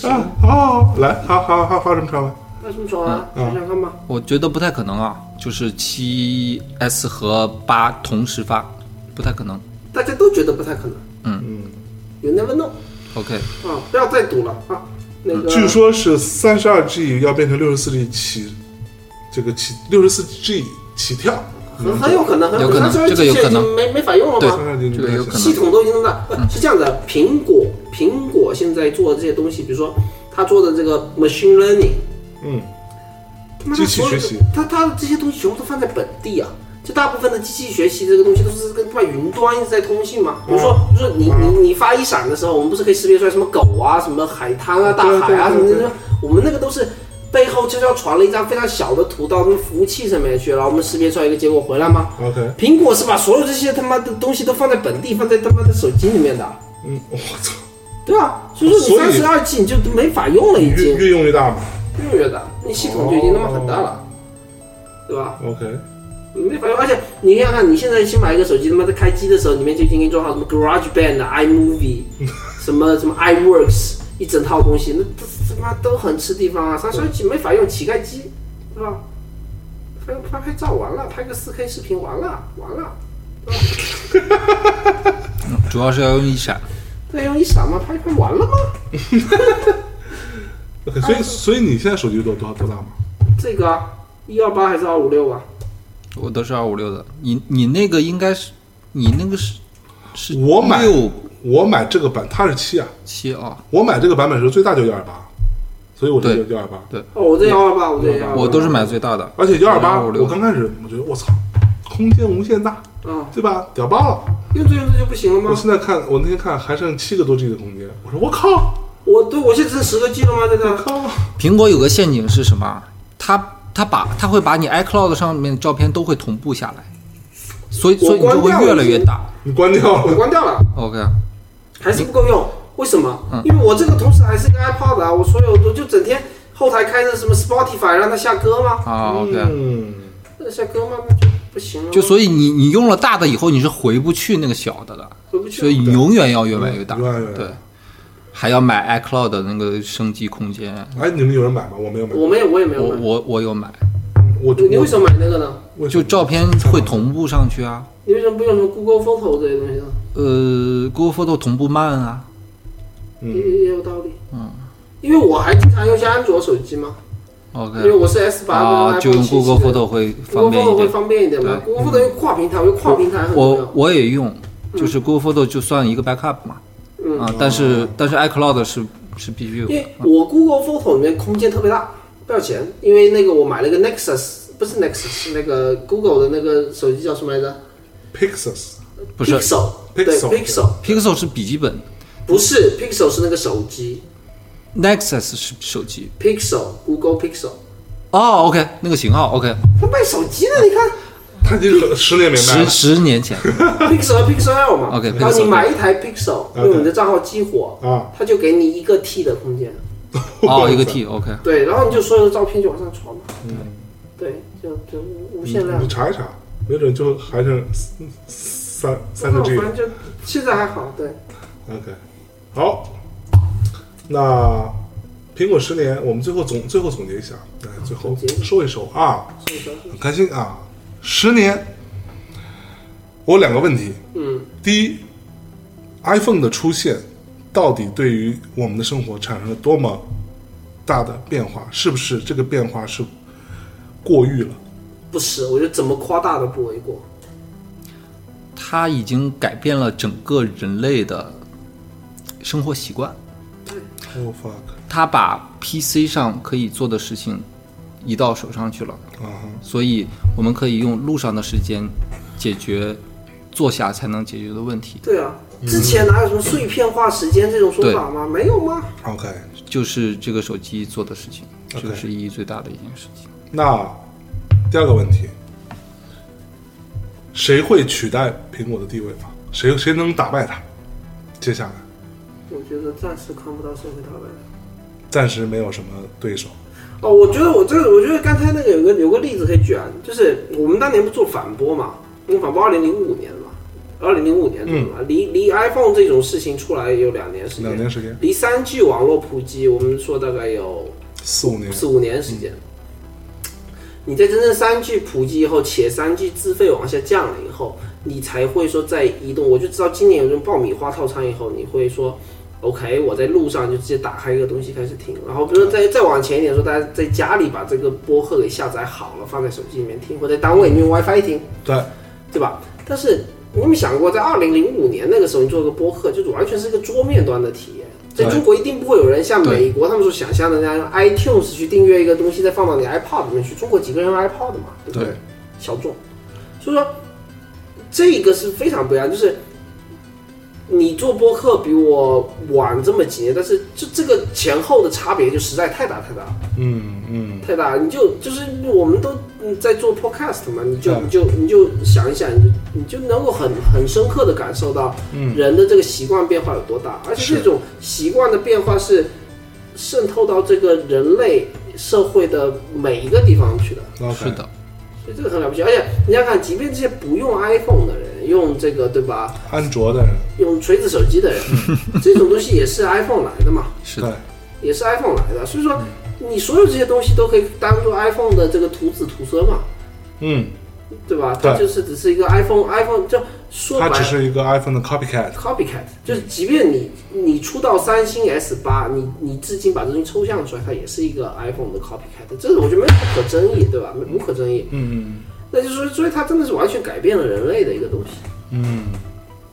啊，好，好来，好好好，发什么传闻？
那这么说啊，
嗯
想想看吧。
我觉得不太可能啊，就是七 S 和八同时发，不太可能。
大家都觉得不太可能。嗯嗯，You never know
OK，
啊！不要再赌了啊！那
嗯
个，
据说是三十二 G 要变成六十四 G 起，这个起六十四 G 起跳，
很嗯很有可能，很
有可能
它
这个有可能嗯
已经没没法用了
三
吗？
十二 G
这个有可能
系统都已经那么大，呃是这样的。苹果苹果现在做的这些东西，比如说他做的这个 machine learning，
嗯，
他妈
机
的
器
所有的
学习，
他他这些东西全部都放在本地啊。就大部分的机器学习这个东西都是跟外云端一直在通信嘛。比如说，
嗯
比如说你你你发一闪的时候，我们不是可以识别出来什么狗啊、什么海滩啊、大海啊什
对对
么
对
的？就是我们那个都是背后悄悄传了一张非常小的图到他们服务器上面去，然后我们识别出来一个结果回来吗？
OK，
苹果是把所有这些他妈的东西都放在本地，放在他妈的手机里面的，啊
嗯，我操，
对啊，所以说你
所以
三十二 G 你就没法用了，已
越
经
越用越大嘛
越用越大，你系统就已经他妈很大
哦
了，对吧？
，OK，
你没法用，而且你看看，你现在新买一个手机，他妈在开机的时候，里面就已经给你做好什么 GarageBand、iMovie，什么什么 iWorks 一整套东西，那都他妈都很吃地方啊！三十二 G 没法用，乞丐机，对吧？拍拍拍照完了，拍个四 K 视频完了，完了。
主要是要用一闪。
对，用一闪嘛，拍拍完了吗？
OK，所以所以你现在手机多多多大嘛？
这个啊一二八还是二五六啊？
我都是二五六的，你你那个应该是，你那个是是
我买
六
我买这个版它是七啊，
七啊，
我买这个版本的时候最大就幺二八，所以我就
对
幺二八，
哦，我这幺二八，我这幺二八，
嗯我都是买最大的，
而且幺二八
128
我刚开始我觉得我操，空间无限大，
啊，
对吧？屌爆了！
用着用着就不行了
我
吗？
现在看我那天看还剩七个多 G 的空间，我说我靠，
我对我现在剩十个 G 了吗？这
我
个
靠，
苹果有个陷阱是什么？它它把它会把你 iCloud 上面的照片都会同步下来，所以
我
所以你就会越来越大。
你关掉
我
了，
关掉了，
OK，
还是不够用，为什么？
嗯
因为我这个同时还是个 iPod 啊，我所有都就整天后台开着什么 Spotify 让它下歌吗？
啊 OK，
嗯，
那下歌吗？那就不行了吗，
就所以你你用了大的以后你是回不去那个小的了，
回不去了。
所以你永远要越来越大。
永远越来越大
对，还要买 iCloud 的那个升级空间。
哎，你们有人买吗？我没有买，
我没有，我也没有
我
买。
我我有买，
我
你你为什么买那个呢？
我
就照片会同步上去啊。
你为什么不用什么 Google Photo 这些东西呢？
呃，Google Photo 同步慢啊，
也
嗯
也有道理。嗯，因为我还经常用些安卓手机嘛，因为
OK，
我是 S 八
啊，
跟
就
iPhone
用 Google
7系列
Photo 会方
Google
便
Photo
一
会
点。
方便一点嘛。
对
Google Photo 又跨平台，我觉得跨平台很重
我
要。
我也用，就是 Google Photo 就算一个 backup 嘛，
嗯
啊，但是但是 iCloud 是是必须有
因
的
为。我 Google Photo 里面空间特别大，不要钱。因为那个我买了个 Nexus，不是 Nexus，是那个 Google 的那个手机叫什么来着
，Pixels
不是
？Pixel，对
Pixel，对
Pixel，
Pixel 是笔记本
不是 Pixel 是那个手机
，Nexus 是手机。
，Pixel Google Pixel，
哦，OK，那个型号 OK，
他卖手机的，你 看。
他这个十年明白
十
了，
十年前
Pixel 和 Pixel L 嘛
OK，
然后
Pixel
你买一台 Pixel，
OK
用你的账号激活，
啊
它就给你一个 T 的空间，
哦，一个 T OK，
对，然后你就所有的照片就往上传嘛，
嗯
对，就就无限量
你。查一查，没准就还剩三三三个 G
反。正就现在还好，对，
OK，好，那苹果十年，我们最后总最后总结一下，哎，最后
总结
收一收啊，
所以说
很开心啊，十年，我有两个问题，
嗯，
第一，iPhone 的出现到底对于我们的生活产生了多么大的变化？是不是这个变化是过誉了？
不是，我觉得怎么夸大都不为过。
它已经改变了整个人类的生活习惯。
哦、fuck
它把 PC 上可以做的事情移到手上去了，
啊哈，
所以我们可以用路上的时间解决坐下才能解决的问题，
对啊，
嗯
之前哪有什么碎片化时间这种说法吗？没有吗？
OK，
就是这个手机做的事情，这
OK
个是意义最大的一件事情。
那第二个问题，谁会取代苹果的地位吗？谁谁能打败它？接下来
我觉得暂时看不到社会大白。
暂时没有什么对手。
哦，我觉得我这，我觉得刚才那个有个有个例子可以举啊，就是我们当年不做反驳嘛，我们反驳二零零五年嘛，二零零五年对吧？离离 iPhone 这种事情出来也有两年时
嗯
间，
两年时间，
离三 G 网络普及，我们说大概有
四五年，
四五年时间。你在真正三 G 普及以后，且三 G 资费往下降了以后，你才会说在移动。我就知道今年有这种爆米花套餐以后，你会说，OK，我在路上就直接打开一个东西开始听。然后比如说再再往前一点说，大家在家里把这个播客给下载好了，放在手机里面听，或者在单位里面用 WiFi 听，
对，
对吧？但是你有没有想过，在二零零五年那个时候，你做个播客，就是完全是一个桌面端的体验。在
对
中国一定不会有人像
对
美国他们所想象的那样用，iTunes 去订阅一个东西，再放到你 iPod 里面去。中国几个人用 iPod 嘛，对不对？
对
小众，所以说这个是非常不一样。就是你做播客比我晚这么几年，但是就这个前后的差别就实在太大太大了。
嗯嗯，
太大，你就就是我们都嗯在做 podcast 嘛，你就
对啊
你就你就想一想，你就你就能够很很深刻的感受到
嗯
人的这个习惯变化有多大，而且
是
这种习惯的变化是渗透到这个人类社会的每一个地方去的，
OK
是的，
所以这个很了不起。而且你想想看，即便这些不用 iPhone 的人，用这个对吧，
安卓的人，
用锤子手 机的人，这种东西也是 iPhone 来的嘛。
是
对
的，，
也是 iPhone 来的，所以说
嗯
你所有这些东西都可以当做 iPhone 的这个徒子徒孙嘛，
嗯，
对吧？
对
它就是只是一个 iPhone iPhone 就说白
它
了
只是一个 iPhone 的 copycat。
copycat，就是即便你你出到三星 S 八，你你至今把这东西抽象出来，它也是一个 iPhone 的 copycat，这个我觉得没有不可争议，对吧？没无可争议。
嗯
那就是说，所以它真的是完全改变了人类的一个东西。
嗯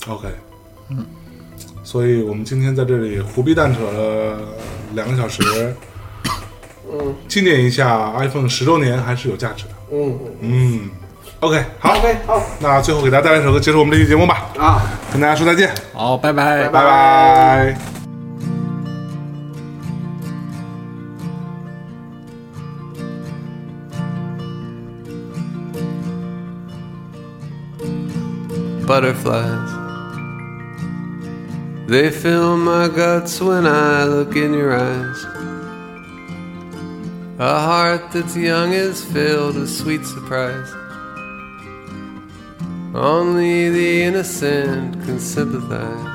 ，OK，嗯，所以我们今天在这里胡逼蛋扯了两个小时，
嗯
纪念一下 iPhone 十周年还是有价值的。
嗯嗯
嗯，OK，好，
，OK，好
那最后给大家带来一首歌，结束我们这期节目吧，
啊。
跟大家说再见，
好，拜拜。
拜拜。
butterflies. They fill my guts when I look in your eyes. A heart that's young is filled with sweet surprise. Only the innocent can sympathize.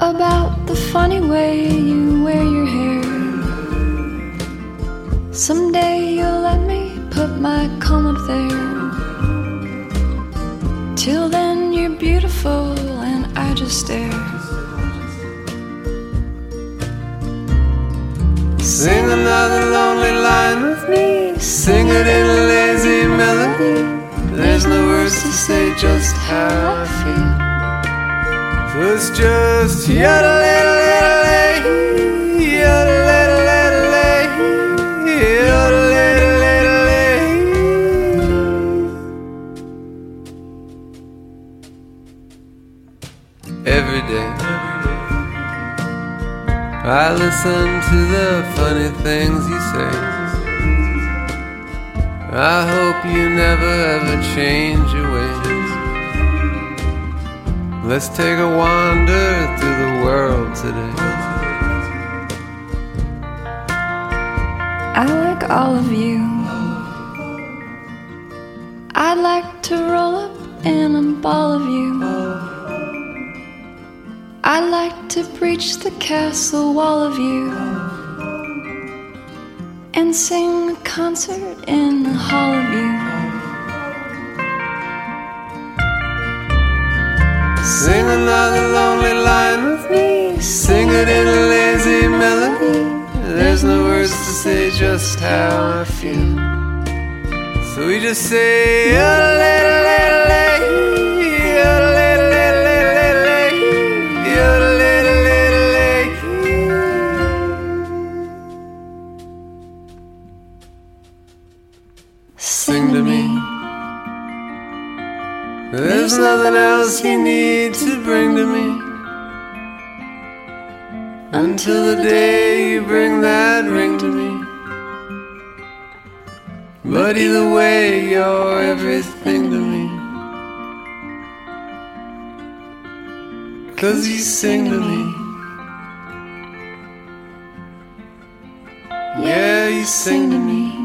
about the funny way you wear your hair. Someday you'll let me put my comb up there. Till then, you're beautiful, and I just stare.
Sing another lonely line with me. Sing it in a lazy melody. There's no words to say just how I feel. It's just yada Every day, I listen to the funny things you say. I hope you never ever change your ways. Let's take a wander through the world today.
I like all of you. I'd like to roll up in a ball of you. I'd like to breach the castle wall of you and sing a concert in the hall of you.
Sing another lonely line with me. Sing it in a lazy melody. There's no words to say just how I feel. So we just say, "Yodelay, yodelay, yodelay, yodelay, yodelay,
Sing to me.
There's nothing else you need to bring to me until the day you bring that ring to me. But either way, you're everything to me. Cause you sing to me. Yeah, you sing to me.